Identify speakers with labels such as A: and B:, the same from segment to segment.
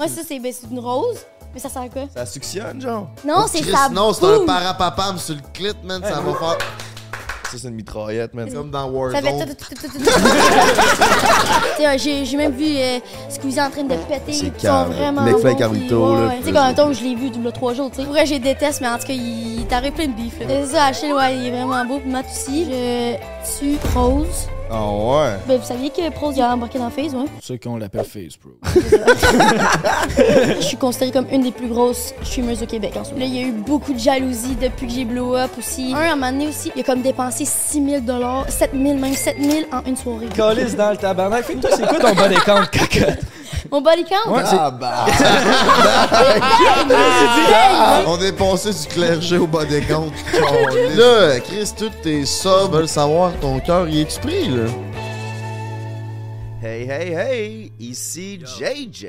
A: Ouais, ça, c'est ben, c'est une rose, mais ça sert à quoi?
B: Ça suctionne, genre.
A: Non,
C: Oh,
A: c'est
C: Chris,
A: ça.
C: Non, c'est un
A: boum.
C: parapapam sur le clit, man. Ça va faire
B: Ça, c'est une mitraillette, man.
C: comme dans
A: Ça fait
C: Warzone.
A: tout, tout, tout, tout, tout. Tu sais, euh, J'ai j'ai même vu euh, Squeezie en train de péter. Ils
B: C'est
A: sont
B: calme, là.
A: vraiment.
B: McFly
A: bons,
B: Carlito,
A: puis,
B: là,
A: ouais. Tu sais,
B: plus,
A: quand
B: là.
A: même temps, je l'ai vu il y a trois jours, tu sais. Pour vrai, je les déteste, mais en tout cas, il il t'arrive plein de bif. là. C'est ça, Achille, ouais, il est vraiment beau. Puis Matt aussi. Je tue Rose.
B: Ah ouais.
A: Ben, vous saviez que Rose, il a embarqué dans Face, ouais.
D: Pour ceux qui ont l'appel Facebook.
A: Je suis considérée comme une des plus grosses fumeuses au Québec en ce moment. Là, il y a eu beaucoup de jalousie depuis que j'ai blow up aussi. Un, à un moment donné aussi, il a comme dépensé 6 000 7 000, même 7 000 en une soirée.
D: Colisse dans le tabarnak. Fait que toi, c'est quoi ton body count, caca?
A: Mon body count?
D: Ouais,
C: Ah, bah. On est passé du clergé au bas des comptes. là, Chris, tout t'es sobre, veulent savoir ton cœur y est pris, là.
B: Hey, hey, hey, ici JJ.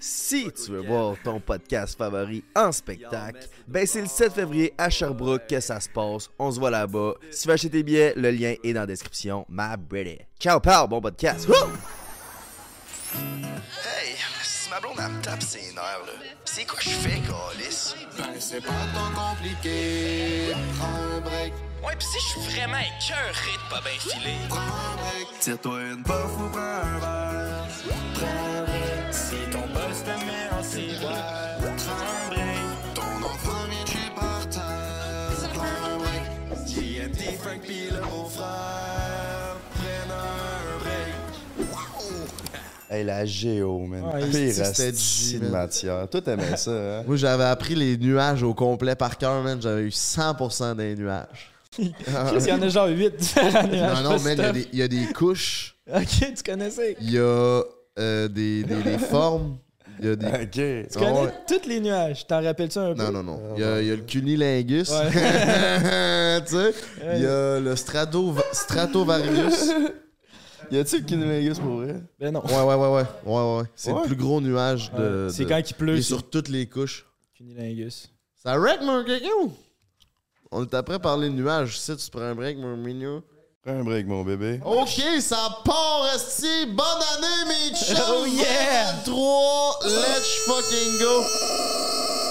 B: Si tu veux voir ton podcast favori en spectacle, ben c'est le 7 février à Sherbrooke que ça se passe. On se voit là-bas. Si tu veux acheter tes billets, le lien est dans la description. Ma brother. Ciao, pal, bon podcast. Woo! Hey, si ma blonde, elle me tape ses nerfs, là. C'est quoi je fais, Calis?
C: C'est pas tant compliqué. Prends un break,
E: Ouais, pis si je suis vraiment écœuré de pas bien filer.
C: prends un break. Tire-toi une bof ou prends un verre.
E: Si ton boss te met en ciboire, tremblé.
C: Ton enfant est par terre. Prends un break.
E: JMD, Frank pis le beau frère, prennent un break.
B: Hey, la géo, man.
D: Ouais,
B: Pire
C: c'était
B: asti
C: G,
B: de
C: man.
B: matière. Toi, t'aimais ça, hein?
C: Moi, j'avais appris les nuages au complet par cœur, man. J'avais eu 100% des nuages.
D: Qu'est-ce qu'il y en a genre 8 différents
C: Non,
A: Ah,
D: nuages,
C: non,
D: pas
C: man, il y a
D: stop.
C: des- il y, a des couches,
D: Ok, tu connaissais.
C: il y a euh, des, des, des formes, il y a des.
B: Ok.
D: Tu
C: Ah ouais.
D: connais tous les nuages. T'en rappelles-tu un peu?
C: Non, non, non. Il y a, il y a le cunilingus.
D: Ouais.
C: tu sais, il y a le strato, stratovarius.
B: Y a-tu le cunilingus pour vrai?
D: Ben non. Euh,
C: Ouais, ouais, ouais, ouais. ouais, ouais. C'est
B: Ouais.
C: le plus gros nuage de.
D: C'est
C: de-
D: quand il
C: il
D: pleut.
C: est
D: c'est
C: sur toutes les couches.
D: Cunilingus.
C: Ça wreck, mon coco! On est après parler de nuages. Si tu prends un break, mon mignon.
B: Prends un break, mon bébé.
C: OK, ça part, esti. Bonne année, mes chums.
D: Oh, yeah.
C: 3, let's fucking go.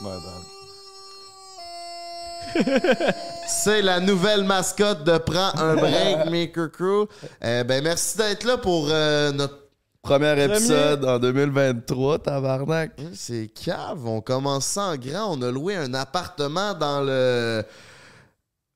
B: My bad.
C: C'est la nouvelle mascotte de Prends un break, mes coucous. Euh, ben, merci d'être là pour euh, notre...
B: Premier épisode en 2023, tabarnak.
C: Hein, C'est cave. On commence ça en grand. On a loué un appartement dans le...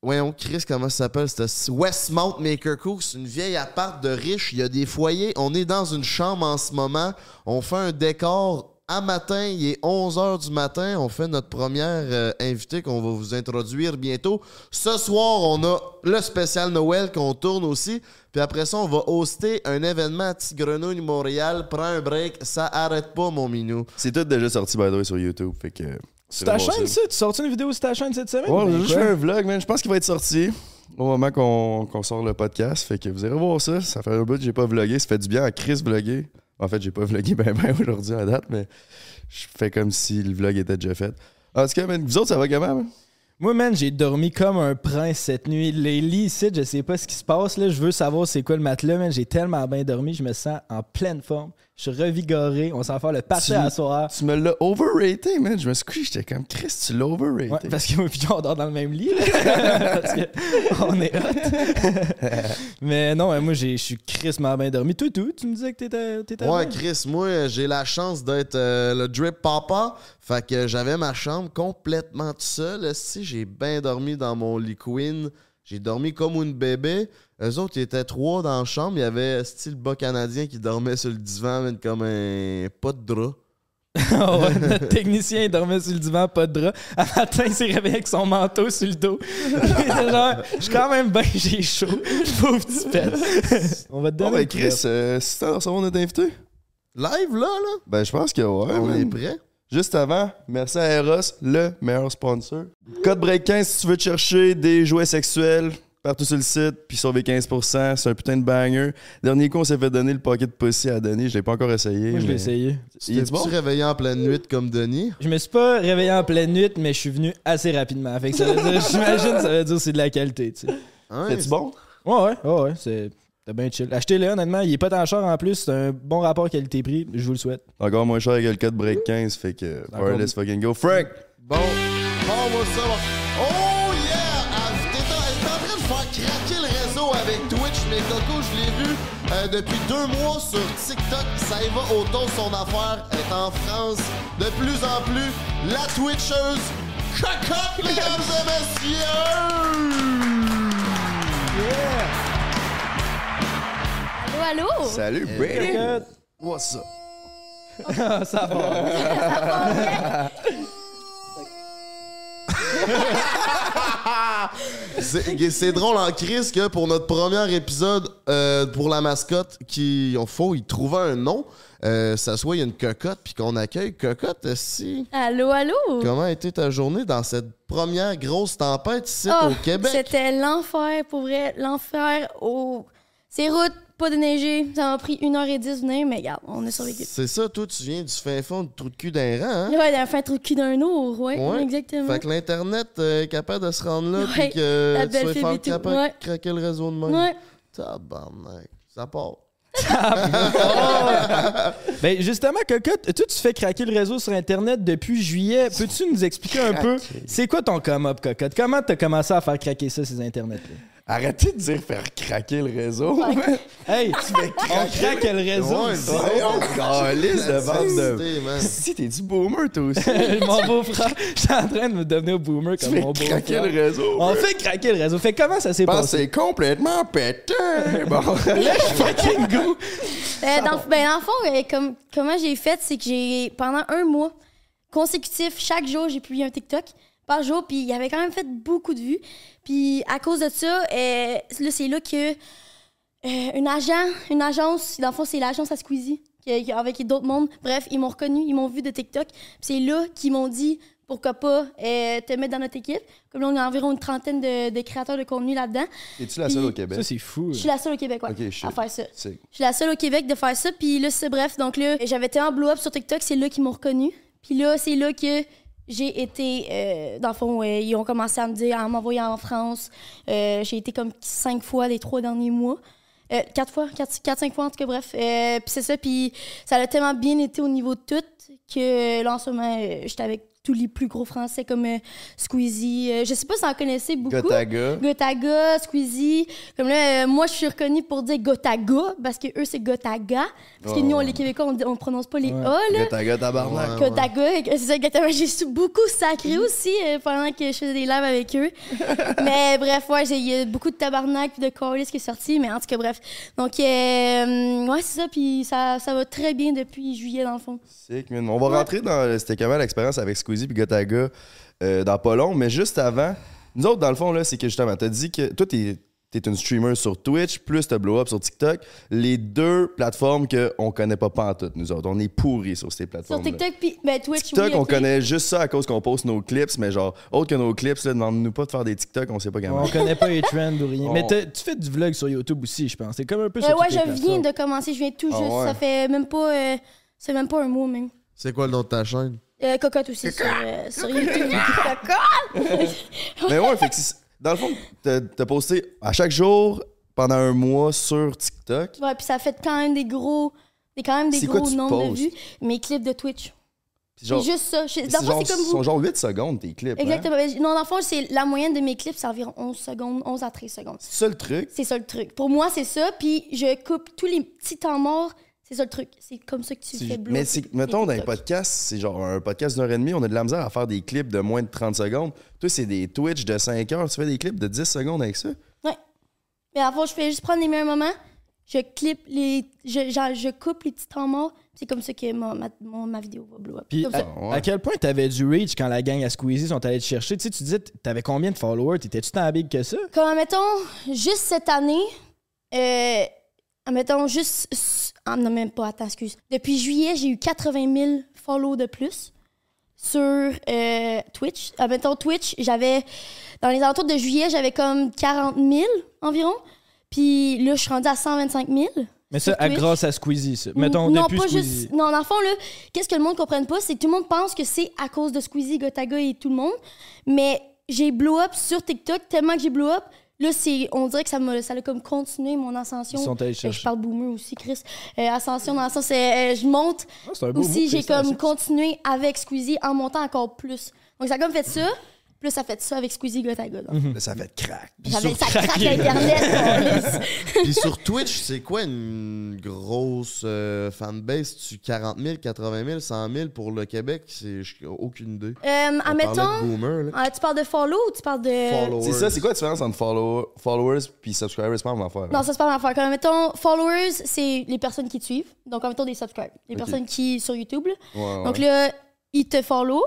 C: Voyons, Chris, comment ça s'appelle? C'est Westmount Maker Cook. C'est une vieille appart de riche. Il y a des foyers. On est dans une chambre en ce moment. On fait un décor à matin. Il est 11h du matin. On fait notre première euh, invitée qu'on va vous introduire bientôt. Ce soir, on a le spécial Noël qu'on tourne aussi. Puis après ça, on va hoster un événement à Petite Grenouille Montréal. Prends un break. Ça arrête pas, mon minou.
B: C'est tout déjà sorti, by the way, sur YouTube. Fait que.
D: C'est ta chaîne, ça? Tu sortis une vidéo sur ta chaîne cette semaine?
B: Ouais,
D: Ben,
B: j'ai juste
D: quoi?
B: fait un vlog, man. Je pense qu'il va être sorti au moment qu'on qu'on sort le podcast. Fait que vous irez voir ça. Ça fait un bout que j'ai pas vlogué. Ça fait du bien à Chris vloguer. En fait, j'ai pas vlogué ben ben aujourd'hui à date, mais je fais comme si le vlog était déjà fait. En tout cas, man, vous autres, ça va comment, man?
D: Moi, man, j'ai dormi comme un prince cette nuit. Les lits ici, je sais pas ce qui se passe. Là. Je veux savoir c'est quoi le matelas, man. J'ai tellement bien dormi, je me sens en pleine forme. Je suis revigoré. On s'en fait le party
B: Tu-
D: à la soirée.
B: Tu me l'as overrated, man. Je me suis couché, j'étais comme Chris, tu l'as overrated.
D: Ouais, parce que moi et Pigeon, on dort dans le même lit. là. parce que on est hot. Mais non, ouais, moi, j'ai- je suis crissement bien dormi. Tout, tout, tu me disais que t'étais t'étais
C: Ouais,
D: bon.
C: Chris, moi, euh, j'ai la chance d'être euh, le drip papa. Fait que euh, j'avais ma chambre complètement tout seul. Si j'ai bien dormi dans mon lit queen, j'ai dormi comme une bébé. Eux autres, ils étaient trois dans la chambre. Il y avait euh, style bas canadien qui dormait sur le divan, mais comme un pas de drap.
D: Ah ouais, notre technicien il dormait sur le divan, pas de drap. À matin, il s'est réveillé avec son manteau sur le dos. Il était genre, je suis quand même bien, j'ai chaud. Pauvre petit pète. On va te
B: Bon,
D: donner.
B: ben,
D: une
B: Chris, euh, si t'as recevoir notre invité?
C: Live, là, là,
B: Ben, je pense que ouais,
C: on
B: man.
C: est prêt.
B: Juste avant, merci à Eros, le meilleur sponsor. Code break 15 si tu veux te chercher des jouets sexuels partout sur le site, puis sauver 15%, c'est un putain de banger. Dernier coup, on s'est fait donner le paquet de pussy à donner, je l'ai pas encore essayé.
D: Moi, je
B: mais-
D: l'ai essayé.
B: Il est
C: Tu
B: bon?
C: réveillé en pleine nuit comme Denis?
D: Je me suis pas réveillé en pleine nuit, mais je suis venu assez rapidement. Fait que ça veut dire, j'imagine, ça veut dire que c'est de la qualité, tu sais.
C: Hein?
B: C'est bon?
D: Ouais, ouais, ouais, ouais, c'est T'as bien chill. Achetez-le, honnêtement. Il est pas tant cher en plus. C'est un bon rapport qualité-prix. Je vous le souhaite.
B: Encore moins cher que le code break 15, fait que
D: Encore-
B: power, let's fucking go. Frank!
C: Bon, bon, on va savoir. Oh yeah! Ah, T'es en, t'es en train de faire craquer le réseau avec Twitch, mais Coco, je l'ai vu euh, depuis deux mois sur TikTok. Ça y va au ton, son affaire est en France de plus en plus. La Twitcheuse, Coco, mesdames et messieurs!
A: Allô, allô?
B: Salut, Brady!
F: What's up?
D: Ah, ça va.
C: C'est c'est drôle en crise que pour notre premier épisode euh, pour la mascotte qui on faut y trouver un nom, euh, ça soit il y a une cocotte puis qu'on accueille cocotte si.
A: Allô, allô?
C: Comment a été ta journée dans cette première grosse tempête ici
A: Ah,
C: au Québec
A: C'était l'enfer, pour vrai. L'enfer au. Ces routes, pas déneigées. Ça m'a pris 1h10 de venir, mais regarde, on a survécu.
C: C'est ça, toi tu viens du fin fond du trou de cul d'un rang, hein?
A: Ouais, il a fait un trou de cul d'un ours, ouais,
C: Ouais.
A: exactement.
C: Fait que l'internet euh, est capable de se rendre là puis
A: Ouais,
C: que
A: la
C: tu
A: belle
C: sois
A: fille
C: fort
A: et tout,
C: capable
A: ouais.
C: de craquer le réseau de même.
A: Ouais.
C: Tabarnak, ça part.
D: ben, justement, Coco, t- toi, tu fais craquer le réseau sur Internet depuis juillet. Peux-tu nous expliquer un peu c'est quoi ton come-up, Cocotte? Comment t'as commencé à faire craquer ça, ces Internets-là?
B: Arrêtez de dire faire craquer le réseau, man!
D: Hey, on craque le réseau.
C: Ouais,
B: Oh, calice de bande de...
C: C'était, man.
B: Si, t'es du boomer, toi aussi!
D: mon beau-frère, je suis en train de me devenir boomer
B: tu
D: comme
B: fais
D: mon beau-frère.
B: craquer le réseau,
D: On
B: man.
D: fait craquer le réseau. Fait comment ça s'est
B: Je pense que
D: passé?
B: c'est complètement pété! Bon,
D: Fucking go!
A: Euh, dans, ben, dans le fond, euh, comme, comment j'ai fait, c'est que j'ai, pendant un mois consécutif, chaque jour, j'ai publié un TikTok par jour, puis il y avait quand même fait beaucoup de vues. Puis à cause de ça, euh, là, c'est là que euh, une, agent, une agence, dans le fond, c'est l'agence à Squeezie, que- que- avec d'autres mondes, bref, ils m'ont reconnu, ils m'ont vu de TikTok. Puis c'est là qu'ils m'ont dit pourquoi pas euh, te mettre dans notre équipe. Comme là, on a environ une trentaine de, de créateurs de contenu là-dedans.
B: es-tu la seule au
D: Ça,
B: Québec?
D: c'est fou.
A: Je suis la seule au Québec, ouais,
B: Ok, shit.
A: à faire ça.
B: C'est-
A: Je suis la seule au Québec de faire ça. Puis là, c'est bref. Donc là, j'avais été en blow-up sur TikTok. C'est là qu'ils m'ont reconnu. Puis là, c'est là que j'ai été. euh, dans le fond, ouais, ils ont commencé à me dire, à m'envoyer en France. Euh, j'ai été comme cinq fois les trois derniers mois. Euh, quatre fois, quatre, quatre, cinq fois en tout cas, bref. Euh, puis c'est ça. Puis ça a tellement bien été au niveau de tout que là, en ce moment, euh, j'étais avec tous les plus gros français comme euh, Squeezie. Euh, je sais pas si vous en connaissez beaucoup.
B: Gotaga.
A: Gotaga, Squeezie. Comme là, euh, moi, je suis reconnue pour dire Gotaga parce que eux, c'est Gotaga. Parce que
B: Ouais,
A: nous, on,
B: ouais.
A: les Québécois, on, dit- on prononce pas les
D: Ouais.
A: A, là.
B: Gotaga, tabarnak.
C: Ouais, ouais.
A: Gotaga, c'est ça, exactement. J'ai su beaucoup sacré aussi euh, pendant que je faisais des lives avec eux. mais bref, ouais, j'ai- il y a beaucoup de tabarnak puis de chorus qui est sorti, mais en tout cas, bref. Donc, euh, ouais, c'est ça. Puis ça, ça va très bien depuis juillet, dans le fond.
B: Sick, man. On va rentrer dans le- c'était comment l'expérience avec Squeezie puis Gotaga euh, dans pas long, mais juste avant, nous autres, dans le fond, là, c'est que justement, t'as dit que toi, t'es es une streamer sur Twitch, plus t'as blow up sur TikTok, les deux plateformes qu'on connaît pas pantoute, nous autres. On est pourris sur ces
A: Sur
B: plateformes.
A: TikTok, puis ben, Twitch,
B: TikTok,
A: oui,
B: on
A: ok.
B: connaît juste ça à cause qu'on poste nos clips, mais genre, autre que nos clips, là, demande-nous pas de faire des TikTok, on sait pas comment.
D: On connaît pas les trends ou rien.
B: On-
D: Mais t'as- tu fais du vlog sur YouTube aussi, je pense. C'est comme un peu
A: Euh,
D: sur
A: ouais,
D: toutes les
A: je viens
D: plateformes.
A: de commencer. Je viens tout
B: Ah
A: juste.
B: ouais.
A: Ça fait même pas. euh, c'est même pas un mot, même.
C: C'est quoi le nom de ta chaîne
A: Euh, cocotte aussi sur, euh, sur YouTube. cocotte!
B: Mais ouais, fait que c'est- dans le fond, t'as t'as posté à chaque jour pendant un mois sur TikTok.
A: Ouais, puis ça fait quand même des gros, des, quand même des
B: C'est quoi
A: gros
B: tu
A: nombres de
B: postes?
A: vues. Mes clips de Twitch.
B: Puis genre-
A: c'est juste ça. Je- Dans
B: C'est
A: le fond,
B: genre,
A: c'est comme
B: sont
A: vous.
B: genre 8 secondes tes clips. hein?
A: Exactement. Mais Non, dans le fond, c'est la moyenne de mes clips, c'est environ 11 secondes, 11 à 13 secondes.
B: C'est ça le truc.
A: C'est ça le truc. Pour moi, c'est ça. Puis je coupe tous les petits temps morts. C'est ça le truc. C'est comme ça que tu fais blow.
B: Mais c'est, mettons, dans les podcasts, c'est genre un podcast d'une heure et demie, on a de la misère à faire des clips de moins de 30 secondes. Toi, c'est des Twitch de 5 heures, tu fais des clips de 10 secondes avec ça.
A: Ouais. Mais avant, je fais juste prendre les meilleurs moments. Je clip les. Je, genre, je coupe les petits temps morts. C'est comme ça que ma, ma, mon- ma vidéo va blow up.
D: Puis
A: Comme
D: à,
A: ça.
B: ouais.
D: à quel point t'avais du reach quand la gang à Squeezie sont allés te chercher? Tu sais, tu disais, t'avais combien de followers? T'étais-tu tant big que ça?
A: Comme, mettons, juste cette année, euh, mettons, juste. s- Ah, non, même pas, attends, excuse. Depuis juillet, j'ai eu 80 000 follow de plus sur euh, Twitch. Ah, mettons, Twitch, j'avais. Dans les alentours de juillet, j'avais comme 40 000 environ. Puis là, je suis rendue à 125 000.
D: Mais ça,
A: Sur
D: à-
A: Twitch?
D: grâce à Squeezie, ça. Mettons,
A: non,
D: depuis
A: pas
D: Squeezie.
A: juste. Non, dans le fond, là, qu'est-ce que le monde comprenne pas, c'est que tout le monde pense que c'est à cause de Squeezie, Gotaga et tout le monde. Mais j'ai blow up sur TikTok tellement que j'ai blow up. Là, c'est, on dirait que ça m'a, ça a comme continué mon ascension.
D: Ils sont allés
A: Fait que
D: chercher.
A: je parle boomer aussi, Chris. Euh, ascension dans le sens, euh, euh, je monte.
D: Ah, c'est un beau
A: Aussi,
D: mot,
A: j'ai comme
D: félicitations.
A: continué avec Squeezie en montant encore plus. Donc, ça a comme fait ça. Plus ça a fait ça avec Squeezie Got à Got. Donc,
B: Ça fait crack.
A: Ça, fait-
D: Mhm. sur-
A: ça craque Internet. on lisse.
C: Puis sur Twitch, c'est quoi une grosse euh, fanbase? Tu 40 000, 80 000, 100 000 pour le Québec? C'est j'ai aucune
A: euh,
C: idée. On parlait de
A: admettons,
C: boomer, là.
A: euh, tu parles de follow ou tu parles de.
C: Followers.
B: C'est ça, c'est quoi la différence entre follow- followers puis subscribers? C'est pas mon affaire. hein.
A: Non, ça c'est pas ma affaire. Comme, mettons, followers, c'est les personnes qui te suivent. Donc, en mettons, des subscribes. Les
B: Ok.
A: personnes qui, sur YouTube. là.
B: Ouais, ouais.
A: Donc là, ils te follow.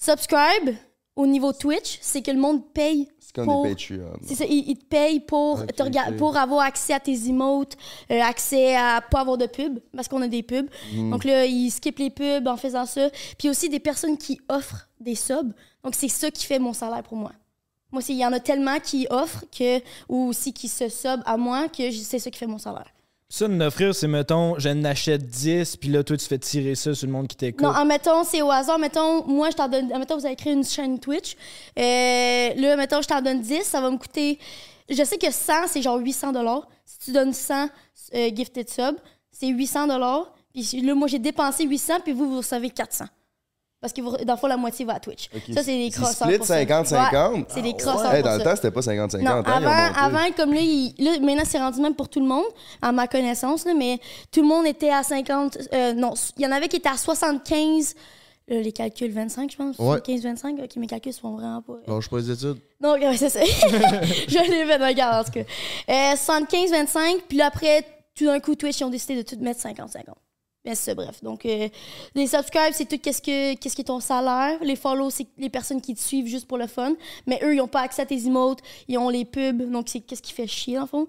A: Subscribe, au niveau Twitch, c'est que le monde paye.
B: c'est comme
A: pour-
B: des euh, Patreons.
A: C'est ça, ils, ils te payent pour,
C: Ok,
A: te rega-
C: ok.
A: pour avoir accès à tes emotes, euh, accès à pas avoir de pub, parce qu'on a des pubs. Donc là, ils skippent les pubs en faisant ça. Puis aussi des personnes qui offrent des subs. Donc c'est ça qui fait mon salaire pour moi. Moi, c'est- il y en a tellement qui offrent que, ou aussi qui se sub à moi que j- c'est ça qui fait mon salaire.
D: Ça, de m'offrir, c'est mettons, je n'achète 10, puis là, toi, tu fais tirer ça sur le monde qui t'écoute.
A: Non, en mettons, c'est au hasard. Mettons, moi, je t'en donne. en Mettons, vous avez créé une chaîne Twitch. Euh, là, mettons, je t'en donne 10. Ça va me coûter. Je sais que 100, c'est genre 800 Si tu donnes 100 euh, gifted sub, c'est 800 Puis là, moi, j'ai dépensé 800, puis vous, vous recevez 400. Parce que vous, dans le fond, la moitié va à Twitch.
B: Ok.
A: Ça, c'est des
B: Ils
A: crosseurs.
B: split
A: pour ça.
B: 50-50?
A: Ouais, c'est des
B: Ouais,
A: crosseurs.
B: hey,
A: pour
B: dans le
A: ça.
B: temps, c'était pas 50-50.
A: Non,
B: hein, ils ont
A: avant,
B: monté.
A: avant, comme là, il- là, maintenant, c'est rendu même pour tout le monde, à ma connaissance, là, mais tout le monde était à 50. euh, non, il y en avait qui étaient à 75. là, les calculs 25, je pense.
C: Ouais.
A: 75 25 ok, mes calculs sont vraiment pas.
C: Bon, je pose des études.
A: Donc, ouais, c'est ça. je l'ai fait, regarde, en tout cas. Euh, 75, 25, puis là, après, tout d'un coup, Twitch, ils ont décidé de tout mettre 50, 50. Mais c'est ça, bref. Donc, euh, les subscribes, c'est tout qu'est-ce que qu'est-ce qui est ton salaire. Les follow, c'est les personnes qui te suivent juste pour le fun. Mais eux, ils n'ont pas accès à tes emotes, ils ont les pubs, donc c'est qu'est-ce qui fait chier, en fond.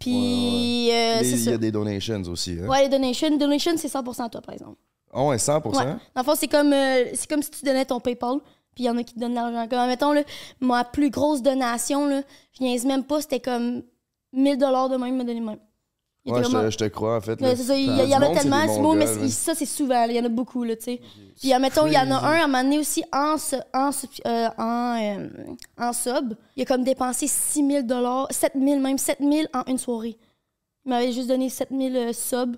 A: Puis, euh,
B: Les-
A: c'est
B: Il y
A: ça.
B: a des donations aussi. Hein?
A: Ouais, les donations. Donations, c'est 100 toi, par exemple.
B: Ah ouais, 100
A: Ouais. Dans le fond, c'est comme, euh, c'est comme si tu donnais ton PayPal, puis il y en a qui te donnent l'argent. Comme, mettons, là, ma plus grosse donation, là, je niaise même pas, c'était comme 1000 de même, me donner même. Il
B: Ouais,
A: était
B: je,
A: vraiment-
B: te, je te crois, en fait.
A: Ouais,
B: là.
A: c'est ça, il y,
B: T'as
A: il y en
B: du
A: a
B: monde, c'est
A: tellement,
B: des
A: c'est beau, mais
B: Mongols,
A: c'est- ça, c'est souvent, là, il y en a beaucoup, là, tu sais. Puis, admettons, il y en a un, à un moment donné aussi, en, su- en, sub- euh, en, euh, en sub, il a comme dépensé 6 000 7 000 même, 7 000 en une soirée. Il m'avait juste donné 7 000 euh, subs.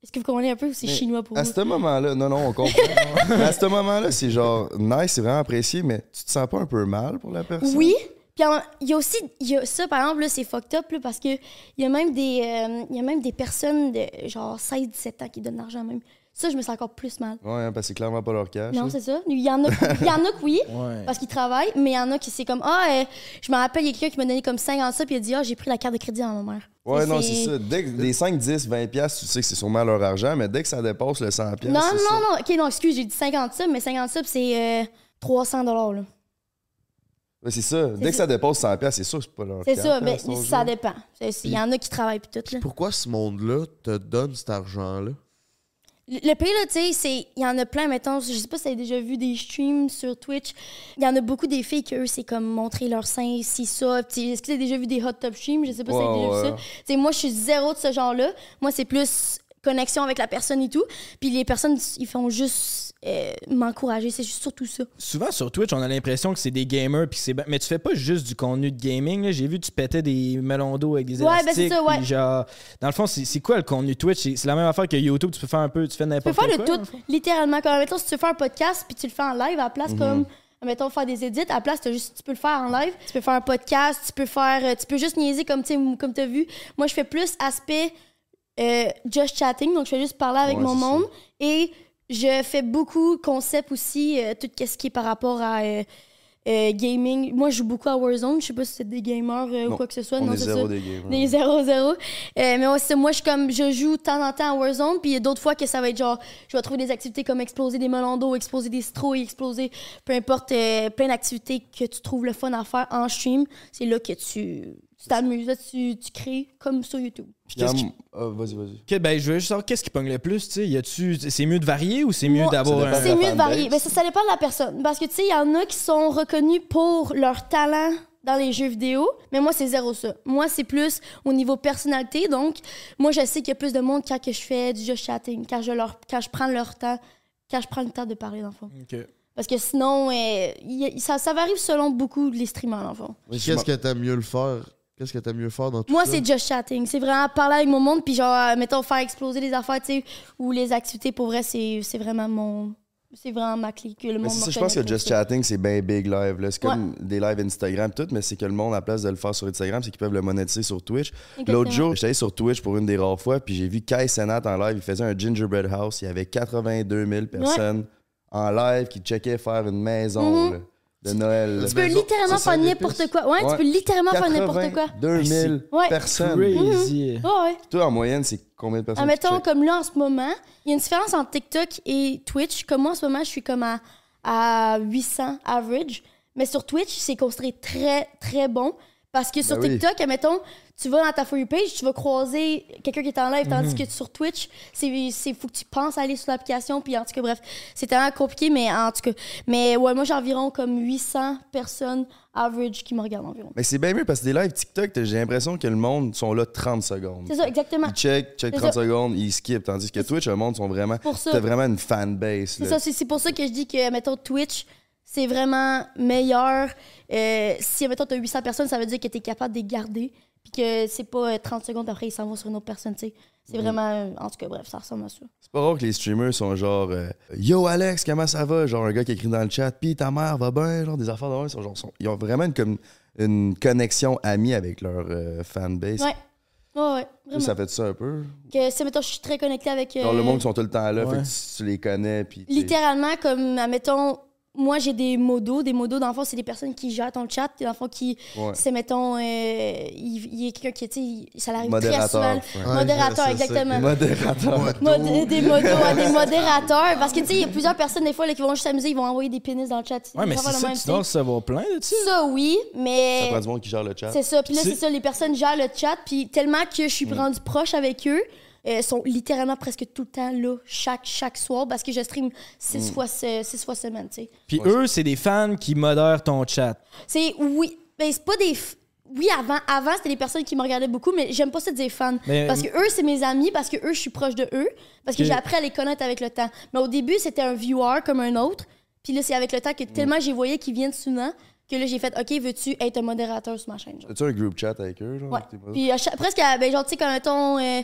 A: Est-ce que vous comprenez un peu ou c'est
B: Mais
A: chinois pour
B: À
A: vous?
B: ce moment-là, non, non, on comprend. Mais à ce moment-là, c'est genre, nice, c'est vraiment apprécié, mais tu te sens pas un peu mal pour la personne?
A: Oui. Puis en- il y a aussi il y a ça par exemple là, c'est fucked up là, parce que il y a même des euh, il y a même des personnes de genre 16 17 ans qui donnent de l'argent même. Ça je me sens encore plus mal.
B: Ouais, hein, parce que c'est clairement pas leur cash.
A: Non,
B: là.
A: c'est ça. Il y en a il y en a que oui
D: Ouais.
A: parce qu'ils travaillent, mais il y en a qui c'est comme ah euh, je me rappelle il y a quelqu'un qui m'a donné comme 50 ça puis il a dit ah j'ai pris la carte de crédit à ma mère.
B: Ouais,
A: Et
B: non, c'est ça. Dès que des 5, 10, 20 piastres, tu sais que c'est sûrement leur argent, mais dès que ça dépasse le 100 piastres,
A: Non,
B: c'est ça.
A: non, non, OK, non, excuse, j'ai dit 50 subs, mais 50 subs c'est euh, 300 dollars là.
B: Ouais, c'est ça. Dès que
A: ça.
B: ça dépasse 100 piastres, c'est sûr que c'est pas leur
A: C'est
B: cash,
A: ça,
B: hein,
A: mais
B: ce ton
A: ça
B: jeu.
A: dépend. C'est- Il y en a qui travaillent puis tout là.
C: Pourquoi ce monde-là te donne cet argent-là?
A: Le le pire, là, tu sais, c'est. Il y en a plein, mettons. Je sais pas si t'as déjà vu des streams sur Twitch. Il y en a beaucoup des filles que eux, c'est comme montrer leur sein, si ça. Puis, Est-ce que t'as déjà vu des hot top streams? Je sais pas si t'as
B: Ouais,
A: déjà vu
B: ouais.
A: ça. Tu sais, moi, je suis zéro de ce genre-là. Moi, c'est plus connexion avec la personne et tout. Puis les personnes, ils font juste euh, m'encourager. C'est juste surtout ça.
D: Souvent sur Twitch, on a l'impression que c'est des gamers, puis c'est ben- mais tu fais pas juste du contenu de gaming. là. J'ai vu tu pétais des melons d'eau avec des
A: Ouais, ben c'est
D: élastiques.
A: ça, ouais.
D: puis genre, dans le fond, c'est c'est quoi le contenu Twitch C'est c'est la même affaire que YouTube. Tu peux faire un peu, tu
A: Tu
D: fais
A: peux
D: n'importe quoi.
A: faire le tout, littéralement. Comme, mettons, si tu veux faire un podcast, puis tu le fais en live, à la place,
B: Mhm.
A: comme, mettons, faire des édits, à la place, t'as juste, tu peux le faire en live, tu peux faire un podcast, tu peux faire, euh, tu peux juste niaiser comme, tu sais, comme t'as vu. Moi, je fais plus aspect euh, just chatting, donc je fais juste parler avec
B: Ouais,
A: mon
B: c'est ça.
A: monde. Et je fais beaucoup concept aussi, euh, tout ce qui est par rapport à euh, euh, gaming. Moi, je joue beaucoup à Warzone, je sais pas si c'est des gamers euh, ou
B: Non,
A: quoi que ce soit.
B: On
A: non,
B: est
A: c'est
B: zéro
A: ça.
B: des games.
A: Des 0-0. Euh, mais ouais, c'est- moi, je, suis comme, je joue de temps en temps à Warzone, puis il y a d'autres fois que ça va être genre, je vais trouver des activités comme exploser des melons d'eau, exploser des citrouilles, exploser, peu importe, euh, plein d'activités que tu trouves le fun à faire en stream. C'est là que tu tu t'amuses, là, tu, tu crées comme sur YouTube.
B: Puis
D: Puis qu'est-ce qui-
B: en- ah, Vas-y, vas-y.
D: que- ben, je veux juste savoir qu'est-ce qui pogne le plus. Tu sais, Y a-tu- c'est mieux de varier ou c'est mieux
A: Moi,
D: d'avoir
B: ça
D: un.
B: dépend.
A: C'est
B: la
A: mieux de
B: fanbase.
A: varier. Mais ça, ça dépend de la personne. Parce que, tu sais, il y en a qui sont reconnus pour leur talent dans les jeux vidéo, mais moi, c'est zéro ça. Moi, c'est plus au niveau personnalité. Donc, moi, je sais qu'il y a plus de monde quand que je fais du jeu chatting, quand je, leur, quand je prends leur temps, quand je prends le temps de parler, dans le fond.
D: Ok.
A: Parce que sinon, euh, il y a- ça, ça varie selon beaucoup les streamers, dans le fond.
C: Qu'est-ce que t'aimes mieux le faire? Qu'est-ce que t'as mieux faire dans tout
A: Moi,
C: ça?
A: c'est just chatting. C'est vraiment parler avec mon monde, puis genre, euh, mettons, faire exploser les affaires, tu sais, ou les activités, pour vrai, c'est c'est vraiment mon. C'est vraiment ma clique. que Le
B: Mais
A: monde
B: c'est
A: me
B: ça, je pense que
A: reconnaît pour
B: Just
A: ça.
B: Chatting, c'est bien big live. là. C'est comme des lives Instagram, tout, mais c'est que le monde, à la place de le faire sur Instagram, c'est qu'ils peuvent le monétiser sur Twitch.
A: Exactement.
B: L'autre jour, j'étais allé sur Twitch pour une des rares fois, puis j'ai vu Kai Senat en live. Il faisait un gingerbread house. Il y avait 82 000 personnes en live qui checkaient faire une maison
A: Mhm.
B: là, de Noël. là.
A: Tu peux
C: Maison-
A: littéralement
B: ça, ça
A: faire
B: dépiste.
A: n'importe quoi. Ouais, tu peux littéralement faire n'importe quoi.
B: 82 000
A: Ouais.
B: personnes.
D: Crazy.
A: Ouais, ouais.
B: Toi, en moyenne, c'est combien de personnes? qui
A: Admettons,
B: checkent?
A: comme là en ce moment, il y a une différence entre TikTok et Twitch. Comme moi en ce moment, je suis comme à, à 800 average. Mais sur Twitch, c'est considéré très, très bon. Parce que sur
B: Ben oui.
A: TikTok, admettons, tu vas dans ta For You page, tu vas croiser quelqu'un qui est en live, tandis
B: Mhm.
A: que sur Twitch, c'est c'est- faut que tu penses à aller sur l'application. Puis en tout cas, bref, c'est tellement compliqué, mais en tout cas. Mais ouais, moi, j'ai environ comme 800 personnes average qui me regardent environ.
B: Mais c'est bien mieux parce que des lives TikTok, t'as- j'ai l'impression que le monde sont là 30 secondes.
A: C'est ça, exactement.
B: Ils check, check
A: C'est
B: 30
A: ça.
B: secondes, ils skip. Tandis que Twitch, le monde sont vraiment.
A: Pour ça.
B: T'as vraiment une fanbase.
A: C'est
B: là.
A: ça, c'est c'est pour ça que je dis que, mettons, Twitch, c'est vraiment meilleur. Euh, si, mettons, t'as 800 personnes, ça veut dire que t'es capable de les garder. Puis que c'est pas euh, 30 secondes après, ils s'en vont sur une autre personne, tu sais. C'est vraiment. euh, En tout cas, bref, ça ressemble à ça.
B: C'est pas rare que les streamers sont genre euh, Yo Alex, comment ça va? Genre un gars qui écrit dans le chat, pis ta mère va bien, genre des affaires de même, ils sont genre, sont- ils ont vraiment une, com- une connexion amie avec leur euh, fanbase.
A: Ouais. Ouais, ouais,
B: Ça,
A: vraiment. Euh,
B: Ça fait ça un peu.
A: Que, si, mettons, je suis très connectée avec. euh,
B: Genre le monde ils sont tout le temps là,
D: Ouais.
B: fait que tu, tu les connais. Pis t'es-
A: Littéralement, comme, admettons, moi, j'ai des modos. Des modos, dans le fond, c'est des personnes qui gèrent ton chat. Dans le fond, qui.
B: Ouais.
A: C'est, mettons, euh, il il y a quelqu'un qui, tu sais, il- ça l'arrive très souvent.
B: Modérateur.
C: Ouais,
A: Modérateur,
C: ça, ça,
A: exactement.
B: Modérateur.
A: Modé- des modos, ouais, des modérateurs. Parce que, tu sais, il y a plusieurs personnes, des fois, là, qui vont juste s'amuser, ils vont envoyer des pénis dans le chat.
D: Ouais, mais
A: Ils vont
D: c'est
A: faire le
D: ça,
A: même
D: tu dois
A: thing.
D: recevoir plein de ça.
A: Ça, oui,
B: Ça
A: mais.
B: prend du monde hein. qui gère le chat.
A: C'est ça. Puis là,
D: C'est-
A: c'est ça, les personnes gèrent le chat. Puis tellement que je suis rendue proche avec eux, euh, sont littéralement presque tout le temps là, chaque, chaque soir, parce que je stream six, fois, se- six fois semaine, tu sais.
D: Puis eux, c'est des fans qui modèrent ton chat.
A: C'est oui. Ben, c'est pas des. f- Oui, avant, avant c'était des personnes qui me regardaient beaucoup, mais j'aime pas ça dire fans.
D: Mais-
A: parce que eux, c'est mes amis, parce que eux, je suis proche de eux, parce que
D: Ok.
A: j'ai appris à les connaître avec le temps. Mais au début, c'était un viewer comme un autre. Puis là, c'est avec le temps que tellement j'ai voyé qu'ils viennent souvent que là, j'ai fait OK, veux-tu être un modérateur sur ma chaîne? genre?
B: As-tu un group chat avec eux? Genre,
A: Ouais.
B: T'es pas-
A: Puis à chaque- presque, à- ben, genre, tu sais, comme mettons, euh,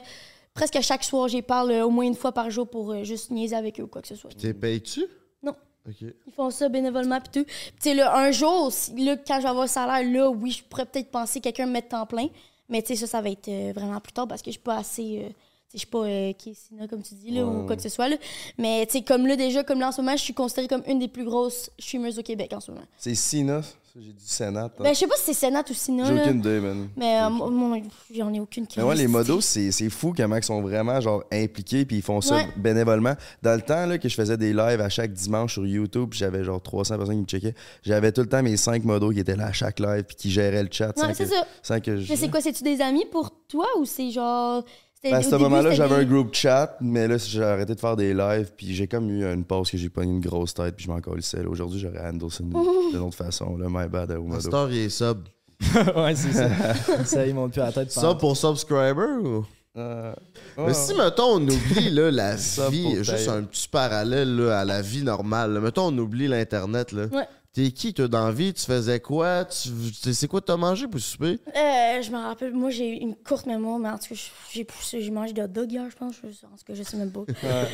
A: presque à chaque soir, j'y parle euh, au moins une fois par jour pour euh, juste niaiser avec eux ou quoi que ce soit.
C: T'es payé-tu?
A: Mm. Non.
C: OK.
A: Ils font ça bénévolement pis tout. Puis tu sais, là, un jour, si- là, quand je vais avoir le salaire, là, oui, je pourrais peut-être penser quelqu'un me mettre temps plein. Mais tu sais, ça, ça va être euh, vraiment plus tard parce que je suis pas assez... euh, tu sais, je suis pas euh, Kessina, comme tu dis, là, ou quoi que ce soit. Là. Mais tu sais, comme là, déjà, comme là, en ce moment, je suis considérée comme une des plus grosses streamers au Québec en ce moment.
B: C'est Sina. ça, J'ai dit Sénat. hein.
A: Ben, je sais pas si c'est Sénat ou Sina,
B: J'ai
A: là.
B: aucune idée, man.
A: Mais euh, moi, moi, j'en ai aucune
B: Mais ouais, les modos, c'est c'est fou comment ils sont vraiment genre impliqués puis ils font ça
A: Ouais.
B: bénévolement. Dans le temps là, que je faisais des lives à chaque dimanche sur YouTube, puis j'avais genre 300 personnes qui me checkaient, j'avais tout le temps mes 5 modos qui étaient là à chaque live puis qui géraient le chat. sans,
A: Ouais, c'est
B: que,
A: ça.
B: sans que je...
A: Mais c'est quoi, c'est-tu des amis pour toi ou c'est genre... c'était-
B: Ben, à
A: au
B: ce
A: début,
B: moment-là,
A: c'était
B: j'avais
A: des-
B: un groupe chat, mais là, j'ai arrêté de faire des lives, puis j'ai comme eu une pause que j'ai pogné une grosse tête, puis je m'en colissais. là. Aujourd'hui, j'aurais handle ça d'une d'une autre façon. Là, my bad, au
C: La
B: modo.
C: star, il est sub.
D: ouais, c'est ça. ça, ils montent plus à la tête.
C: Sub pour subscriber ou?
B: Euh,
A: Ah.
C: Mais si, mettons, on oublie là, la
B: Ça,
C: vie,
B: pour
C: juste
B: taire.
C: un petit parallèle là, à la vie normale. là. Mettons, on oublie l'Internet. là.
A: Ouais.
C: T'es qui, toi, dans la vie? Tu faisais quoi? Tu, tu- c'est quoi que t'as mangé pour souper?
A: Euh, je me rappelle, moi j'ai une courte mémoire, mais en tout cas, j'ai poussé, j'ai mangé de hot dog hier, je pense, je, en tout cas, je sais même pas. Euh,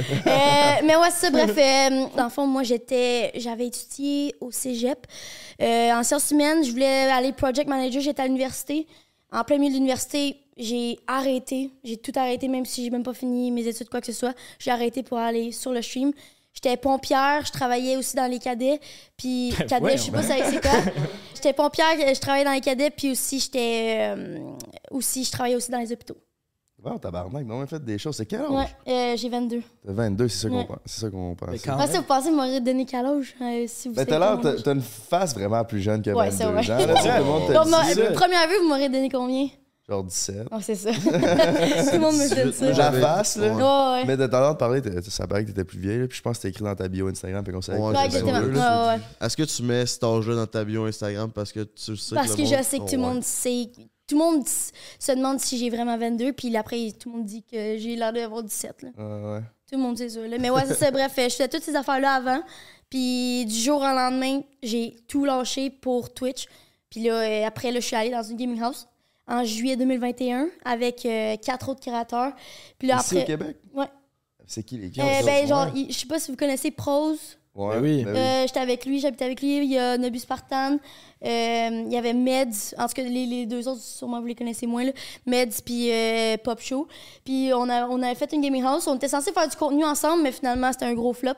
A: mais ouais, c'est ça, bref, euh, dans le fond, moi j'étais, j'avais étudié au cégep. Euh, en sciences humaines, je voulais aller project manager, j'étais à l'université. En plein milieu de l'université, j'ai arrêté, j'ai tout arrêté, même si j'ai même pas fini mes études, quoi que ce soit. J'ai arrêté pour aller sur le stream. J'étais pompière, je travaillais aussi dans les cadets. Puis, cadets, je sais pas ça c'est quoi. J'étais pompière, je travaillais dans les cadets, puis aussi, j'étais. euh, aussi, je travaillais aussi dans les hôpitaux.
B: Wow, tabarnak, non, mais faites des choses. C'est quel âge?
A: Ouais, euh, j'ai 22.
B: T'as 22, c'est ça qu'on
A: Ouais.
B: pense. C'est ça qu'on pense.
A: Moi, si vous pensez m'aurait donné quel âge euh, si vous savez
B: Mais Ah Ben, t'as l'air,
A: pas mon
B: t'as
A: âge.
B: t'as une face vraiment plus jeune que
A: Ouais,
B: 22
A: c'est
B: ans.
A: vrai.
B: là. Tu sais, tout le monde
A: Bon,
B: te
A: ma-
B: dit, là,
A: première vue, vous m'aurez donné combien?
B: genre 17.
A: Oh, c'est ça. Tout le monde me donne ça.
C: Ouais.
B: La
C: j'avais-
B: face, là.
C: Ouais.
A: Ouais, ouais.
B: Mais de t'entendre parler, t'es- ça paraît que t'étais plus vieille, là, puis je pense que t'as écrit dans ta bio Instagram, fait qu'on savait
C: Ouais,
B: que
A: Ouais,
B: t'avais
A: exactement.
B: 22,
C: là,
A: Ouais, ouais.
C: Est-ce que tu mets cet âge-là dans ta bio Instagram parce que tu sais
A: Parce
C: le
A: que
C: monde-
A: je sais que tout le
C: Ouais.
A: monde sait. Tout le monde s- se demande si j'ai vraiment 22, puis après, tout le monde dit que j'ai l'air d'avoir 17. Là.
B: Ouais, ouais.
A: Tout le monde sait ça. là. Mais ouais, c'est ça. Bref, euh, je faisais toutes ces affaires-là avant. Puis du jour au lendemain, j'ai tout lâché pour Twitch. Puis là, euh, après, là, je suis allée dans une gaming house. en juillet 2021 avec euh, quatre autres créateurs. Puis là,
B: Ici au
A: après.
B: Québec?
A: Ouais.
B: C'est qui les
A: Euh,
B: gars? ça?
A: ben, genre,
B: Ouais.
A: il- je sais pas si vous connaissez Prose.
B: Ouais,
D: Ben oui.
B: ben
A: Euh, J'étais avec lui, j'habitais avec lui. Il y a Nobus Spartan. euh, il y avait Meds. En tout cas, les, les deux autres, sûrement vous les connaissez moins. Là. Meds puis euh, Pop Show. Puis on, a, on avait fait une gaming house. On était censé faire du contenu ensemble, mais finalement, c'était un gros flop.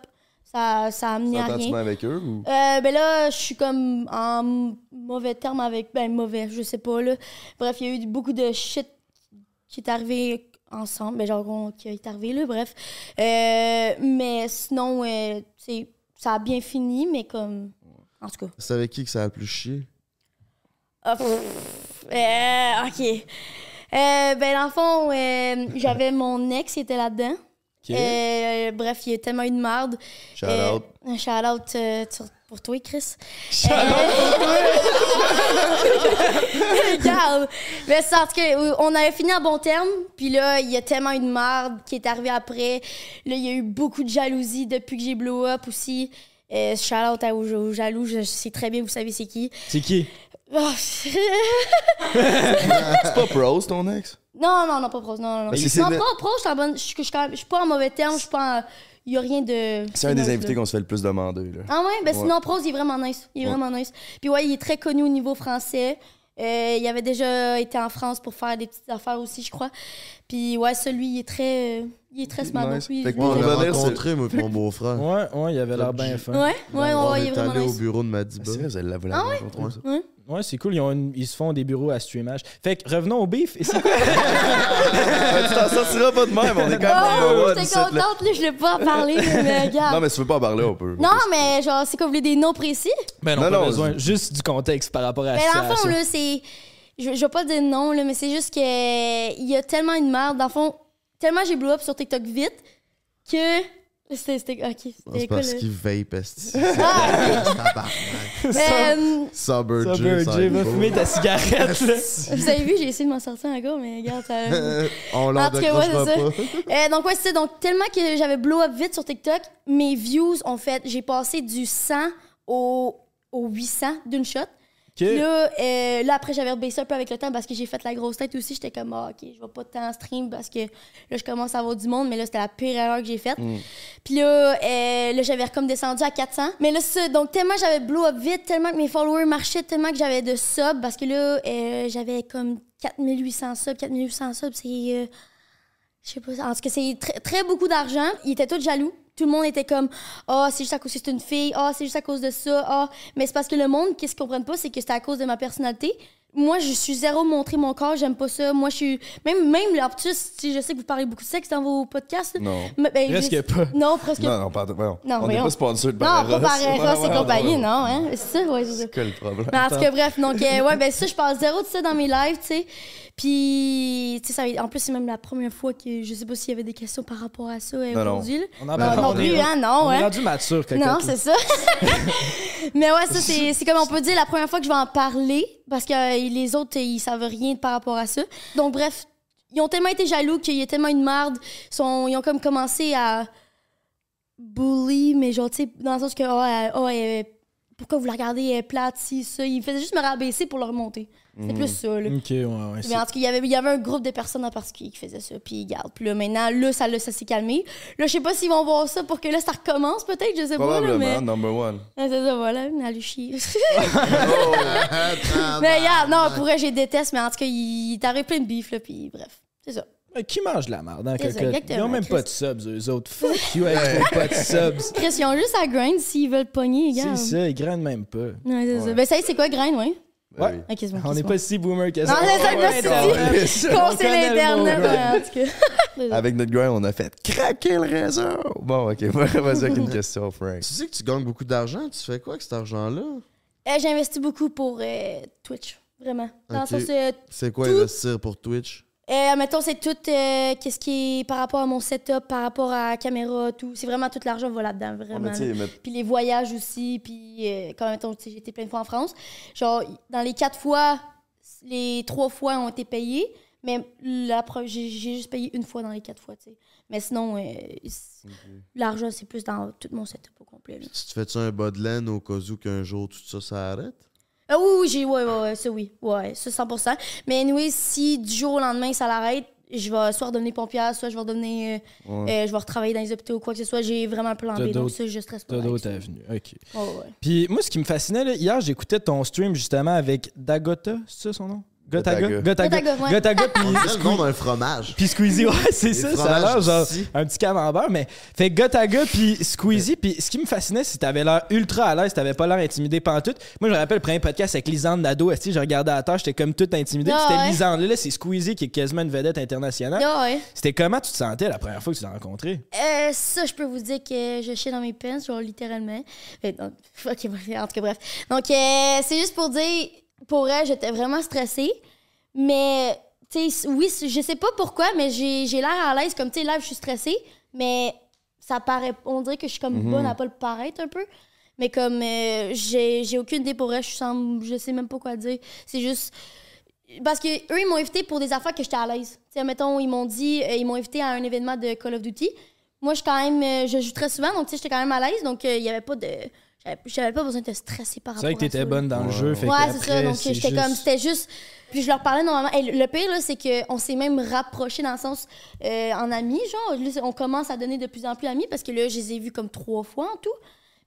A: Ça, ça a amené à
B: T'entends-tu
A: rien.
B: bien avec eux? Ou...
A: Euh, ben là, je suis comme en mauvais terme avec. Ben, mauvais, je sais pas, là. Bref, il y a eu beaucoup de shit qui est arrivé ensemble. Ben, genre, qu'on- qui est arrivé, là, bref. Euh, mais sinon, euh, tu sais, ça a bien fini, mais comme. En tout cas.
C: C'est avec qui que ça a le plus chié?
A: Ah, pff, euh, OK. Euh, ben, dans le fond, euh, j'avais mon ex qui était là-dedans. Euh, bref, il y a tellement eu de marde.
B: Shout
A: Euh,
B: out.
A: un shout-out, euh, sur- pour toi, Chris.
D: Shout
A: Euh, Regarde. Mais c'est parce que euh, on avait fini en bon terme, puis là, il y a tellement une marde qui est arrivée après. Là, il y a eu beaucoup de jalousie depuis que j'ai blow up aussi. Euh, shout out à- aux, aux jaloux, je sais très bien, vous savez c'est qui.
D: C'est qui?
A: Oh, Euh,
B: C'est pas Prose, ton ex?
A: non, non, non, pas proche. Non, non, non.
B: Mais c'est-
A: Non, pas proche, je suis en bonne- je suis- je suis quand même- je suis pas en mauvais terme, je suis pas en- Il y a rien de.
B: C'est un des
A: de-
B: invités qu'on se fait le plus demander. Là.
A: Ah ouais, ben
B: Ouais.
A: sinon Prose, il est vraiment nice. Il est
B: Ouais.
A: vraiment nice. Puis ouais, il est très connu au niveau français. Euh, il avait déjà été en France pour faire des petites affaires aussi, je crois. Puis ouais, celui, il est très, euh, il est très
B: Il est
A: smart.
B: nice.
A: Oui,
B: Fait que
A: oui,
C: On
B: Ouais,
A: oui.
C: l'a
B: ouais, ouais.
C: rencontré, moi, et mon beau-frère.
D: Ouais, ouais, il avait l'air bien fin.
A: ouais, ouais, ouais,
C: On
A: ouais, il est
C: est
A: vraiment
C: allé au
A: nice.
C: bureau de
B: Ah, c'est
C: Madiba.
B: vrai, vous allez la- vous l'avez rencontré,
C: Ouais.
B: ça.
D: Ouais, c'est cool. Ils, ont une- ils se font des bureaux à streamage. Fait que revenons au beef. C'est quoi?
B: Ah, Tu t'en sortiras pas de même, on est quand même number
A: Oh,
B: one,
A: j'étais
B: ici, là.
A: contente, là, je l'ai pas parlé, mais
B: Non,
A: regarde.
B: mais si tu veux pas en parler, on peut.
A: Ah. Non, mais genre, c'est quoi, vous voulez des noms précis?
D: Ben non,
B: Non,
D: pas
B: non,
D: besoin. Juste du contexte par rapport à la
A: Mais dans le
D: situation.
A: fond, là, c'est. Je, je vais pas dire non, là, mais c'est juste que. euh, Il y a tellement une merde. Dans le fond, tellement j'ai blow up sur TikTok vite que. C'était. c'était- Ok, c'était
C: C'est
A: quoi,
C: parce
A: là?
C: qu'il vape, esti.
A: Ah,
C: Tabarnak.
A: euh,
C: Sober
D: Ça
C: J,
D: veut
C: ça
D: dire, va
C: arrive.
D: fumer ta cigarette, là.
A: vous avez vu, j'ai essayé de m'en sortir un gars, mais regarde, ça. euh,
C: Euh, On l'en
A: En tout cas, ouais,
C: décrochera
A: c'est
C: pas.
A: donc, ouais, c'est ça. Donc, tellement que j'avais blow up vite sur TikTok, mes views ont fait. J'ai passé du 100 au, au 800 d'une shot. Puis Là, euh, là, après, j'avais rebaissé un peu avec le temps parce que j'ai fait la grosse tête aussi. J'étais comme, ah, OK, je vais pas tant stream parce que là, je commence à avoir du monde, mais là, c'était la pire erreur que j'ai faite. Puis là, euh, là j'avais comme descendu à 400. Mais là, ça, donc, tellement j'avais blow up vite, tellement que mes followers marchaient, tellement que j'avais de subs parce que là, euh, j'avais comme 4800 subs. 4800 subs, c'est. euh, je sais pas. En tout cas, c'est très, très beaucoup d'argent. Ils étaient tous jaloux. Tout le monde était comme Ah, c'est juste à cause que c'est une fille. Ah, c'est juste à cause de ça. Ah, mais c'est parce que le monde, qu'est-ce qu'ils comprennent pas, c'est que c'est à cause de ma personnalité. Moi, je suis zéro montrer mon corps. J'aime pas ça. Moi, je suis. Même, même là, en plus, si je sais que vous parlez beaucoup de sexe dans vos podcasts. là.
B: Non.
A: Mais, ben,
D: Presque
A: je-
D: pas.
A: Non, presque
B: Non, non, pardon. voyons.
A: Non,
B: on n'est
A: voyons.
B: pas sponsor de
A: Non,
B: Barreros.
A: pas Barreras et
B: Voilà,
A: compagnie,
B: voilà.
A: non, hein? C'est ça, ouais, c'est ça.
B: C'est quoi le problème?
A: Mais en tout cas, bref, donc, euh, ouais, ben ça, je passe zéro de ça dans mes lives, tu sais. Puis, tu sais, ça va être- en plus, c'est même la première fois que je sais pas s'il y avait des questions par rapport à ça euh,
B: Non, non.
A: aujourd'hui. là.
D: On en
A: Non,
D: parle.
A: non
D: On est-
A: plus, hein, non,
D: On est
A: hein.
D: rendu mature, quelqu'un.
A: Non, c'est ça. Mais ouais, ça, c'est c'est comme on peut dire la première fois que je vais en parler parce que euh, les autres, ils savent rien par rapport à ça. Donc, bref, ils ont tellement été jaloux qu'il y a tellement une merde. Ils sont- ils ont comme commencé à bully, mais genre, tu sais, dans le sens que, ah, ah, euh, pourquoi vous la regardez, elle est plate, si, ça. Ils faisaient juste me rabaisser pour leur monter. C'est plus ça, là.
D: Ok, ouais, ouais.
A: Mais en tout cas, il y avait- il y avait un groupe de personnes en particulier qui faisaient ça. Puis, garde. Puis là, maintenant, là, ça, là, ça s'est calmé. Là, je sais pas s'ils vont voir ça pour que là, ça recommence, peut-être. Je sais pas, là,
B: Probablement,
A: mais.
B: number one.
A: Ah, c'est ça, voilà, allez chier.
C: Ah,
D: ben,
A: mais regarde, non, pour vrai, je les déteste, mais en tout cas, il t'arrive plein de bif, là, puis bref, c'est ça.
D: Mais qui mange de la merde, hein,
A: C'est ça,
D: quelqu'un? Ils ont
A: exactement,
D: même
A: Chris.
D: pas de subs, eux autres. Fuck you, avec vos pas de subs.
A: Chris, ils ont juste à grind s'ils veulent pogner,
D: C'est
A: regarde.
D: ça, ils grindent même pas.
A: Non, c'est ça. Ben, ça y est, c'est quoi grind, ouais?
B: Ben
D: Ouais.
B: oui.
A: Ok, c'est bon.
D: On n'est pas si boomer que ça.
A: Non, c'est ça, euh. je me suis dit. Qu'on sait
D: connaît le
A: l'internet,
D: mot
A: ouais, en tout cas. C'est ça.
B: Avec notre grind, on a fait craquer le réseau. Bon, ok, vas-y avec une question,
A: Ah,
B: Frank.
C: Tu sais que tu gagnes beaucoup d'argent, tu fais quoi avec cet argent-là?
A: Euh, J'ai investi beaucoup pour euh, Twitch, vraiment. Dans
C: Ok.
A: le sens, euh,
C: C'est quoi
A: Tout.
C: investir pour Twitch?
A: Euh, mettons, c'est tout euh, qu'est-ce qui est par rapport à mon setup, par rapport à la caméra, tout. C'est vraiment tout l'argent va là-dedans, vraiment. là. puis les voyages aussi, puis euh, quand mettons, tu sais, j'ai été plein de fois en France. Genre, dans les quatre fois, les trois fois ont été payés, mais la pre- j'ai j'ai juste payé une fois dans les quatre fois, tu sais. Mais sinon, euh, c'est- l'argent, c'est plus dans tout mon setup au complet. là.
C: Tu te fais-tu un bas de laine au cas où qu'un jour tout ça s'arrête?
A: Ah oui, oui, j'ai, ouais, ouais, ouais, ça oui. Ouais, ça 100%. Mais anyway, si du jour au lendemain, ça l'arrête, je vais soit redevenir pompière, soit je vais redevenir. euh, euh, je vais retravailler dans les hôpitaux ou quoi que ce soit. J'ai vraiment un plan
D: T'as
A: B, donc
D: d'autres-
A: ça, je stresse pas.
D: T'as
A: avec
D: d'autres
A: ça.
D: avenues. OK.
A: Ouais, ouais.
D: Puis moi, ce qui me fascinait, là, hier, j'écoutais ton stream justement avec Dagota, c'est ça son nom? Gotaga.
B: Gotaga.
D: Gotaga.
A: Gotaga, ouais.
D: Gotaga, puis
C: On dirait le nom d'un fromage.
D: Puis Squeezie, ouais, c'est ça, ça a l'air
C: fromages
D: genre
C: d'ici.
D: un petit camembert, mais fait que Gotaga puis Squeezie, puis ce qui me fascinait, c'est que t'avais l'air ultra à l'aise, t'avais pas l'air intimidé pantoute. Moi, je me rappelle le premier podcast avec Lisande Nadeau, esti, je regardais à terre, j'étais comme tout intimidé, puis
A: Ah
D: c'était
A: ouais.
D: Lisande, là, c'est Squeezie qui est quasiment une vedette internationale.
A: Ah ouais.
D: C'était comment tu te sentais la première fois que tu l'as rencontré?
A: Euh, ça, je peux vous dire que je chie dans mes pins, genre littéralement. Euh, non, ok, bref, en tout cas, bref. Donc, euh, c'est juste pour dire, pour elle, j'étais vraiment stressée. Mais, tu sais, oui, je sais pas pourquoi, mais j'ai j'ai l'air à l'aise. Comme, tu sais, là, je suis stressée, mais ça paraît. On dirait que je suis comme
D: Mhm.
A: bonne à pas le paraître un peu. Mais comme, euh, j'ai j'ai aucune idée pour elle, je, sens, je sais même pas quoi dire. C'est juste. Parce que eux ils m'ont invité pour des affaires que j'étais à l'aise. Tu sais, mettons, ils m'ont dit, euh, ils m'ont invité à un événement de Call of Duty. Moi, je suis quand même, euh, je joue très souvent, donc tu sais, j'étais quand même à l'aise, donc euh, il y avait pas de, j'avais- j'avais pas besoin de stresser par rapport
D: C'est
A: à
D: vrai que t'étais
A: ça, là.
D: bonne dans le jeu, fait
A: Ouais,
D: que
A: c'est ça. Donc, j'étais comme, c'était juste. Puis je leur parlais normalement. Hey, le pire, là, c'est qu'on s'est même rapprochés dans le sens euh, en amis, genre. Là, on commence à donner de plus en plus amis parce que là, je les ai vus comme trois fois en tout.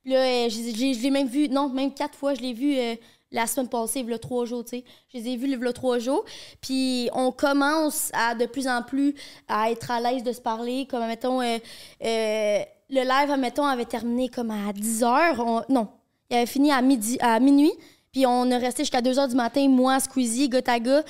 A: Puis là, euh, je, les ai- je les- je l'ai même vu, non, même quatre fois, je l'ai vu euh, la semaine passée, le trois jours, tu sais. Je les ai vus le trois jours. Puis on commence à de plus en plus à être à l'aise de se parler. Comme, mettons, euh, euh, le live, admettons, avait terminé comme à 10 heures. On- non, il avait fini à, midi, à minuit. Puis on est resté jusqu'à 2 heures du matin, moi, Squeezie, Gotaga,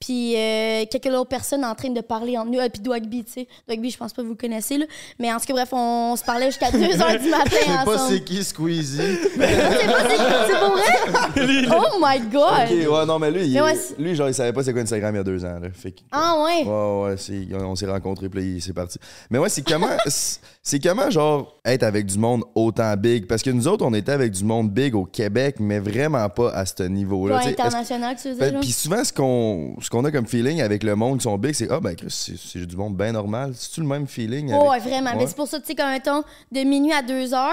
A: puis euh, quelques autres personnes en train de parler entre nous. Ah, puis Dwagby, tu sais. Dwagby, je pense pas que vous le connaissez, là. Mais en tout cas, bref, on, se parlait jusqu'à 2 heures du matin
C: Je sais
A: ensemble.
C: pas c'est qui Squeezie.
A: C'est pas- c'est- c'est pour vrai? oh my God!
B: Ok, ouais, non, mais lui, il-
A: Mais ouais, c'est-
B: lui, genre, il savait pas c'est quoi Instagram il y a deux ans. Là. Fait que-
A: Ah ouais!
B: Ouais, ouais, c'est- on s'est rencontrés, puis là, il- c'est parti. Mais ouais, c'est comment, c'est c'est comment, genre, être avec du monde autant big? Parce que nous autres, on était avec du monde big au Québec, mais vraiment pas à ce niveau-là.
A: Toi,
B: tu sais. Est-ce-
A: international, tu veux
B: fait-
A: dire? là?
B: Ben, Puis souvent, ce qu'on ce qu'on a comme feeling avec le monde qui sont big, c'est Ah, ben, Chris, c'est c'est du monde bien normal. C'est-tu le même feeling?
A: Oh, ouais,
B: avec-
A: vraiment.
B: Ouais.
A: Mais c'est pour ça, tu sais, comme mettons, de minuit à 2 heures,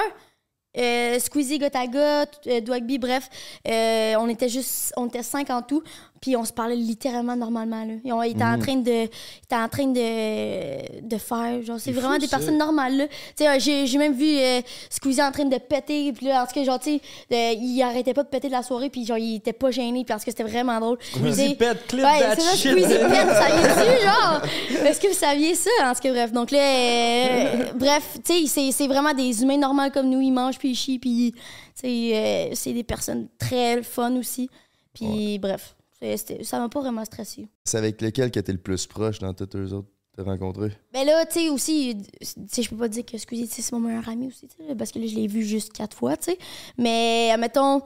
A: euh, Squeezie, Gotaga, t- euh, Dwagby, bref, euh, on était juste, on était cinq en tout, puis on se parlait littéralement normalement. Là. Ils, ont- ils étaient en train de, ils étaient en train de, de faire, genre, c'est vraiment des personnes normales. là. Tu sais, euh, j'ai j'ai même vu euh, Squeezie en train de péter, puis là, en tout cas, genre, tu sais, de- il arrêtait pas de péter de la soirée, puis genre, il était pas gêné, parce que c'était vraiment drôle. Tu sais,
D: Squeezie pète, clip
A: Ouais,
D: that
A: c'est ça,
D: shit.
A: Squeezie Pet, vous saviez-tu, genre? Est-ce que vous saviez ça? En tout cas, bref. Donc là, euh, bref, tu sais, c'est- c'est vraiment des humains normaux comme nous. Ils mangent, puis ils chient, puis, tu sais, euh, c'est des personnes très fun aussi. Puis, bref, c'est- c'était- ça m'a pas vraiment stressé.
B: C'est avec lequel que t'es le plus proche dans toutes les autres que t'as rencontrés?
A: Mais Ben là, tu sais, aussi, tu sais, je peux pas dire que Squeezie, tu sais, c'est mon meilleur ami aussi, tu sais, parce que là, je l'ai vu juste quatre fois, tu sais. Mais, admettons,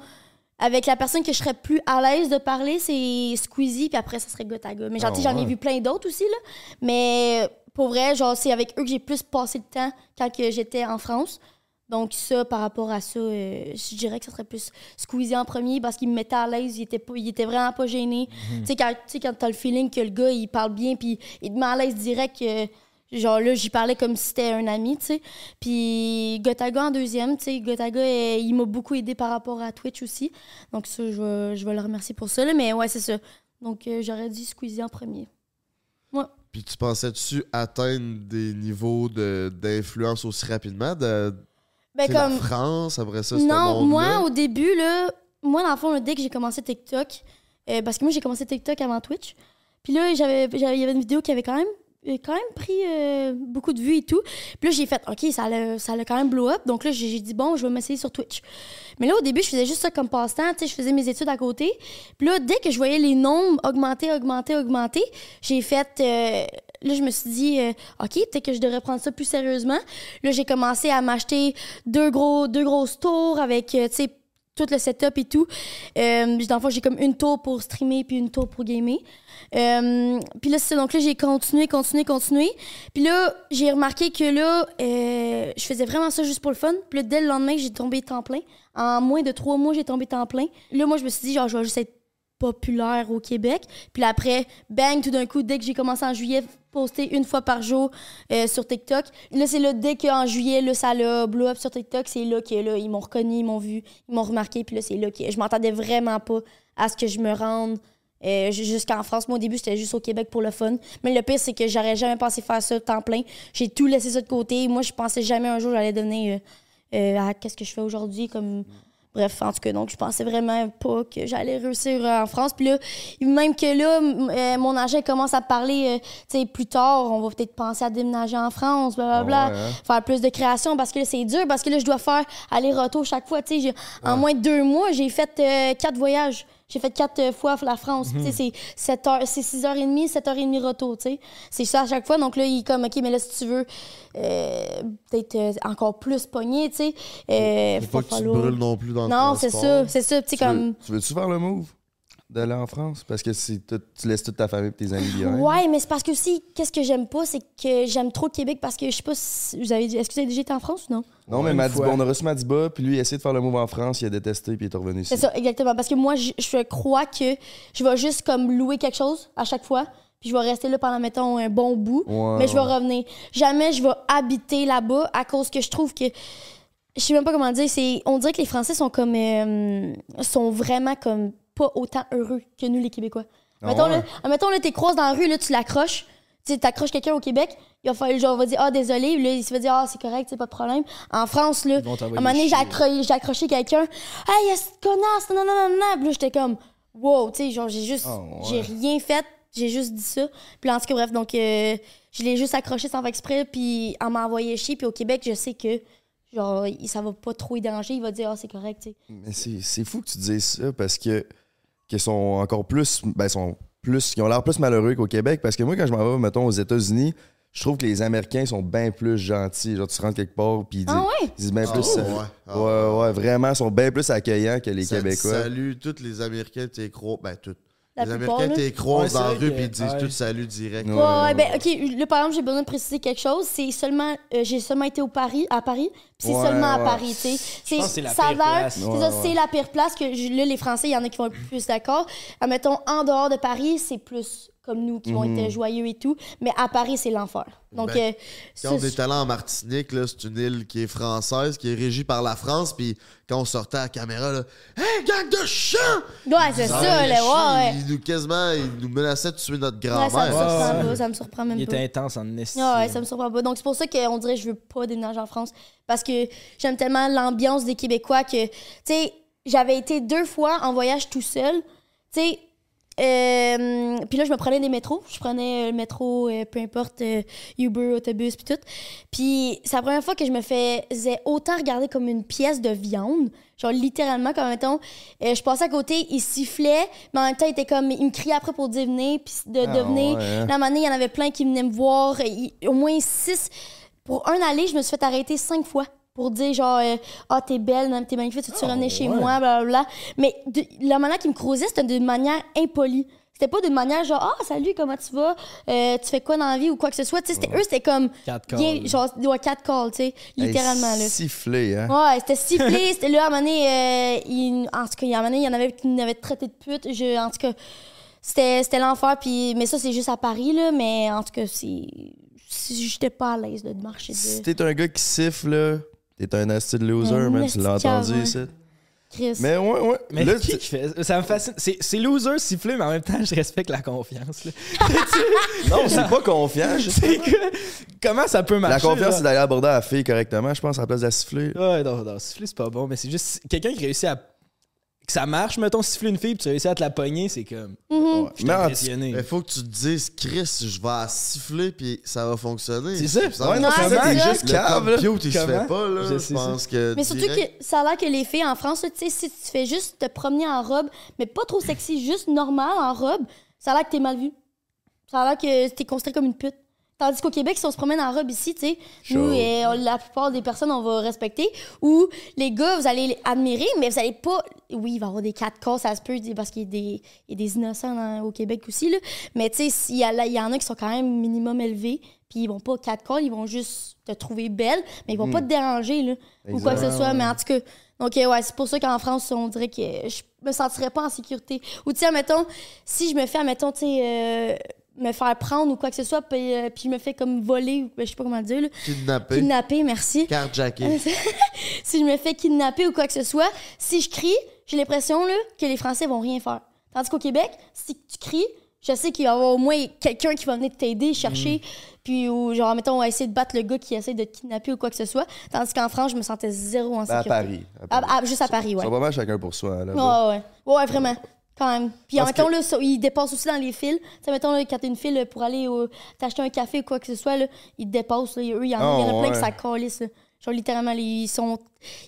A: avec la personne que je serais plus à l'aise de parler, c'est Squeezie, puis après, ça serait Gotaga. Mais genre,
B: Ah
A: tu sais, j'en ai
B: ouais.
A: vu plein d'autres aussi, là. Mais pour vrai, genre, c'est avec eux que j'ai plus passé de temps quand que j'étais en France. Donc, ça, par rapport à ça, euh, je dirais que ça serait plus Squeezie en premier parce qu'il me mettait à l'aise, il était, pas, il était vraiment pas gêné. Tu sais, quand, tu sais, quand t'as le feeling que le gars, il parle bien, puis il te met à l'aise direct, euh, genre là, j'y parlais comme si c'était un ami, tu sais. Puis Gotaga en deuxième, tu sais, Gotaga, euh, il m'a beaucoup aidé par rapport à Twitch aussi. Donc, ça, je vais, je vais le remercier pour ça, là, mais ouais, c'est ça. Donc, euh, j'aurais dit Squeezie en premier.
C: Puis tu pensais-tu atteindre des niveaux de- d'influence aussi rapidement? De,
A: Ben,
C: t'sais, la
A: comme.
C: France, après ça, c'était
A: Non, moi, au début, là, moi, dans le fond, là, dès que j'ai commencé TikTok, euh, parce que moi, j'ai commencé TikTok avant Twitch, puis là, j'avais, j'avais- il y avait une vidéo qui avait quand même, euh, quand même pris euh, beaucoup de vues et tout. Puis là, j'ai fait, OK, ça l'a, ça l'a quand même blow up. Donc là, j'ai, j'ai dit, bon, je vais m'essayer sur Twitch. Mais là, au début, je faisais juste ça comme passe-temps. Tu sais, je faisais mes études à côté. Puis là, dès que je voyais les nombres augmenter, augmenter, augmenter, j'ai fait. euh, là, je me suis dit, euh, OK, peut-être que je devrais prendre ça plus sérieusement. Là, j'ai commencé à m'acheter deux, gros, deux grosses tours avec, euh, tu sais, tout le setup et tout. Euh, dans le fond, j'ai comme une tour pour streamer puis une tour pour gamer. Euh, puis là, c'est ça. Donc là, j'ai continué, continué, continué. Puis là, j'ai remarqué que là, euh, je faisais vraiment ça juste pour le fun. Puis là, dès le lendemain, j'ai tombé temps plein. En moins de trois mois, j'ai tombé temps plein. Là, moi, je me suis dit, genre, je vais juste être populaire au Québec. Puis là, après, bang, tout d'un coup, dès que j'ai commencé en juillet, poster une fois par jour euh, sur TikTok. Là, c'est là, dès qu'en juillet, là, ça l'a blow up sur TikTok, c'est là que là, ils m'ont reconnu, ils m'ont vu, ils m'ont remarqué. Puis là, c'est là que je m'entendais vraiment pas à ce que je me rende euh, ju- jusqu'en France. Moi, au début, j'étais juste au Québec pour le fun. Mais le pire, c'est que j'aurais jamais pensé faire ça temps plein. J'ai tout laissé ça de côté. Moi, je pensais jamais un jour j'allais donner euh, euh, à qu'est-ce que je fais aujourd'hui comme. Bref, en tout cas, donc je pensais vraiment pas que j'allais réussir euh, en France. Puis là, même que là, m- euh, mon agent commence à parler, euh, tu sais, plus tard, on va peut-être penser à déménager en France, blablabla,
B: Ouais, hein.
A: faire plus de création parce que là, c'est dur, parce que là, je dois faire aller-retour chaque fois. Tu sais, j'ai- en moins de deux mois, j'ai fait euh, quatre voyages. J'ai fait quatre euh, fois la France.
C: Mhm.
A: Tu sais, c'est sept heures- c'est 6h30, 7h30 retour, tu sais. C'est ça à chaque fois. Donc là, il est comme, OK, mais là, si tu veux euh, peut-être euh, encore plus pogner, tu sais. euh,
C: Faut pas que tu te
A: falloir-
C: brûles non plus dans le
A: non, c'est
C: transport.
A: ça, c'est ça. Tu sais,
B: Tu veux-
A: comme.
B: Tu veux-tu faire le move d'aller en France? Parce que si t- tu laisses toute ta famille et tes amis behind.
A: Ouais, mais c'est parce que aussi, qu'est-ce que j'aime pas, c'est que j'aime trop le Québec parce que je sais pas si vous avez. Est-ce que vous avez déjà été en France ou non?
B: Non, mais
D: Une
B: Madiba,
D: fois.
B: on a reçu Madiba, puis lui, il a essayé de faire le move en France, il a détesté, puis il est revenu ici.
A: C'est ça, exactement. Parce que moi, je, je crois que je vais juste comme louer quelque chose à chaque fois, puis je vais rester là pendant, mettons, un bon bout,
B: Ouais,
A: mais je vais
B: ouais.
A: revenir. Jamais je vais habiter là-bas à cause que je trouve que. Je sais même pas comment dire. c'est On dirait que les Français sont comme. euh, sont vraiment comme pas autant heureux que nous, les Québécois.
B: Ah
A: mettons,
B: ouais?
A: là, mettons, là, t'es croises dans la rue, là, tu l'accroches. Tu sais, t'accroches quelqu'un au Québec, il va falloir, genre, on va dire, ah, désolé, là, il se fait dire, ah, c'est correct, c'est pas de problème. En France, là,
D: vont
A: à un
D: t'envoyer
A: moment donné, j'ai
D: chier.
A: accro- j'ai accroché quelqu'un, hey, est-ce que connasse, non, non, non, non, Puis là, j'étais comme, wow, tu sais, genre, j'ai juste,
B: Ah ouais.
A: j'ai rien fait, j'ai juste dit ça. Puis là, en tout cas, bref, donc, euh, je l'ai juste accroché sans faire exprès, puis on m'a envoyé chier, puis au Québec, je sais que, genre, il- ça va pas trop y déranger, il va dire, ah, c'est correct, tu sais.
B: Mais c'est c'est fou que tu dises ça parce que qu'ils sont encore plus. Ben, sont plus. Ils ont l'air plus malheureux qu'au Québec parce que moi, quand je m'en vais, mettons, aux États-Unis, je trouve que les Américains sont bien plus gentils. Genre, tu rentres quelque part, puis ils disent,
A: Ah ouais?
B: ils disent bien
C: Ah,
B: plus.
C: ouais,
B: euh,
C: ah,
B: ouais, ouais, vraiment, ils sont bien plus accueillants que les
C: Ça-
B: Québécois.
C: Salut, tous les Américains, t'es crocs. Ben, tous.
A: La
C: les
A: plupart,
C: Américains,
A: là.
C: t'es
D: Ouais,
C: crocs
D: c'est
C: dans la
D: vrai
C: rue,
D: que-
C: puis ils disent
D: ouais.
C: tout salut direct.
A: Ouais, ouais, ben, OK, là, par exemple, j'ai besoin de préciser quelque chose. C'est seulement, euh, j'ai seulement été au Paris, à Paris, puis c'est
B: Ouais,
A: seulement à
B: ouais.
A: Paris, tu sais.
D: pense que c'est la
A: ça a
D: pire
A: l'air-
D: place.
A: c'est
B: Ouais,
A: ça,
B: ouais.
A: c'est la pire place que je- là, les Français, il y en a qui vont être plus d'accord. Admettons, en dehors de Paris, c'est plus comme nous qui ont été joyeux et tout, mais à Paris, c'est l'enfer. Donc, euh,
C: Ben, Quand on
A: c'est-
C: est allé en Martinique, là, c'est une île qui est française, qui est régie par la France, puis quand on sortait à la caméra, là, Hey, gang de chiens!
A: ouais, c'est
C: Ah,
A: ça,
C: les
A: là,
C: chiens,
A: ouais, ouais.
C: Ils nous, quasiment, ils nous menaçaient de tuer notre
A: Ouais, ça me
C: grand-mère.
D: Ouais,
A: surprend
D: ouais.
A: pas, ça me surprend même
D: Il
A: pas.
D: était intense en esti.
A: Ah ouais, ça me surprend pas. Donc, c'est pour ça qu'on dirait que je veux pas déménager en France. Parce que j'aime tellement l'ambiance des Québécois que, tu sais, j'avais été deux fois en voyage tout seul. Tu sais, euh, puis là, je me prenais des métros. Je prenais euh, le métro, euh, peu importe, euh, Uber, autobus, puis tout. Puis c'est la première fois que je me faisais autant regarder comme une pièce de viande. Genre, littéralement, comme mettons, euh, je passais à côté, il sifflait, mais en même temps, il était comme, il me criait après pour devenir, puis de
B: Ah,
A: devenir.
B: ouais, hein.
A: Là, à un moment donné, il y en avait plein qui venaient me voir. Il- au moins six. Pour un aller, je me suis fait arrêter cinq fois pour dire genre euh, ah t'es belle même t'es magnifique tu te
D: Ah,
A: revenais chez
D: ouais.
A: moi bla bla mais de, la manière qu'ils me croisaient c'était d'une manière impolie c'était pas d'une manière genre ah salut comment tu vas Euh, tu fais quoi dans la vie ou quoi que ce soit tu sais c'était- eux c'était comme
D: Quatre
A: bien
D: calls.
A: genre ouais, quatre calls tu sais
B: Hey,
A: littéralement là
B: Sifflé, hein?
A: Ouais, c'était sifflé. c'était là, à un moment donné, euh, il- en tout cas, à un moment donné, il y en avait qui nous avaient traité de pute. Je, en tout cas, c'était c'était l'enfer. Puis, mais ça, c'est juste à Paris, là. Mais en tout cas, c'est. c'est- J'étais pas à l'aise de marcher
B: Si
A: de
B: t'es un gars qui siffle, là, t'es un asti de loser,
A: Un
B: man. Tu l'as
A: asti de
B: entendu
A: cave,
B: ici.
A: Chris.
B: Mais ouais, ouais.
D: Mais
B: là,
D: qui
B: tu-
D: qui fait ça? me fascine. C'est c'est loser sifflé, mais en même temps, je respecte la confiance. là.
A: Ah,
D: Tu-
B: Non, c'est pas confiant. je-
D: c'est que. Comment ça peut marcher?
B: La confiance, c'est
D: là?
B: d'aller aborder la fille correctement, je pense, à la place de la siffler.
D: Ouais, non, non, siffler, c'est pas bon, mais c'est juste quelqu'un qui réussit à. Que ça marche, mettons, siffler une fille, puis tu réussis à te la pogner, c'est comme.
A: Mm-hmm.
D: oh,
B: Ouais.
D: Je suis
B: Mais en-
D: impressionné.
C: Mais faut que tu te dises, Chris, je vais siffler, puis ça va fonctionner.
D: C'est ça.
C: Il me semble
B: Ouais, non,
A: c'est
C: que
A: ça, t'es
B: juste
C: le
B: cave, là.
C: compute, il se
D: Comment?
C: fait pas, là.
D: Je
C: Je,
D: sais
C: pense que.
A: Mais surtout
C: direct-
A: que ça a l'air que les filles en France, là, tu sais, si tu fais juste te promener en robe, mais pas trop sexy, juste normal en robe, ça a l'air que t'es mal vu. Ça a l'air que t'es considéré comme une pute. Tandis qu'au Québec, si on se promène en robe ici, tu sais, nous,
B: Chaud.
A: eh, on- la plupart des personnes, on va respecter. Ou les gars, vous allez les admirer, mais vous allez pas. Oui, il va y avoir des quatre cas, ça se peut, parce qu'il y a des, il y a des innocents dans- au Québec aussi, là. Mais tu sais, s'il y, a- il y en a qui sont quand même minimum élevés, Puis ils vont pas catcall, ils vont juste te trouver belle, mais ils vont pas te déranger, là, ou quoi que ce soit. Mais en tout cas, donc, euh, ouais, c'est pour ça qu'en France, on dirait que je me sentirais pas en sécurité. Ou, tu sais, admettons, si je me fais, admettons, tu sais, euh, me faire prendre ou quoi que ce soit, puis, euh, puis je me fais comme voler, ou ben, je sais pas comment le dire, là,
C: Kidnappé.
A: kidnapper, merci.
C: Carjacké.
A: si je me fais kidnapper ou quoi que ce soit, si je crie, j'ai l'impression là, que les Français vont rien faire. Tandis qu'au Québec, si tu cries, je sais qu'il va y avoir au moins quelqu'un qui va venir t'aider, chercher,
B: Mm.
A: puis ou genre, mettons, on va essayer de battre le gars qui essaie de te kidnapper ou quoi que ce soit. Tandis qu'en France, je me sentais zéro en
B: Ben, À
A: sécurité.
B: Paris. À
A: Ah,
B: Paris.
A: ah, juste à Paris,
B: Ils
A: ouais.
B: sont pas mal chacun pour soi. Là,
A: Ah Ouais, ouais, ouais, vraiment. Quand même. Puis,
B: Ah Parce
A: mettons, là, ça- ils dépassent aussi dans les fils. Tu sais, mettons, là, quand t'es une file pour aller au- t'acheter un café ou quoi que ce soit, là, ils te dépassent. Là. Eux, il y en a, il y en a
B: Oh,
A: plein
B: ouais.
A: qui ça calisse, là. Genre, littéralement, là, ils sont.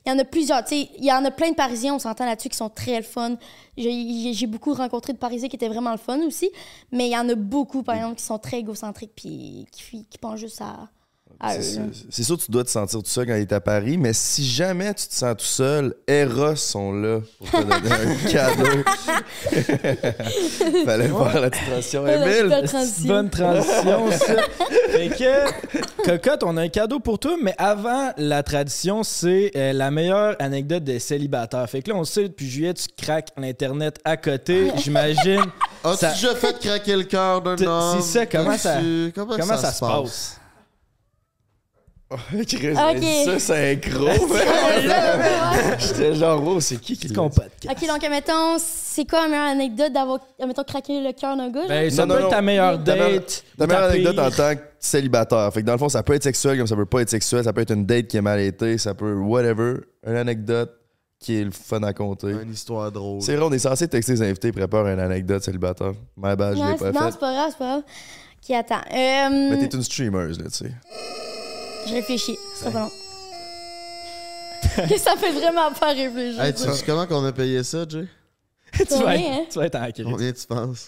A: Il y en a plusieurs. Tu sais, il y en a plein de Parisiens, on s'entend là-dessus, qui sont très le fun. J'ai j'ai- j'ai beaucoup rencontré de Parisiens qui étaient vraiment le fun aussi. Mais il y en a beaucoup, par exemple, qui sont très égocentriques, puis qui, qui pensent juste à, à
B: C'est
A: eux. là.
B: sûr- C'est sûr que tu dois te sentir tout seul quand il est à Paris, mais si jamais tu te sens tout seul, Eros sont là pour te donner un cadeau. Fallait voir la petite transition.
A: Ouais, la
B: Emile,
A: petite
D: C'est une
A: transition.
D: bonne transition, ça. Fait que, Cocotte, on a un cadeau pour toi, mais avant la tradition, c'est euh, la meilleure anecdote des célibataires. Fait que là, on le sait, depuis juillet, tu craques l'Internet à côté, j'imagine.
C: As-tu
D: Ça-
C: déjà fait craquer le cœur d'un
D: C'est
C: homme?
D: ça, comment ça-
C: As-tu- Comment,
D: Comment ça se passe?
B: Oh, Chris,
A: Ok.
B: ça, c'est gros. J'étais genre, oh, c'est qui qui
D: C'est
B: dit
D: qu'on podcast.
A: OK, donc, mettons, c'est quoi la meilleure anecdote d'avoir, mettons, craqué le cœur d'un gars? genre?
D: Ben, ça
B: Non,
D: peut
B: non,
D: être ta
B: non.
D: meilleure
B: Ta meilleure-
D: date.
B: Ta
D: ou
B: meilleure anecdote
D: pire.
B: en tant que célibataire. Fait que dans le fond, ça peut être sexuel comme ça peut pas être sexuel. Ça peut être une date qui est mal été. Ça peut, whatever. Une anecdote qui est le fun à compter.
C: Une histoire drôle.
B: C'est vrai, on est censé texter les invités, prépare une anecdote célibataire. My bad, Ah, je
A: Ouais,
B: l'ai
A: c'est-
B: pas
A: non,
B: faite.
A: c'est pas grave, c'est pas grave. Ok, attends.
B: Mais
A: Euh,
B: t'es une streamer, là, tu sais.
A: je réfléchis. C'est pas long. que ça fait vraiment pas réfléchir.
C: Hey, tu sais comment qu'on a payé ça, Jay?
D: tu, vas
A: Combien, hein?
D: être, tu vas être en crise.
C: Combien tu penses?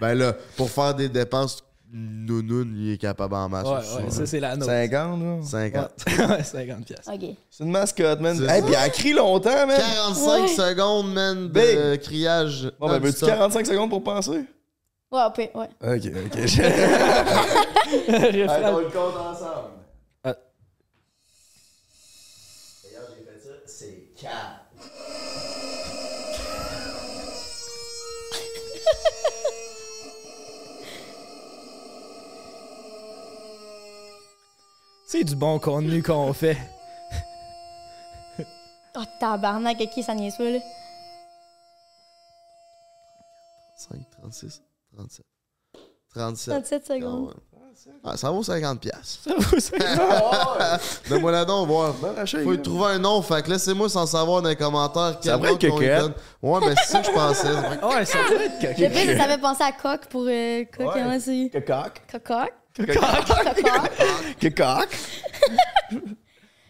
C: Ben là, pour faire des dépenses, Nounoun, il est capable en masse.
D: Ouais,
C: aussi.
D: ouais, ça, c'est la nôtre.
B: 50, là.
C: 50.
D: Ouais, 50 piastres.
A: Ok.
B: C'est une mascotte, man.
C: C'est
B: Hey,
C: ça.
B: puis elle crie longtemps, man.
C: 45
A: Ouais.
C: secondes, man, de
B: Big.
C: criage.
B: Bon, ben, veux-tu
C: non-stop.
B: 45 secondes pour penser?
A: Ouais, ouais, ouais.
B: Ok, ok. J'ai-
D: Réflexe.
B: le compte ensemble.
D: Ah.
B: D'ailleurs, j'ai fait ça, c'est 4.
D: C'est du bon contenu qu'on fait.
A: Oh, tabarnak, ok, ça niaise pas, là.
C: 5, 36, 37. 37.
A: 37
C: Ah
A: secondes.
C: ouais. Ah, ça vaut 50 piastres.
D: Ça vaut ça.
C: Donne-moi la don, voir.
B: rachat,
C: Faut
B: gars.
C: y trouver un nom, fait que laissez-moi sans savoir dans les commentaires quel
B: Ça pourrait
C: nom
B: être
C: qu'on lui
B: coquette.
C: donne. Ouais, mais c'est ça que je pensais.
D: Ouais, ça doit être
A: Le
D: quelqu'un.
A: pire, c'est que ça fait penser à coq pour euh, coq.
B: Ouais.
A: hein, c'est
B: Que coq.
A: coq.
B: Que
A: Coq.
B: coq.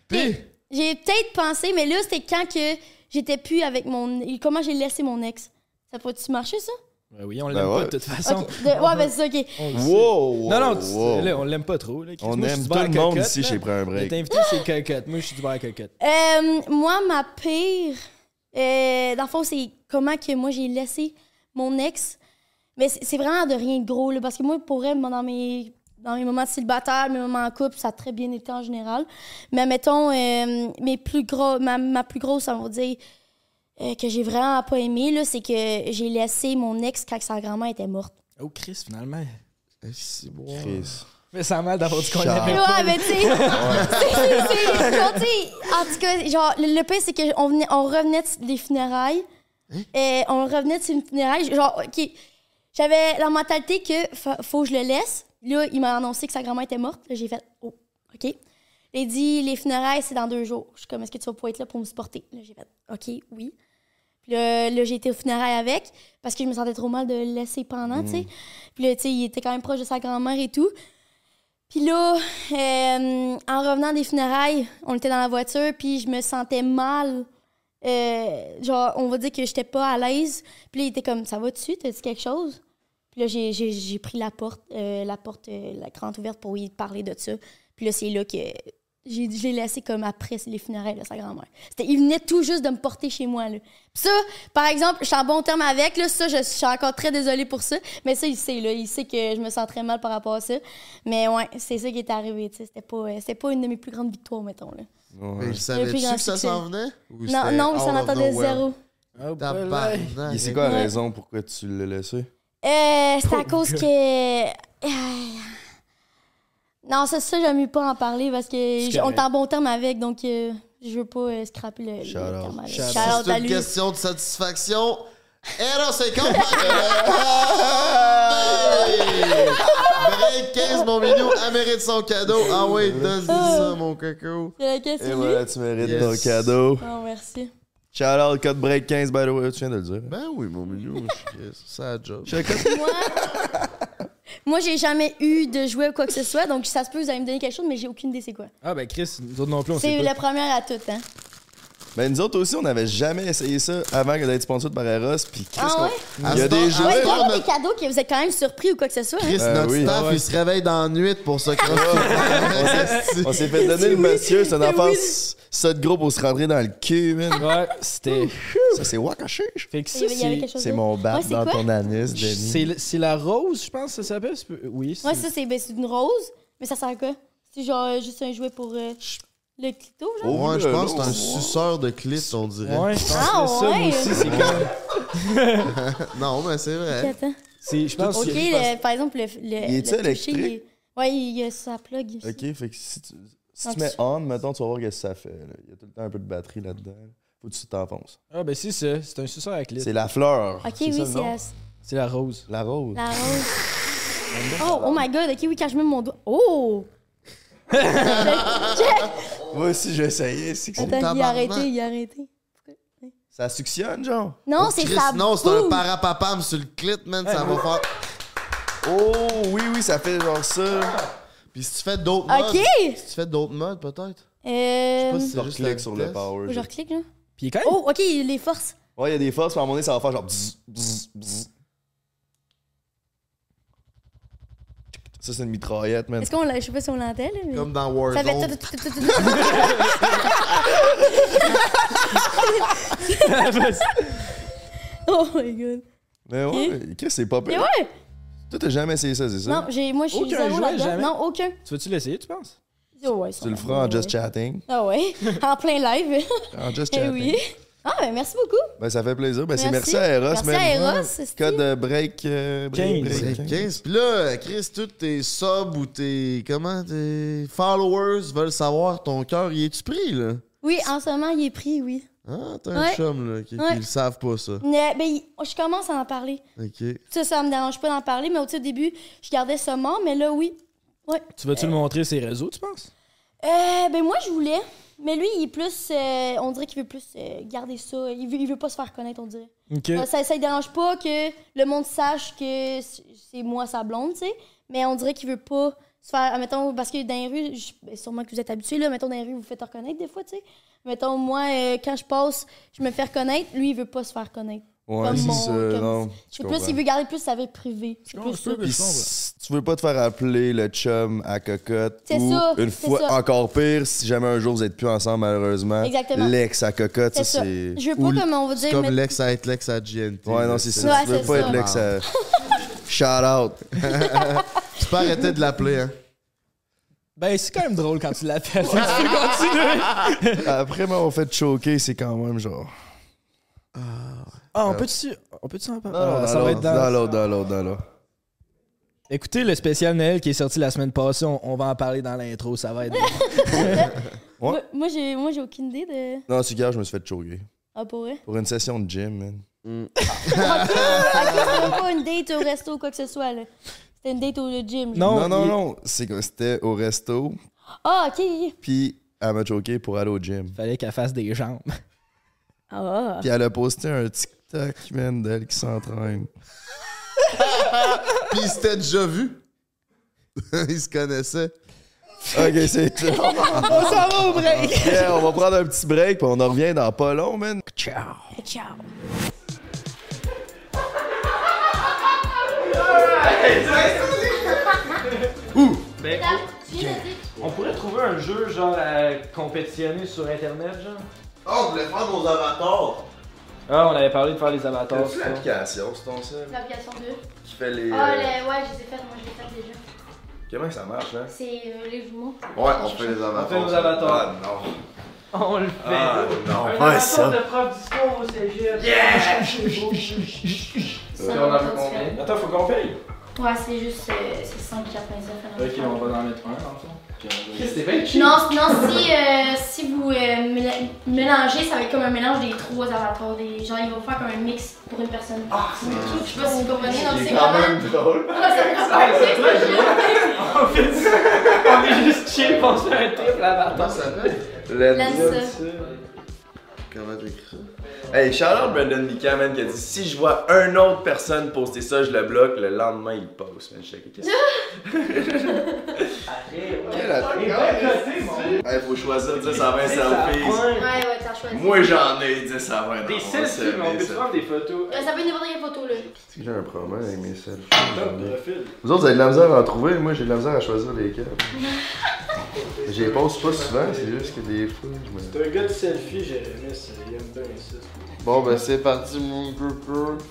A: Puis, j'ai peut-être pensé, mais là, c'était quand que j'étais plus avec mon. Comment j'ai laissé mon ex? Ça pourrait-tu marcher, ça?
D: Ben oui, on l'aime
B: Ben
D: pas
B: ouais.
D: de toute façon.
A: Ok. de- Ouais, ben c'est ça, ok.
D: On le sait.
B: Wow!
D: Non, non,
B: wow,
D: tu-
B: wow.
D: là, on l'aime pas trop. là. Chris,
B: On
D: moi, je
B: aime
D: suis
B: tout
D: du bar
B: le monde
D: cocotte,
B: ici
D: là.
B: chez Prends un
D: Mais
B: break.
D: T'es invité chez Cocotte. Moi, je suis du bar à Cocotte.
A: Euh, moi, ma pire, euh, dans le fond, c'est comment que moi j'ai laissé mon ex. Mais c'est c'est vraiment de rien de gros, là, parce que moi, pour elle, dans mes, dans mes moments de célibataire, mes moments en couple, ça a très bien été en général. Mais mettons, euh, mes plus gros, ma, ma plus grosse, on va dire, euh, que j'ai vraiment pas aimé, là, c'est que j'ai laissé mon ex quand sa grand-mère était morte.
D: Oh, Chris, finalement.
C: Eh, c'est bon.
B: Chris.
D: Mais ça a mal d'avoir dit qu'on
B: Charles.
D: l'aimait pas.
A: Ouais, mais tu sais. c'est- c'est- c'est- non, tu sais, En tout cas, genre, le, le pire, c'est qu'on venait- on revenait de- des funérailles. Et on revenait de ces funérailles. Genre, OK. J'avais la mentalité que fa- faut que je le laisse. Là, il m'a annoncé que sa grand-mère était morte. Là, j'ai fait, oh, OK. Il a dit, les funérailles, c'est dans deux jours. Je suis comme, est-ce que tu vas pouvoir être là pour me supporter? Là, j'ai fait, OK, oui. Puis là, là, j'ai été aux funérailles avec parce que je me sentais trop mal de le laisser pendant, tu sais. Puis là, tu sais, il était quand même proche de sa grand-mère et tout. Puis là, euh, en revenant des funérailles, on était dans la voiture, puis je me sentais mal. Euh, genre, on va dire que j'étais pas à l'aise. Puis là, il était comme, ça va dessus, t'as dit quelque chose? Puis là, j'ai- j'ai j'ai pris la porte, euh, la porte, euh, la grande ouverte pour y parler de ça. Puis là, c'est là que j'ai- je l'ai laissé comme après les funérailles de sa grand-mère. C'était- Il venait tout juste de me porter chez moi. Là. Puis ça, par exemple, je suis en bon terme avec. Là, ça, je, je suis encore très désolée pour ça. Mais ça, il sait. Là, il sait que je me sens très mal par rapport à ça. Mais ouais, c'est ça qui est arrivé. tu sais. C'était pas, euh, c'était pas une de mes plus grandes victoires, mettons. Là.
C: Mais
A: Le plus
C: savais-tu
A: grand
C: que ça
A: succès.
C: s'en venait? Ou
A: Non,
C: c'était
A: non, il
C: out
A: s'en
C: of
A: entendait
C: nowhere?
A: zéro.
D: Oh, voilà.
C: Tabarnak.
B: Et c'est quoi la
A: Ouais.
B: raison pourquoi tu l'as laissé?
A: Euh, c'est à cause que. Aïe. Non, ça, ça, j'aime mieux pas en parler parce que
D: C'est
A: j- on est
D: correct.
A: en bon terme avec, donc euh, je veux pas euh, scraper le. le
B: Shout out.
A: karma, là.
D: Shout out.
A: Shout
C: Si
A: out à
C: C'est une
A: lui.
C: question de satisfaction. Et là, c'est comme. Break 15, mon minou, elle mérite son cadeau. Ah oui, donne ça, mon coco.
A: C'est la question,
B: Et
A: lui?
B: voilà, tu mérites
C: Yes.
B: ton cadeau.
A: Oh, merci.
B: Shout out, code break 15, by the way. Tu viens de le dire.
C: Ben oui, mon minou, je- ça a job.
A: Moi, moi j'ai jamais eu de jouet ou quoi que ce soit, donc ça se peut, vous allez me donner quelque chose, mais j'ai aucune idée c'est quoi.
D: Ah, ben Chris, nous autres non plus, on
A: C'est
D: sait
A: la
D: pas.
A: première à tout, hein.
B: Ben, nous autres aussi, on n'avait jamais essayé ça avant d'être sponsor par Eros. Puis, qu'est-ce
A: Ah
B: qu'on-
A: ouais?
C: À
B: Il y a des
C: ce temps- à
A: Ouais,
C: ce
A: il y
C: temps,
A: a des
C: notre-
A: cadeaux que vous êtes quand même surpris ou quoi que ce soit. hein.
C: Chris,
B: Euh,
C: notre
B: oui.
C: staff,
D: Ah ouais.
C: il se réveille dans la nuit pour se
B: On
C: croire.
B: s'est fait donner le
A: Oui,
B: monsieur, c'est une
A: mais
B: affaire,
A: oui. Ah,
B: ça de gros pour se rentrer dans le cul, man.
D: Ouais, c'était.
B: Ça, c'est wakaché.
D: Fait que ça,
A: Il y avait- il y avait
D: c'est-
A: quelque chose
B: C'est
A: d'autre.
B: mon bat
A: Ouais, c'est
B: dans
A: quoi?
B: ton anus,
D: c'est
B: Denis.
D: le- c'est la rose, je pense, que ça s'appelle. c'est peu- Oui, c'est-
A: Ouais, ça, c'est ben, c'est une rose, mais ça sert à quoi? C'est genre euh, juste un jouet pour euh, le clito, genre?
B: Oh,
C: Ouais, je
B: là,
C: pense que c'est
B: là,
C: un
B: on-
C: suceur de clit, on dirait.
D: Ouais, je pense
A: Ah,
D: que ça, moi
A: ouais.
D: aussi, c'est comme.
C: Non, mais c'est vrai.
A: Attends.
D: c'est- Je
C: Oh,
D: pense
A: Ok,
D: que-
A: le- par exemple, le. le
B: Il est-tu
A: le toucher,
B: électrique?
A: il est- Ouais, il y a sa plug. ici.
B: Ok, fait que si tu, si
A: Ah,
B: tu mets
A: tu-
B: on, mettons, tu vas voir ce que ça fait. là. Il y a tout le temps un peu de batterie là-dedans. Faut que tu t'enfonces.
D: Ah, ben c'est ça. C'est un suceur à clit.
B: C'est la fleur.
A: Ok,
B: ça
A: oui,
B: le
A: c'est
B: nom?
A: la,
D: C'est la rose.
B: La rose.
A: la rose. Oh, oh my god, ok, oui, quand je mets mon doigt. Oh! Check!
B: Moi aussi, j'ai essayé. c'est que c'est-
A: Attends, il a
C: tabarnak.
A: arrêté, il a arrêté.
B: Ça suctionne, genre.
A: Non, c'est
C: Oh, Chris,
A: ça.
C: non, c'est un parapapam sur le clit, man, ça va faire.
B: Oh, oui, oui, ça fait genre ça.
C: Puis si tu fais d'autres modes.
A: Ok!
C: Si tu fais d'autres modes, peut-être. Je sais
A: Euh.
C: pas si
B: Tu
C: c'est juste la
B: recliques sur le
C: vitesse.
A: Faut que
B: power.
A: je reclique, là.
D: Puis il est quand même.
A: Oh, ok, les forces.
B: Ouais, il y a des forces, puis à un moment donné, ça va faire genre. bzz, bzz, bzz. Ça, c'est une mitraillette, man.
A: Est-ce qu'on l'a. Je sais pas si on l'entend, là, mais.
C: Comme dans
A: Ça fait.
C: Warzone.
A: tout, tout, tout, tout. Oh my god.
B: Mais ouais, qu'est-ce que c'est pas
A: Mais
B: pire?
A: ouais!
B: Toi, t'as jamais essayé ça, c'est ça?
A: Non, j'ai, moi, je suis
D: Aucun
A: zéro
D: jouet,
A: là-dedans.
D: jamais.
A: Non, aucun.
D: tu veux-tu l'essayer, tu penses?
A: Oh, ouais,
B: Tu le
A: ça-
B: feras en
A: ouais.
B: just chatting.
A: Ah ouais, en plein live.
B: En just
A: Eh
B: chatting.
A: oui. Ah, ben merci beaucoup.
B: Ben, ça fait plaisir. Ben, c'est
A: Merci.
B: merci à Eros,
A: Merci
B: man.
A: à Eros,
B: Ouais.
A: c'est-
B: Code euh, break. euh, break,
D: 15.
B: break,
C: C'est 15. Puis là, Chris, tous tes subs ou tes. Comment tes followers veulent savoir ton cœur, y est-tu pris, là?
A: Oui, en ce moment, il est pris, oui.
C: Hein? T'as un
A: Ouais.
C: chum, là, qui, qui
A: Ouais.
C: le savent pas, ça.
A: Mais, ben, il- je commence à en parler.
C: Ok.
A: Ça, ça me dérange pas d'en parler, mais au au début, je gardais ça mort, mais là, oui. Ouais.
D: Tu vas-tu le montrer ses réseaux, tu penses?
A: Euh, ben, moi, je voulais. Mais lui, il est plus. euh, on dirait qu'il veut plus euh, garder ça. Il veut, il veut pas se faire connaître, on dirait.
D: Ok.
A: Euh, Ça, ça lui dérange pas que le monde sache que c- c'est moi sa blonde, tu sais. Mais on dirait qu'il veut pas se faire. ah, Mettons, parce que dans les rues, je- ben, sûrement que vous êtes habitués, là. Mettons, dans les rues, vous vous faites reconnaître des fois, tu sais. Mettons, moi, euh, quand je passe, je me fais reconnaître. Lui, il veut pas se faire connaître.
B: Ouais,
A: Comme
B: c'est
A: mon-
B: ça.
A: comme- C'est
B: Non. je
A: plus, il
B: comprends.
A: veut garder plus sa vie privée. C'est plus ça.
B: Puis si tu veux pas te faire appeler le chum à cocotte
A: C'est
B: ou
A: ça,
B: une
A: c'est
B: fois
A: ça.
B: encore pire si jamais un jour vous êtes plus ensemble malheureusement
A: Exactement.
B: l'ex à cocotte ça
A: C'est ça.
B: c'est
A: Je veux
C: Ou
A: pas, comme on va
C: C'est
A: dire.
C: comme
A: mais-
C: l'ex à être l'ex à GNT.
B: ouais non
C: là,
B: c'est ça
A: Ouais,
B: tu veux
A: c'est
B: pas
A: ça.
B: être l'ex à shout out
C: Tu peux arrêter de l'appeler, hein?
D: Ben, c'est quand même drôle quand tu l'appelles. Fait que tu peux continuer.
B: après m'avoir fait choquer c'est quand même genre
D: Ah, on peut-tu on peut en parler?
B: Non,
D: Ah,
B: non,
D: ça va être
B: dans
D: dans...
B: l'autre dans l'autre dans l'autre
D: Écoutez le spécial Noël qui est sorti la semaine passée. On, on va en parler dans l'intro. Ça va être.
B: Ouais.
A: Moi- Moi, j'ai moi, j'ai aucune idée de.
B: non c'est gars je me suis fait choquer
A: Ah, pour vrai.
B: pour une session de gym man
A: Ok, c'était même pas une date au resto ou quoi que ce soit, là. C'était une date au gym. genre.
D: Non,
B: non non
D: il-
B: non c'est que c'était au resto
A: Ah, ok.
B: puis elle m'a choqué pour aller au gym
D: Fallait qu'elle fasse des jambes.
A: Ah.
B: puis elle a posté un TikTok man d'elle qui s'entraîne
C: Puis il s'était déjà vu. il se connaissait.
B: ok c'est tout
D: On s'en va au break!
B: Yeah, on va prendre un petit break, puis on en revient dans pas long, man. Ciao!
A: Ciao.
G: Ben,
A: Tu viens de dire qu'il
D: On pourrait trouver un jeu genre à compétitionner sur internet, genre.
C: Oh, je voulais faire nos avatars.
D: Ah, on avait parlé de faire les avatars.
B: T'as-tu l'application sur ton sel?
A: L'application 2.
B: Qui fait les.
A: Ah, le- ouais, je les ai faites, moi je les ai faites déjà.
B: Comment ça marche, hein? là?
A: C'est euh, les jumeaux.
C: Ouais, on fait les avatars.
D: On fait nos avatars.
C: Ah, non.
D: On le fait.
B: Ah, non.
D: un
H: ouais, ça.
D: de prof d'histoire au cégep. Yeah!
A: Ça,
D: on en a
A: on va faire.
D: combien? Attends, faut qu'on paye.
A: Ouais, c'est juste euh, c'est 5,99.
D: Ok, on va en mettre un, en fait. C'est bien cheap.
A: Non, non si, euh, si vous euh, méla- mélangez, ça va être comme un mélange des trois avatars. Des... Genre, ils vont faire comme un mix pour une personne. Ah, c'est Je sais pas si vous comprenez, donc c'est quand même.
C: drôle.
A: C'est très
D: On fait ça. On est juste cheap, on se fait un triple
C: Comment
D: avatar.
C: ça s'appelle?
A: Euh,
C: Comment t'écris ça?
B: Hey, shout-out Brandon Mika, man, qui a dit si je vois un autre personne poster ça, je le bloque, le lendemain, il poste, man. Je sais que-
C: Quel attribut?
B: Hey, faut choisir 10 à 20 selfies.
A: Ouais, ouais, t'as choisi.
B: Moi, j'en ai 10 à 20. non, on
D: Des
B: va se
D: selfies, mais on peut
B: lever,
D: se
B: ça.
D: prendre des photos.
A: Euh, Ça peut être n'importe quelle photo, là.
B: Est-ce que j'ai un problème avec mes selfies?
D: Top profil.
B: Vous autres, vous avez de la misère à en trouver, moi j'ai de la misère à choisir lesquels. Je les pose pas souvent, c'est juste que des fois, je me...
D: T'es un gars de selfie, Jérémy, ça, il aime bien ça.
C: Bon, ben c'est parti, mon grouper.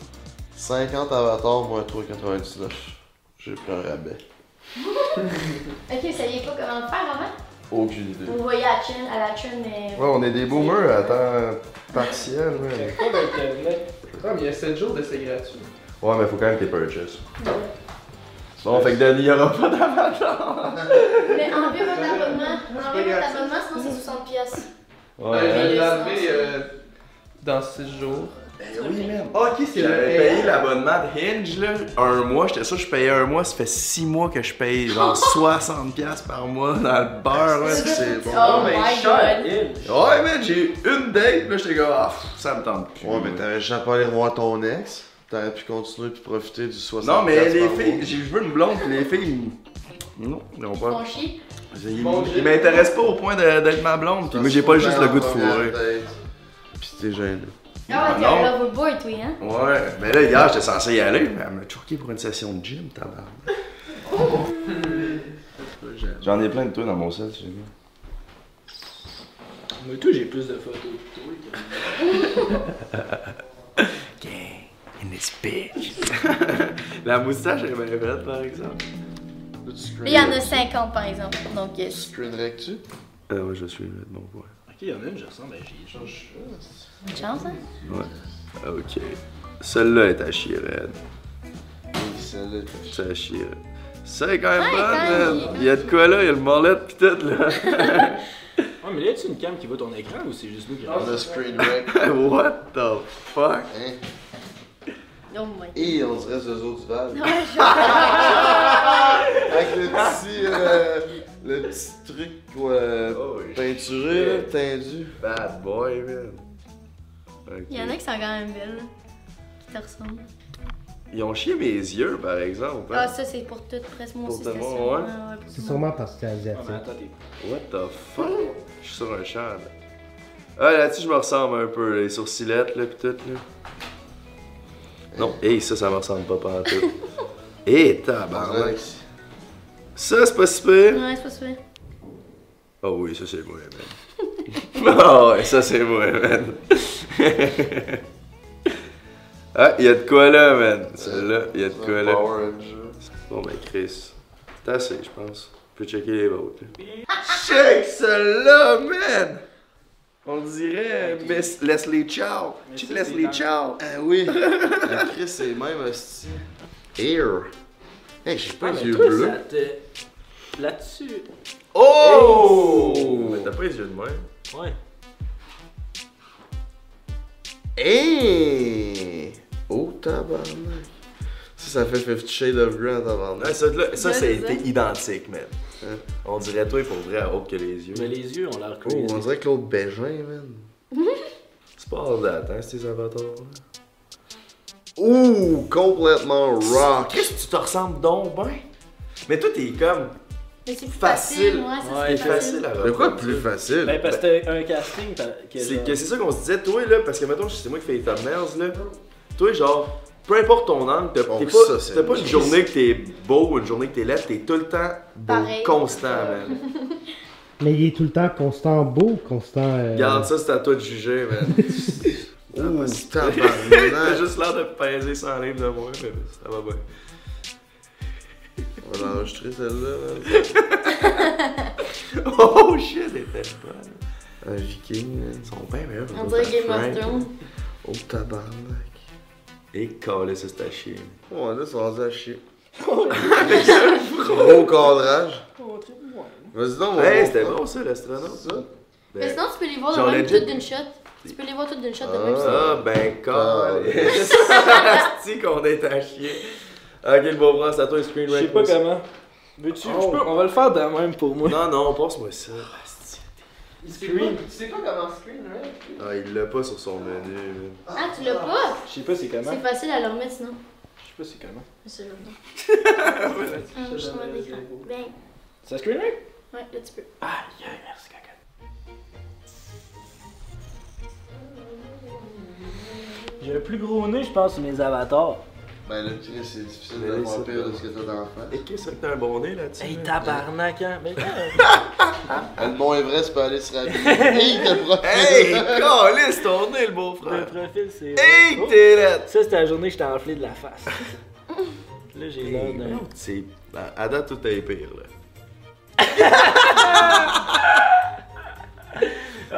C: 50 avatars, moins 3,99. J'ai pris un rabais.
A: Ok, vous saviez pas comment le faire avant?
B: Aucune idée.
A: Vous voyez à, la chaîne- à la chaîne, mais.
B: Ouais, on est des boomers à temps partiel, ouais.
D: Pas d'internet. Ah, mais il y a 7 jours d'essai gratuit.
B: Ouais, mais faut quand même que t'aies purchase. Bon, fait que Denis, il y aura pas
A: Mais enlevez votre abonnement. Enlevez votre abonnement, sinon c'est 60 pièces.
B: Ouais.
A: je vais l'enlever,
D: dans 6 jours.
B: Oui, même. Ah, ok, c'est J'avais payé l'abonnement de Hinge, là, un mois. J'étais sûr que je payais un mois. Ça fait 6 mois que je paye genre 60$ par mois dans le beurre, ouais. C'est Ah.
A: Oh
B: bon.
A: my god.
B: Ouais, man, j'ai eu une date, là, j'étais comme, ah, pff, ça me tente plus.
C: Ouais, mais t'avais déjà pas aller revoir ton ex. T'aurais pu continuer puis profiter du 60
B: Non, mais les filles, j'ai- je veux une blonde, puis les filles. ils- Non, ils n'ont pas.
A: Mon chie.
B: Ils ils m'intéressent pas au point de- d'être ma blonde, puis moi j'ai pas
C: ben,
B: juste le goût de fourrer.
C: Pis t'es gêné.
A: Ah ouais, t'es
B: non.
A: un lover boy, toi, hein?
B: Ouais, mais là, hier, j'étais censé y aller, mais elle m'a choqué pour une session de gym, tabarnak. J'en ai plein de toi dans mon sel, celui
D: Mais toi, j'ai plus de photos que toi.
B: In this bitch. La moustache est bien faite, par exemple.
A: Là, il y en a 50 par exemple. Donc, euh,
C: Screenrec-tu?
B: Euh, ouais, je suis là, de mon point.
D: Ok, il y en a une, je ressemble à J.
A: une chance, hein?
B: Ah, Ok. Celle-là est à chier, raide.
C: Oui, celle-là.
B: C'est à chier, raide. C'est quand même
A: Ouais, quand
B: bonne,
A: même,
B: man.
A: il est
B: Il y a de quoi là, il y a le morlette pis tout, là.
D: Ouais, mais là, y a une cam qui voit ton écran ou c'est juste nous qui
C: On a screenrec.
B: What the fuck?
C: Hein?
A: Oh my god.
C: Et on dirait Zozo du Val.
A: Ouais, je-
C: Avec le petit, euh, le petit truc euh,
B: Oh,
C: peinturé, là, tendu.
B: bad boy, man. Ok.
A: Il y en a qui sont quand même belles. là, Qui te ressemblent.
B: Ils ont chié mes yeux, par exemple.
A: Ah,
B: hein.
A: ça, c'est pour toutes, presque mon
B: Pour
A: aussi.
B: tout le
A: c'est
B: monde,
A: sûr.
B: ouais.
G: Ah,
A: Ouais, ouais,
I: C'est
A: pour tout le monde.
I: sûrement parce que t'es asiatique.
D: attends, t'es.
B: What the fuck? Je suis sur un champ, là. Ah, là-dessus, je me ressemble un peu. Les sourcillettes, là, pis tout, là. Non, hé, ça, ça me ressemble pas pantoute. Hé, tabarnak. Ça, c'est pas si pire.
A: Ouais, c'est pas sûr.
B: Ah oui, ça, c'est moi, man. Ah ouais, ça, c'est moi, man. ah, il y a de quoi là, man. Celle-là, il y a de quoi là.
C: Power Ranger.
B: Bon, ben, Chris, c'est assez, je pense. Je peux checker les autres. Check celle-là, man! On dirait Miss Leslie Chow.
D: Mais
B: Check
D: ça,
B: Leslie
D: c'est
B: Chow.
C: Ah oui! La Chris, c'est même hostie. Air! Hey, j'ai pas les yeux bleus.
D: Là-dessus.
B: Oh! Mais t'as pas les yeux de moi.
D: Ouais.
C: Hey! Oh tabarnak! Ça, ça fait 50 Shades of Grey en tabarnak.
B: ça, là, ça,
A: Ouais,
B: ça a
A: c'est ça.
B: été identique, man.
C: Hein?
B: On dirait toi, il faut vrai à autre que les
D: Mais
B: yeux.
D: les yeux ont l'air
C: Oh,
D: cool.
C: on dirait Claude Bégin, man.
B: C'est pas hors date, hein, ces avatars.
C: Ouh, complètement rock!
B: Qu'est-ce que tu te ressembles donc, ben? Mais toi, t'es comme
A: Mais c'est plus
B: Facile.
A: facile, ouais, ça
D: Ouais,
A: c'est
D: facile.
B: facile à
C: De quoi de
B: reproduire.
C: plus facile?
D: Ben, parce que t'as un casting t'as- que
B: C'est
D: genre-
B: que c'est ça qu'on se disait, toi, là, parce que mettons, c'est moi qui fais les thumbnails, là. Toi, genre,
F: peu importe ton angle, t'as
C: Oh,
F: t'es pas,
C: ça, c'est
F: t'as pas une
C: nice.
F: journée que t'es beau ou une journée que t'es laid, t'es tout le temps beau,
G: Pareil.
F: constant, man.
J: Mais il est tout le temps constant beau, constant. euh,
F: Regarde ça, c'est à toi de juger, man.
C: Ouh,
F: T'as
C: tabarnak.
F: juste l'air de peser 100 livres de moi, mais ça va bien.
C: On va l'enregistrer celle-là.
F: Oh shit, elle était bonne.
B: Ah,
C: Un viking. là.
F: Son père, mais là,
G: On dirait Game of Thrones.
C: Oh, tabarnak.
F: Et calé, ça, c'est à chier.
C: Ouais, là, ils sont rendus à chier. Gros Oh, cadrage. Vas-y donc, mon
F: Hey,
C: gros
F: c'était
C: frère.
F: bon, ça,
C: C'est ça?
F: l'astronaute. Ben,
G: Mais sinon, tu peux les voir
F: Genre
G: de même
F: legit.
G: toutes d'une shot. Tu peux les voir toutes d'une shot de
C: Ah.
G: même ça.
F: Ah, ben, calé. C'est qu'on est à chier. Ok, le beau bras, c'est à toi, le screen
D: Je sais
F: rank,
D: pas
F: moi, ça.
D: comment. Veux-tu? je peux- On va le faire de même pour moi.
F: Non, non, passe-moi ça. asti. Ah, il l'a pas sur son menu, man.
G: Ah, tu l'as pas?
D: Je sais pas c'est comment.
G: C'est facile à leur mettre sinon.
D: Je sais pas c'est hein. comment.
G: Mais c'est l'autre. Ah, Je suis en écran. Ben,
D: Ça screen rank?
G: ouais, là tu peux.
D: Merci, caca. J'ai le plus gros nez, je pense, sur mes avatars.
C: Ben là, Chris, c'est difficile
B: Ben,
F: Mais
C: de
F: là,
C: voir
F: c'est
C: pire
F: pas-
C: de ce que t'as dans la face.
F: Et qu'est-ce que t'as un bon nez là-dessus?
D: Hey,
F: man?
D: tabarnak, hein? Mais
C: Ah, Le mont Everest peut aller se rhabiller. Hey, t'es proche.
F: Hey, calé, ton nez, le beau
D: le
F: frère.
D: profil, c'est.
F: Hey,
D: Oh,
F: t'es là.
D: Ça, c'était la journée que j'étais enflé de la face. Là, j'ai l'air d'un.
F: C'est. ben, À date, tout est pire, là.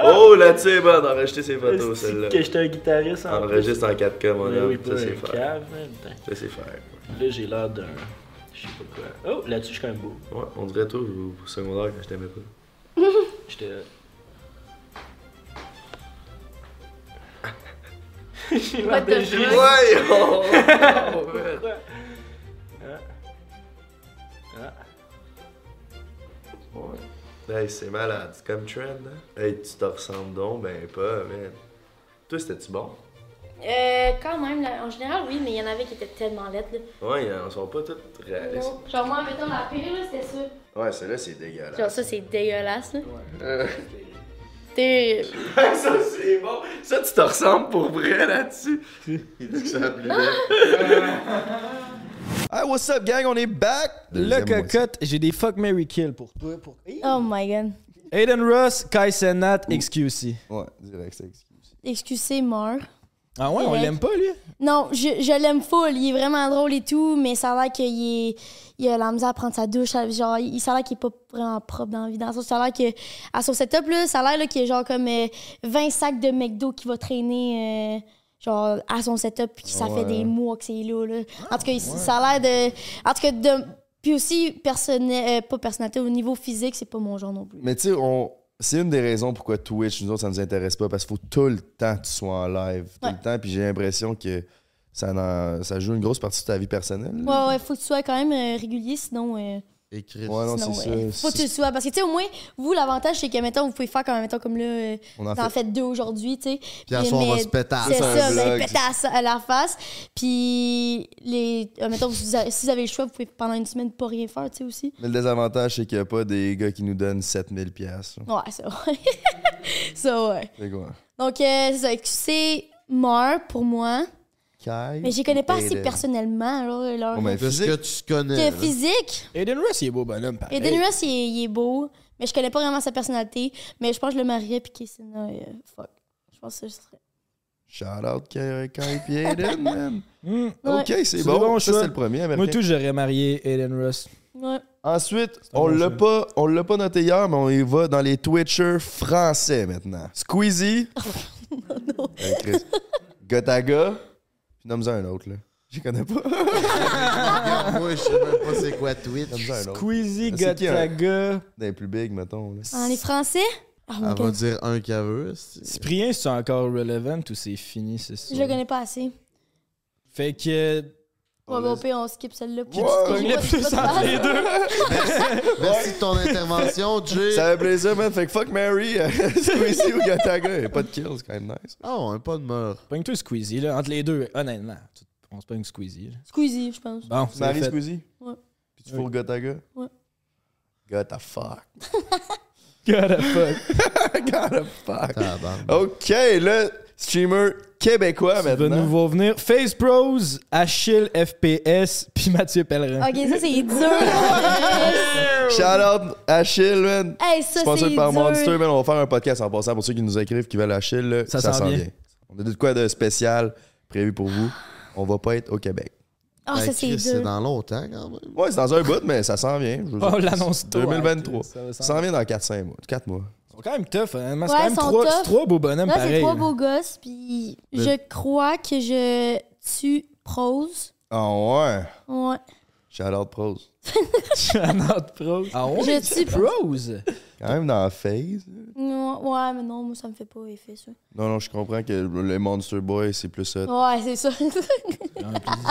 F: oh, là, tu es bonne, enregistrer ces photos,
D: Est-ce
F: celle-là.
D: Que j'étais un guitariste en
F: Enregistre en 4K, mon
D: Mais oui,
F: homme.
D: pas
F: Ça, c'est
D: un
F: faire.
D: cave, man. Putain.
F: Ça, c'est faire.
D: Là, j'ai l'air d'un. Je sais pas quoi. Oh, là-dessus, je suis quand même beau.
F: Ouais, on dirait tout au secondaire quand je t'aimais pas.
D: J'étais. euh, j'ai
G: What
D: l'air
G: the
D: de
G: fuck?
F: Ouais, oh, oh, ouais.
D: Pourquoi? Ah. Ah.
F: Hey, c'est malade, c'est comme trend, hein? Hey, tu te ressembles donc, ben pas, man. Toi, c'était-tu bon?
G: Euh, quand même, là, en général, oui, mais il y en avait qui étaient tellement lettres. là.
F: Ouais, ils en sont pas tous réalistes.
G: Non. Genre, moi, mettons, la pire, là, c'était ça.
F: Ouais, celle-là, c'est
G: Genre,
F: dégueulasse.
G: ça, c'est dégueulasse, là. T'es.
F: ça, c'est bon. Ça, tu te ressembles pour vrai là-dessus.
C: Il dit que c'est la plus belle.
B: Hey, what's up, gang? On est back!
D: Le
B: Deuxième moitié.
D: cocotte, j'ai des fuck Mary Kill pour toi. Pour...
A: Oh my god.
D: Aiden Ross, Kai Senat, XQC.
B: Ouais, direct, c'est excuse.
A: Excusez, mort.
D: Ah ouais, on
A: Direct.
D: l'aime pas, lui?
A: Non, je, je l'aime full. Il est vraiment drôle et tout, mais ça a l'air qu'il est- il a la misère à prendre sa douche. Genre, il, ça a l'air qu'il est pas vraiment propre dans la vie. Dans le sens, ça a l'air que, à son setup, là, ça a l'air là, qu'il y a genre comme euh, 20 sacs de McDo qui va traîner. euh, Genre, à son setup, puis que ça fait des mois que c'est là, là. En tout cas, il- ça a l'air de. En tout cas, de. Puis aussi, personnel, euh, pas personnalité, au niveau physique, c'est pas mon genre non plus.
B: Mais tu sais, on... c'est une des raisons pourquoi Twitch, nous autres, ça nous intéresse pas parce qu'il faut tout le temps que tu sois en live.
A: Ouais.
B: Tout le temps, puis j'ai l'impression que ça, n'en- ça joue une grosse partie de ta vie personnelle.
A: Ouais, ouais, faut que tu sois quand même euh, régulier, sinon. euh,
C: Et Chris.
B: Ouais, non,
A: Sinon,
B: c'est
A: ouais,
B: ça.
A: Faut que tu le sois. Parce que, tu sais, au moins, vous, l'avantage, c'est que, mettons, vous pouvez faire comme, mettons, comme là, euh,
B: On en
A: vous en faites deux aujourd'hui, tu sais.
C: Puis à
A: Mais-
C: soir, on va
A: mais
C: se péter à la
A: C'est
B: c'est
A: ça,
B: un
A: vous allez
B: vlog.
A: péter à, ça- à la face. Puis, les, euh, mettons, vous avez- si vous avez le choix, vous pouvez pendant une semaine pas rien faire, tu sais, aussi.
B: Mais le désavantage, c'est qu'il n'y a pas des gars qui nous donnent 7000 pièces.
A: Ouais, ça, ouais. ça, ouais.
B: C'est quoi?
A: Donc, euh, c'est ça. QC meurt pour moi.
B: Kai?
A: Mais je les connais pas assez
B: Aiden.
A: personnellement, là, leur.
B: Oh, mais
C: De ce que
B: physique.
C: tu connais.
A: Que
C: là.
A: physique,
D: Aiden Ross, il est beau bonhomme, pareil.
A: Eden Russ, il, est- il est beau, mais je connais pas vraiment sa personnalité. Mais je pense que je le marierais, puis Kessina, euh, fuck. Je pense que ce serait.
B: Shout out Kai, Kai puis Aiden, man.
D: Hmm.
A: Ouais.
B: Ok, c'est
D: C'est
B: bon.
D: des bons
B: ça,
D: choix.
B: c'est le premier.
D: Moi,
B: américain.
D: tout, j'aurais marié Aiden Ross.
A: Ouais.
B: Ensuite,
D: un
B: on
D: bon
B: l'a
D: choix.
B: pas, on l'a pas noté hier, mais on y va dans les Twitchers français maintenant. Squeezie. Euh, Chris. Gotaga. Puis nomme-en un autre, là. Je connais pas.
C: Moi, je sais même pas c'est quoi Twitch.
B: Nomme-en
D: Oh.
B: un autre.
D: Queasy,
B: Ah, c'est qui,
D: hein? Gotaga.
B: Des plus big, mettons. Là.
A: Ah, les Français? Oh
C: Elle
A: mon
C: va
A: god.
C: dire un qu'elle veut. c'est-
D: Cyprien, c'est encore relevant ou c'est fini, c'est ça?
A: Je le connais pas assez.
D: Fait que.
A: Ouais, bon, au pire, on skip celle-là. puis
D: Puis
A: on
D: tu connais
A: voit ce qui
D: plus
A: se
D: entre les
A: passe.
D: deux.
C: Merci de ton intervention, Jay.
B: Ça fait plaisir, man. Fait que fuck Mary, euh, Squeezie ou Gotaga. Il y a pas de kill, c'est quand même nice.
C: Oh, un pas de mort.
D: Pogne-toi Squeezie, là. Entre les deux, honnêtement. Tu- On se pogne Squeezie. là.
A: Squeezie, je pense.
D: Bon, c'est
B: Marie
D: fait.
B: Squeezie?
A: Ouais.
B: Puis tu fourres Gotaga?
A: Ouais.
B: Gotta fuck.
D: God, fuck.
B: Gotta fuck.
C: Tabarnak.
B: OK, là, streamer québécois
D: Tu vas
B: maintenant.
D: nous voir venir. Face Pros, Achille FPS, puis Mathieu Pellerin.
A: Ok, ça c'est dur.
B: Shout out Achille, man.
A: hey, ça c'est
B: Sponsored par
A: dur.
B: Monster, man. On va faire un podcast en passant pour ceux qui nous écrivent, qui veulent Achille. là,
D: Ça
B: ça
D: s'en
B: s'en
D: vient.
B: vient. On a de quoi de spécial prévu pour vous. On va pas être au Québec.
A: Ah,
C: Ben,
A: ça c'est
C: Chris, c'est
A: dur.
C: dans longtemps quand même.
B: Ouais, c'est dans un bout, mais ça s'en vient. Je vous-
D: Oh, On l'annonce tôt,
B: 2023.
D: hein, Chris, ça va
B: Oh, Ça
D: s'en-
B: s'en vient dans 4-5 mois. 4 mois.
D: Ils sont quand même tough, honnêtement.
A: Ouais,
D: c'est quand même
A: ils sont
D: trois,
A: tough.
D: c'est trois beaux bonhommes
A: Là, c'est
D: pareil.
A: trois
D: là.
A: beaux gosses, puis je crois que je tue Prose.
B: Ah ouais.
A: Ouais.
B: Shout out Prose.
D: Shout-out Pros. Ah ouais?
A: Je suis-
D: Pros?
B: Quand même dans la phase.
A: Ouais, ouais, mais non, moi ça me fait pas effet ça.
B: Non, non, je comprends que le Monster Boy, c'est plus ça.
A: Ouais, c'est ça.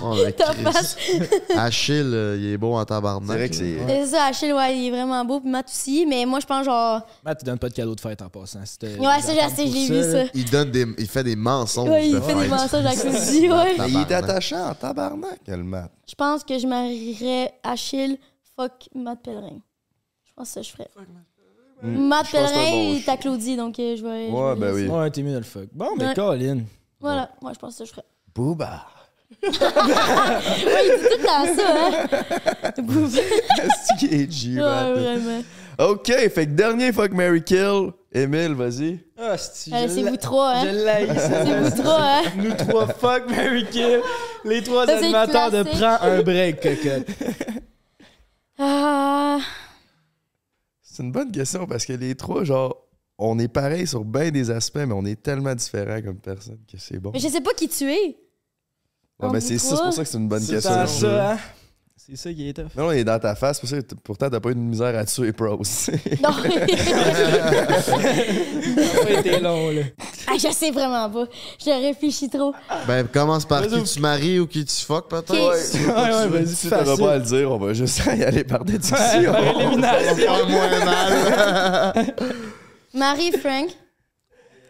C: Oh, ben,
A: Ta
C: Chris. Achille, euh, il est beau en tabarnak.
B: C'est vrai que c'est.
A: c'est ça, Achille, ouais, il est vraiment beau, puis Matt aussi, mais moi je pense genre.
D: Matt, tu donnes pas de cadeau de fête en passant.
A: Ouais, ça, j'ai- j'ai vu ça.
C: Il donne des, il fait des mensonges.
A: Ouais,
B: ben,
A: il
C: de
A: fait des
C: fête.
A: mensonges à Cody, ouais.
B: Mais il est
C: Tabarnak.
B: attachant, tabarnak, le mat.
A: Je pense que je marierais Achille, fuck Matt Pellerin. Je pense que ça je ferais. Matt
B: Je pense que c'est un
A: Pellerin
B: bon
A: est à Claudie, donc euh, je vais. je
B: Ouais,
A: vais
B: ben
A: laisser.
B: oui.
D: Ouais, t'es mieux de le fuck. Bon, mais
A: Ouais.
D: Colin.
A: Voilà, moi je pense que ça je ferais.
B: Booba.
A: Ouais, il dit tout le temps ça, hein. Bouf.
B: C'est qui est G,
A: Ouais,
B: Matt.
A: vraiment.
B: Ok, fait que dernier fuck Mary Kill. Émile, vas-y.
D: Ah, c'est
A: Allez, c'est vous trois, hein. C'est vous trois, hein.
D: Nous trois fuck, Mary Kill. Les trois
A: Ça, c'est
D: animateurs de
A: classique.
D: Prends un break, cocotte.
A: Ah,
B: C'est une bonne question parce que les trois, genre, on est pareil sur bien des aspects, mais on est tellement différents comme personne que c'est bon.
A: mais je sais pas qui tu es.
B: Ouais, mais c'est ça, c'est pour ça que c'est une bonne
D: C'est
B: question.
D: ça, ça, hein. C'est ça qui est tough.
B: Non, non, il est dans ta face, pour ça, t- pourtant, t'as pas eu de misère à tuer Prose.
A: Non.
D: Ça a pas été long, là.
A: Ah, je sais vraiment pas. Je réfléchis trop.
C: Ben, commence par qui tu maries ou qui tu fuck, peut-être.
A: Ok.
D: Ouais, ouais, vas-y,
B: si
D: c'est
B: t'auras
D: facile.
B: pas à le dire, on va juste y aller par
D: Ouais,
B: déduction.
D: par élimination.
C: Pas moins mal.
A: Marie Frank.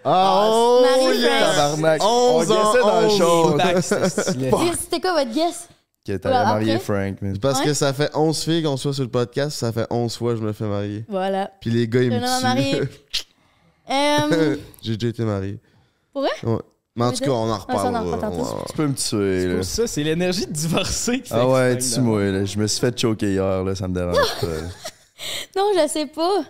C: Ah, oh,
A: Marie-France.
C: yes.
B: Tabarnak. On
C: Onze en
B: guessait dans le
C: onze.
B: show.
D: Back, c'est stylé.
A: C'est- C'était quoi votre guess?
B: Que t'allais
A: Ouais,
B: marier
A: après.
B: Frank, man.
C: Parce que
A: Ouais.
C: ça fait 11 filles qu'on soit sur le podcast, ça fait 11 fois que je me fais marier.
A: Voilà.
C: Puis les gars, ils
A: Je
C: me
A: vais me marier.
C: tuent.
A: Euh,
C: J'ai déjà été marié.
A: Pour vrai?
C: Ouais. Mais en tout cas, on en
A: Ah, ça, on en
C: reparlera.
A: reparle tantôt.
C: Ouais, ouais.
B: Tu peux me tuer, là.
D: Ça, c'est l'énergie divorcée qui fait
B: Ah ouais,
D: que c'est
B: tue-moi, là. Je me suis fait choquer hier, là, ça me dérange pas. là.
A: non, je sais pas.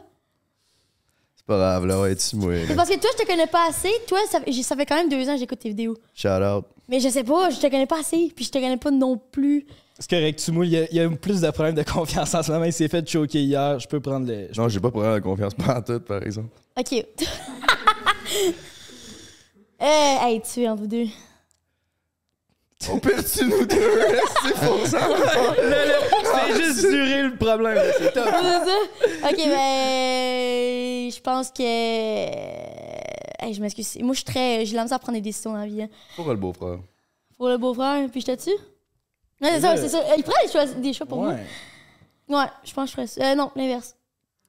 B: C'est pas grave, là, ouais, tue-moi.
A: C'est parce que toi, je te connais pas assez. Toi, ça, fait- j'ai- ça fait quand même deux ans que j'écoute tes vidéos.
B: Shout out.
A: Mais je sais pas, je te connais pas assez. Puis je te connais pas non plus.
D: C'est correct, Tumoul, il y, a- il y a plus de problèmes de confiance en ce moment. Il s'est fait choquer hier. Je peux prendre le.
B: Non, j'ai pas pour la confiance pas en tout, par exemple.
A: Ok. euh, hey, tu es entre vous deux.
B: Au pire, tu nous deux, c'est pour ça.
D: C'est juste duré le problème. C'est top.
A: C'est ça? Ok, ben. Je pense que. euh, Hey, je m'excuse. Moi, je suis très. J'ai l'impression à prendre des décisions dans la vie. hein.
B: Pourquoi le beau-frère?
A: Pour le beau-frère, puis je te tue? Non, c'est
D: Et
A: ça,
D: là-
A: c'est ça. Euh, Il prend des choix, des choix pour
D: Ouais.
A: moi. Ouais, je pense que je ferais ça. Euh, non, l'inverse.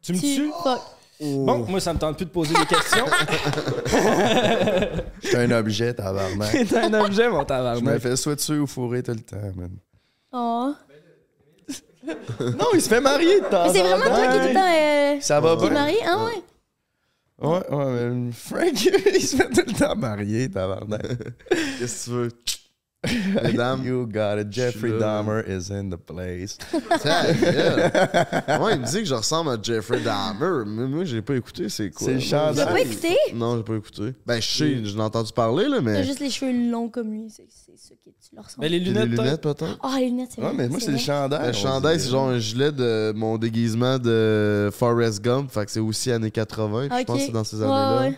D: Tu me tues?
A: fuck.
B: Oh.
D: Bon, moi, ça me tente plus de poser des questions.
B: J'étais un objet, tabarnak.
D: T'es un objet, mon
B: Je me
D: tabarnak.
B: fais soit tuer ou fourrer tout le temps, man. Ah,
A: Oh.
B: Non, il se fait marier de temps
A: Mais c'est
B: en
A: vraiment
B: temps.
A: toi qui est tout le temps. euh,
B: bah, Ça va
A: T'es
B: bien.
A: marié? Ah ouais?
B: Ouais, ouais, mais Frank, il se fait tout le temps marier, tabarnak.
C: Qu'est-ce que tu veux? Mesdames.
B: You got it. Jeffrey
C: Je suis là.
B: Dahmer is in the place.
C: Ta gueule. Moi, il me dit que je ressemble à Jeffrey Dahmer, mais moi, j'ai pas écouté, c'est quoi?
B: C'est
C: là?
B: Charles
A: T'as pas écouté?
C: Non, j'ai pas écouté. Ben, je sais, j'en ai entendu parler, là,
A: T'as
C: mais.
A: juste les cheveux longs comme lui. C'est c'est ça qui tu leur ressembles.
D: Mais Ben, les
C: Puis
D: lunettes,
C: les
D: toi.
C: lunettes, peut-être?
A: Ah, les lunettes, c'est
B: Ouais,
A: vrai,
B: mais moi, c'est le
A: vrai.
B: chandail.
C: Le
B: on
C: chandail,
B: dirait.
C: c'est genre un gilet de mon déguisement de Forrest Gump. Fait que c'est aussi années 80. puis Je
A: Ok.
C: pense que c'est dans ces
A: Ouais,
C: années-là.
A: ouais.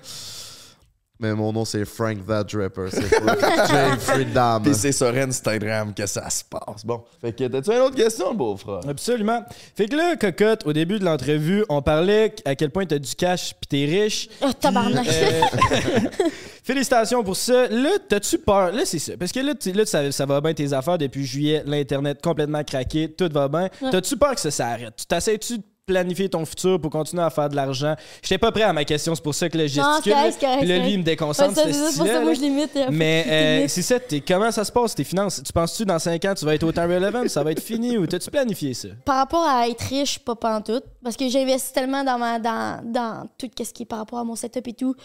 C: Mais mon nom, c'est Frank the Dripper. C'est pas Jeffrey Dahmer.
B: Pis c'est sur Instagram que ça se passe. Bon. Fait que t'as-tu une autre question, beau-frère?
D: Absolument. Fait que là, Cocotte, au début de l'entrevue, on parlait à quel point t'as du cash pis t'es riche.
A: Ah, tabarnak.
D: Euh, Félicitations pour ça. Là, t'as-tu peur? Là, c'est ça. Parce que là, tu- là ça, ça va bien tes affaires depuis juillet, l'Internet complètement craqué, tout va bien.
A: Ouais.
D: T'as-tu peur que ça s'arrête? Tu t'essayes-tu de planifier ton futur pour continuer à faire de l'argent. J'étais pas prêt à ma question, c'est pour ça que le
A: Non, c'est
D: gesticule.
A: correct, c'est correct,
D: Puis là,
A: c'est
D: lui, il me
A: Ouais,
D: déconcentre.
A: ça,
D: ce
A: c'est ça, pour
D: stylet,
A: ça, moi,
D: là.
A: je limite. euh,
D: Mais
A: faut que
D: euh,
A: tu limites.
D: c'est ça, t'es- comment ça se passe, tes finances? Tu penses-tu dans 5 ans, tu vas être autant relevant, ça va être fini ou t'as-tu planifié ça?
A: Par rapport à être riche, pas pantoute, parce que j'investis tellement dans, ma, dans, dans tout ce qui est par rapport à mon setup et tout,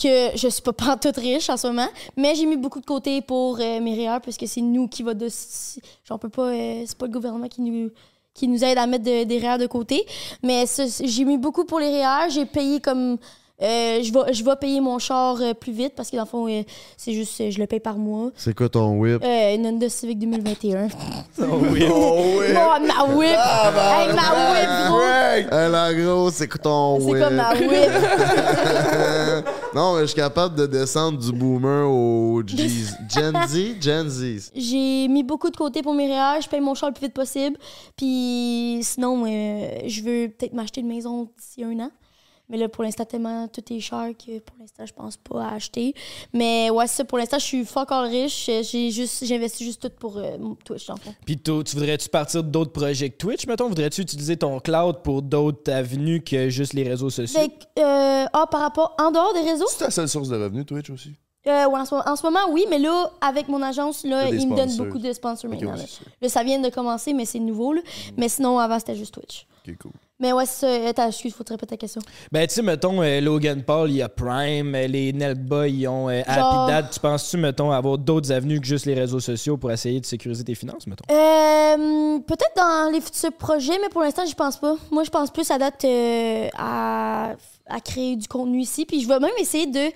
A: que je suis pas pantoute riche en ce moment. Mais j'ai mis beaucoup de côté pour euh, mes REER, parce que c'est nous qui va de... J'en peux pas... euh, c'est pas le gouvernement qui nous qui nous aide à mettre de- des REER de côté. Mais ça, c'est- j'ai mis beaucoup pour les REER. J'ai payé comme... euh, je vais je vais payer mon char euh, plus vite, parce que dans le fond, euh, c'est juste... euh, je le paye par mois.
C: C'est quoi ton whip?
A: Euh, une Honda Civic 2021.
B: Oh oui!
A: Oh, ma whip! Hey, ma whip, gros!
C: Elle en gros, Euh, c'est quoi ton
A: C'est
C: whip?
A: comme ma whip.
C: non, mais je suis capable de descendre du boomer au G's. Gen Z? Gen Z.
A: J'ai mis beaucoup de côté pour mes REER, je paye mon char le plus vite possible. Puis sinon, euh, je veux peut-être m'acheter une maison d'ici un an. Mais là, pour l'instant, tellement tout est cher que pour l'instant, je pense pas à acheter. Mais ouais, c'est ça, pour l'instant, je suis fuck all riche. J'ai juste, j'investis juste tout pour euh, mon Twitch, dans le fond.
D: Puis tôt, tu voudrais-tu partir d'autres projets que Twitch, mettons? Voudrais-tu utiliser ton cloud pour d'autres avenues que juste les réseaux sociaux?
A: Fait que, euh, ah, par rapport, en dehors des réseaux,
B: C'est ta seule source de revenus, Twitch aussi?
A: euh, ouais, en, ce, en ce moment, oui, mais là, avec mon agence, là,
B: T'as des
A: ils me donnent
B: sponsors.
A: beaucoup de sponsors
B: Ok,
A: maintenant.
B: ouais,
A: là.
B: c'est ça. Mm.
A: Là, ça vient de commencer, mais c'est nouveau. là. Mais sinon, avant, c'était juste Twitch.
B: Ok, cool.
A: Mais ouais, c'est ça. Attends, excuse, faut te répéter ta question.
D: Ben, tu sais, mettons, euh, Logan Paul, il y a Prime, euh, les Nelba, ils ont euh,
A: Genre-
D: Happy Dad. Tu penses-tu, mettons, avoir d'autres avenues que juste les réseaux sociaux pour essayer de sécuriser tes finances, mettons?
A: Euh, Peut-être dans les futurs projets, mais pour l'instant, je pense pas. Moi, je pense plus à date euh, à, à créer du contenu ici. Puis je vais même essayer de.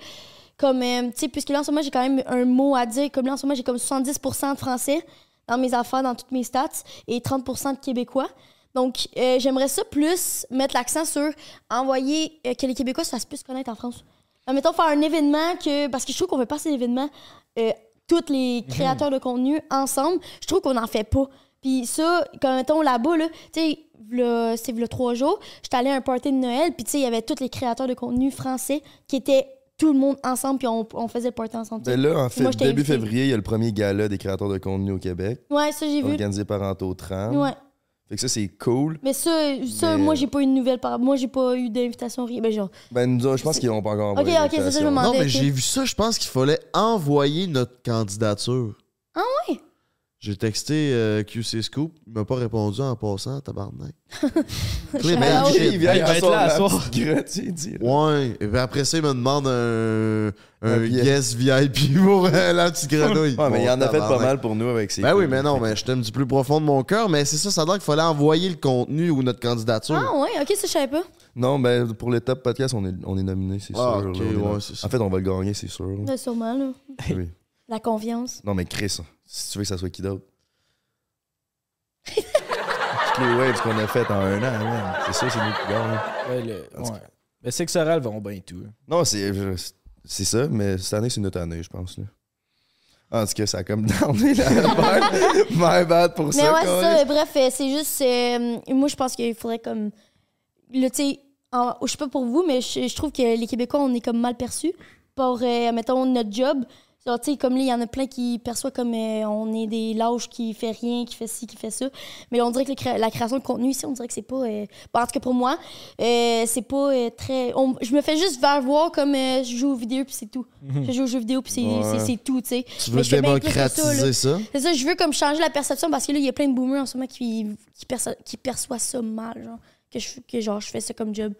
A: Comme, euh, tu sais, puisque là, en ce moment, j'ai quand même un mot à dire. Comme là, en ce moment, j'ai comme 70 de français dans mes affaires, dans toutes mes stats, et 30 de québécois. Donc, euh, j'aimerais ça plus mettre l'accent sur envoyer euh, que les Québécois se fassent plus connaître en France. Euh, mettons, faire un événement que. Parce que je trouve qu'on fait pas assez d'événements. euh, tous
B: Mhm.
A: les créateurs de contenu ensemble, je trouve qu'on n'en fait pas. Puis ça, comme mettons là-bas, là, tu sais, v'là- c'est le trois jours, j'étais allée à un party de Noël, puis tu sais, il y avait tous les créateurs de contenu français qui étaient tout le monde ensemble, puis on, on faisait le party ensemble. tu sais.
B: Ben là, en fait,
A: Moi, je t'ai
B: début
A: invité.
B: février, il y a le premier gala des créateurs de contenu au Québec,
A: ouais, ça, j'ai vu.
B: organisé par Anto Tram.
A: Ouais.
B: Fait que ça, c'est cool.
A: Mais ça, ça
B: Mais- euh,
A: moi, j'ai pas eu de nouvelle par Moi, j'ai pas eu d'invitation. rien. Ben, genre,
B: Ben, nous autres, je pense qu'ils n'ont pas encore
A: Ok,
B: envoyé
A: ok, c'est ça, je me
B: l'invitation.
A: demande.
C: Non,
A: Demandez,
C: mais
A: ok.
C: j'ai vu ça. Je pense qu'il fallait envoyer notre candidature.
A: Ah
C: ouais? J'ai texté euh, QC Scoop. Il m'a pas répondu en passant, tabarnak. Clément,
A: Ah oui,
C: shit.
B: Il vient
D: Il va être là à
B: à
D: soir.
B: soir. Gratuit, dit.
C: Ouais, et puis après ça, il me demande un, un
B: Un billet.
C: yes VIP pour euh, la petite grenouille.
B: Ouais, mais il y en a fait pas
C: Tabarnak.
B: mal pour nous avec ses.
C: Ben oui, mais non, mais je t'aime du plus profond de mon cœur, mais c'est ça, ça a l'air qu'il fallait envoyer le contenu ou notre candidature.
A: ah ouais, ok, ça, je savais pas.
B: Non, ben pour le top podcast, on est, on est nominé, c'est
C: Ah,
B: sûr.
C: ok,
B: là, on est
C: ouais,
B: nom-
C: c'est ça.
B: En fait, on va le gagner, c'est sûr. là.
A: Ouais, Ben, sûrement, là.
B: Oui.
A: La confiance.
B: Non, mais Chris, hein, si tu veux que ça soit qui d'autre. Toutes les waves qu'on a faites en un an, man. c'est sûr, c'est nous qui gagnons.
D: Ouais, le- ouais. Mais c'est que Soral vont bien et tout. hein.
B: Non, c'est c'est ça, mais cette année, c'est une autre année, je pense. Là. En tout cas, ça a comme downé la vibe. My bad pour
A: Mais
B: ça.
A: ouais, c'est
B: câlisse.
A: ça, euh, bref, euh, c'est juste. euh, moi, je pense qu'il faudrait comme. Là, tu sais, en- je sais pas pour vous, mais je, je trouve que les Québécois, on est comme mal perçus pour, euh, mettons, notre job. Genre, tu sais, comme là, il y en a plein qui perçoivent comme euh, on est des lâches qui fait rien, qui fait ci, qui fait ça. Mais on dirait que le cré- la création de contenu ici, on dirait que c'est pas. euh, bon, en tout cas, pour moi, euh, c'est pas euh, très. on- je me fais juste faire voir comme euh, je joue aux vidéos, puis c'est tout. Je joue aux jeux vidéo, puis c'est
B: Ouais.
A: c'est- c'est tout, tu sais.
C: Tu veux
A: Mais je fais bien plus que ça, là.
C: démocratiser ça?
A: C'est ça, je veux comme changer la perception parce que là, il y a plein de boomers en ce moment qui, qui, perço- qui perçoivent ça mal, genre, que je, que genre, je fais ça comme job.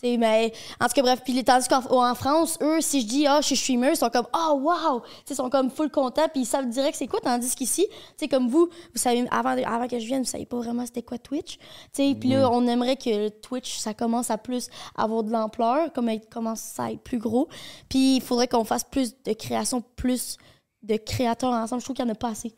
A: Tu sais, mais en tout cas, bref, puis les- tandis qu'en en France, eux, si je dis, ah, je suis streamer, ils sont comme, ah, wow! Tu sais, ils sont comme full content, puis ils savent direct c'est quoi, tandis qu'ici, tu sais, comme vous, vous savez, avant, de- avant que je vienne, vous savez pas vraiment c'était quoi Twitch. Tu sais, puis là, on aimerait que Twitch, ça commence à plus avoir de l'ampleur, comme il commence à être plus gros, puis il faudrait qu'on fasse plus de création, plus de créateurs ensemble. Je trouve qu'il y en a pas assez.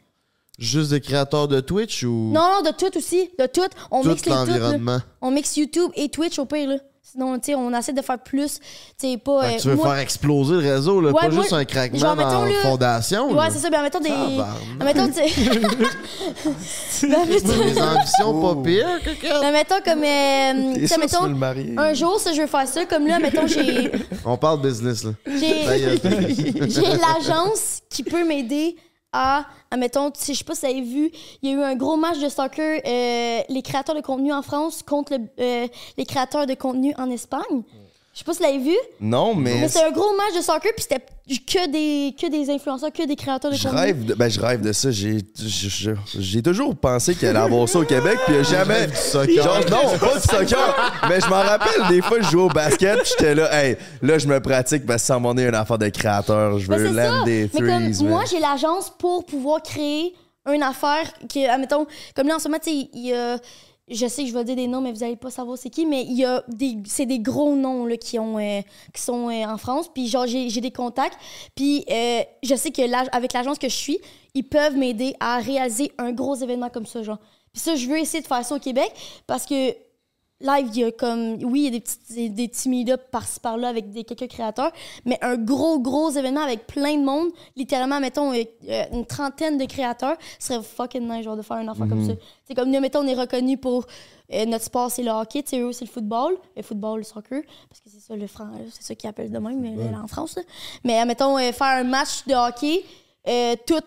C: Juste des créateurs de Twitch ou
A: Non, non, de tout aussi. De tout. On
C: tout
A: mixe les toutes. là.
C: l'environnement?
A: On mixe YouTube et Twitch au pire, là. Sinon, tu sais, on essaie de faire plus. Tu sais, pas.
C: Fait que
A: euh,
C: tu veux
A: moi-
C: faire exploser le réseau, là,
A: Ouais,
C: pas
A: moi,
C: juste un craquement
A: genre, mettons,
C: dans la
A: là-
C: fondation. là.
A: Ouais, c'est ça. Mais en mettant des.
C: Tabarnak.
A: En mettant, tu sais. Ben, mettons-
C: Des ambitions pas pires, caca.
A: ben, mettons comme. euh,
B: T'es
A: tu sais,
B: sûr que tu veux
A: mettons.
B: le marier?
A: Un jour, ça, je veux faire ça. Comme là, mettons, j'ai.
C: On parle business, là.
A: J'ai.
C: Ta gueule.
A: J'ai l'agence qui peut m'aider à, admettons, tu sais, je sais pas si vous avez vu, il y a eu un gros match de soccer, euh, les créateurs de contenu en France contre le- euh, les créateurs de contenu en Espagne. Je sais pas si vous l'avez vu,
B: Non,
A: mais
B: mais.
A: c'est un gros match de soccer, puis c'était que des, que des influenceurs, que des créateurs de
B: Je
A: contenu.
B: rêve, de, ben, je rêve de ça. J'ai je- je- j'ai toujours pensé qu'il allait avoir ça au Québec, puis il a jamais.
C: rêve du soccer.
B: Genre, non, pas du soccer. mais je m'en rappelle, des fois, je jouais au basket, puis j'étais là, hey, là, je me pratique, parce que sans mon nez, une affaire de créateur, je
A: Ben,
B: veux
A: c'est
B: land des
A: Mais comme
B: threes.
A: moi,
B: man.
A: j'ai l'agence pour pouvoir créer une affaire que, admettons, comme là en ce moment, tu sais, il y a. Je sais que je vais dire des noms, mais vous n'allez pas savoir c'est qui, mais il y a des. C'est des gros noms là, qui, ont, euh, qui sont euh, en France. Puis genre, j'ai j'ai des contacts. Puis euh, je sais que l'ag- avec l'agence que je suis, ils peuvent m'aider à réaliser un gros événement comme ça, genre. Puis ça, je veux essayer de faire ça au Québec parce que live, il y a comme. Oui, il y a des, petites, des petits meet-ups par-ci par-là avec des, quelques créateurs, mais un gros, gros événement avec plein de monde, littéralement, mettons, euh, euh, une trentaine de créateurs, ce serait fucking nice, genre, de faire une affaire comme ça. C'est comme nous, mettons, on est reconnus pour euh, notre sport, c'est le hockey, tu sais, eux, c'est le football, le football, le soccer, parce que c'est ça, le Fran- c'est ça qu'ils appellent de même mais, là, en France. là. Mais, mettons, euh, faire un match de hockey, euh, tout.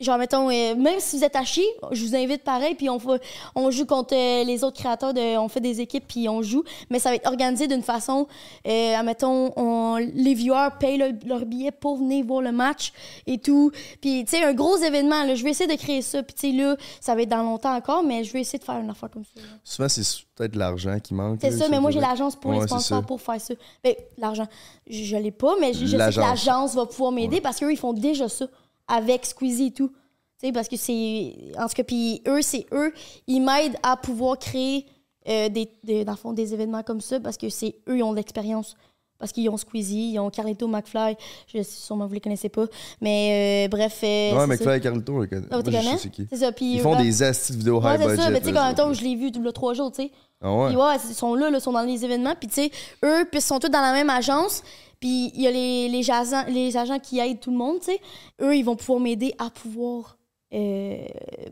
A: Genre, mettons, euh, même si vous êtes à chier, je vous invite pareil, puis on, va- on joue contre euh, les autres créateurs, de, on fait des équipes, puis on joue, mais ça va être organisé d'une façon euh, admettons, on, les viewers payent leur, leur billet pour venir voir le match et tout. Puis, tu sais, un gros événement, là, je vais essayer de créer ça. Puis, tu sais, là, ça va être dans longtemps encore, mais je vais essayer de faire une affaire comme ça. là.
B: Souvent, c'est peut-être l'argent qui manque.
A: C'est
B: là,
A: ça, mais moi, j'ai
B: peut-être.
A: l'agence pour
B: Ouais,
A: les
B: c'est ça.
A: sponsors pour faire ça. Mais l'argent, je, je l'ai pas, mais je, je sais que
B: L'agence.
A: l'agence va pouvoir m'aider parce qu'eux, ils font déjà ça avec Squeezie et tout. Tu sais, parce que c'est. En tout cas, puis eux, c'est eux, ils m'aident à pouvoir créer euh, des, des- dans le fond, des événements comme ça parce que c'est eux, ils ont de l'expérience. Parce qu'ils ont Squeezie, ils ont Carlito McFly, je sûrement vous les connaissez pas. Mais euh, bref. euh,
B: Ouais,
A: c'est
B: mais
A: ça.
B: Claire et Carlito, on les connaît.
A: Ah, tu
B: Moi, je
A: connais?
B: sais c'est qui.
A: C'est ça, puis
B: Ils
A: eux,
B: font
A: ben,
B: des astis vidéo
A: ouais,
B: high
A: c'est
B: budget.
A: ça, mais tu sais,
B: là,
A: quand même
B: c'est-
A: temps, je l'ai vu le trois jours, tu sais.
B: Ah ouais.
A: Puis ouais, ils sont là, là, ils sont dans les événements. Puis tu sais, eux, puis ils sont tous dans la même agence. Puis il y a les, les, agents, les agents qui aident tout le monde, tu sais. Eux, ils vont pouvoir m'aider à pouvoir... euh,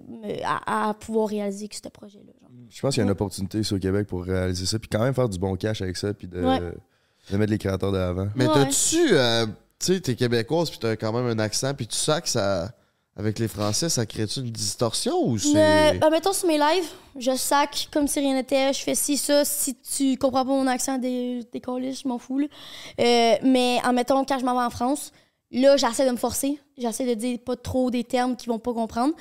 A: me- à, à pouvoir réaliser que ce projet-là. genre.
B: Je pense qu'il y a une opportunité ici au Québec pour réaliser ça, puis quand même faire du bon cash avec ça, puis de,
A: Ouais.
B: de mettre les créateurs de l'avant.
C: Mais
A: Ouais.
C: t'as-tu. euh, tu sais, t'es québécoise, puis t'as quand même un accent, puis tu sens que ça. Avec les Français, ça crée-tu une distorsion ou
A: Mais,
C: c'est.
A: euh, mettons sur mes lives, je sac comme si rien n'était, je fais ci, ça, si tu comprends pas mon accent des, des je m'en fous. là. Euh, mais en mettant, quand je m'en vais en France, là, j'essaie de me forcer, j'essaie de dire pas trop des termes qu'ils vont pas comprendre.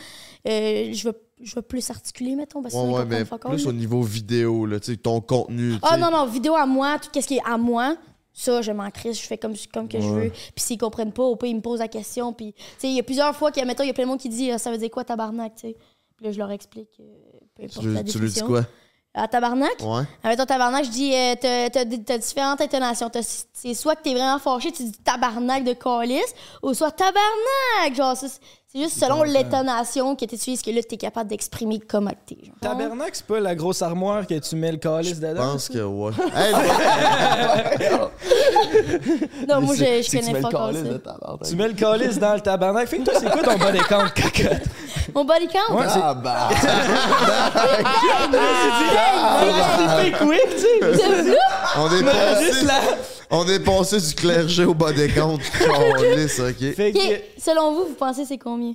A: Euh, je veux je veux plus articuler, mettons, parce que
C: Ouais,
A: sinon,
C: ouais,
A: ils
C: mais
A: comprennent fuck all,
C: plus
A: là.
C: au niveau vidéo, là, tu sais, ton contenu.
A: Ah
C: tu sais.
A: non, non, vidéo à moi, tout ce qui est à moi, ça, je m'en crisse, je fais comme, comme que je veux. Puis s'ils comprennent pas, au pire, ils me posent la question. Puis, tu sais, il y a plusieurs fois, qu'il y a- mettons, il y a plein de monde qui dit, Ah, ça veut dire quoi tabarnak, tu sais. Puis là, je leur explique, euh, peu importe
C: Tu,
A: la
C: lui- tu lui dis
A: définition.
C: quoi?
A: À tabarnak?
C: Ouais.
A: Avec ton tabarnak, je dis, euh, t'as- t'as des- t'as différentes intonations. T'as- C'est soit que t'es vraiment fâché, tu dis tabarnak de calice, ou soit tabarnak. Genre, ça, c'est c'est juste selon l'intonation que tu utilises que là, t'es capable d'exprimer comme acté. genre.
D: Tabernacle, c'est pas la grosse armoire que tu mets le calice
C: Je
D: dedans?
C: pense que ouais. Hey, le-
A: Non, moi,
B: C'est-
A: je, je
B: c'est que tu
A: connais
B: mets
A: pas
B: le
A: encore
B: calice de
A: ça.
B: ta barbe.
D: Tu mets le calice dans le tabarnak. Fait que toi, c'est quoi ton bon décompte, cocotte?
A: Mon body count?
D: Ouais, c'est-
B: Ah bah!
A: Ah!
D: Ah! c'est quick, tu sais.
A: De bleu?
C: on, est
D: Juste
C: passé,
D: là.
C: on est passé du clergé au bas des comptes. Calisse, ok.
D: Fait
A: Ok,
D: que...
A: Selon vous, vous pensez c'est combien?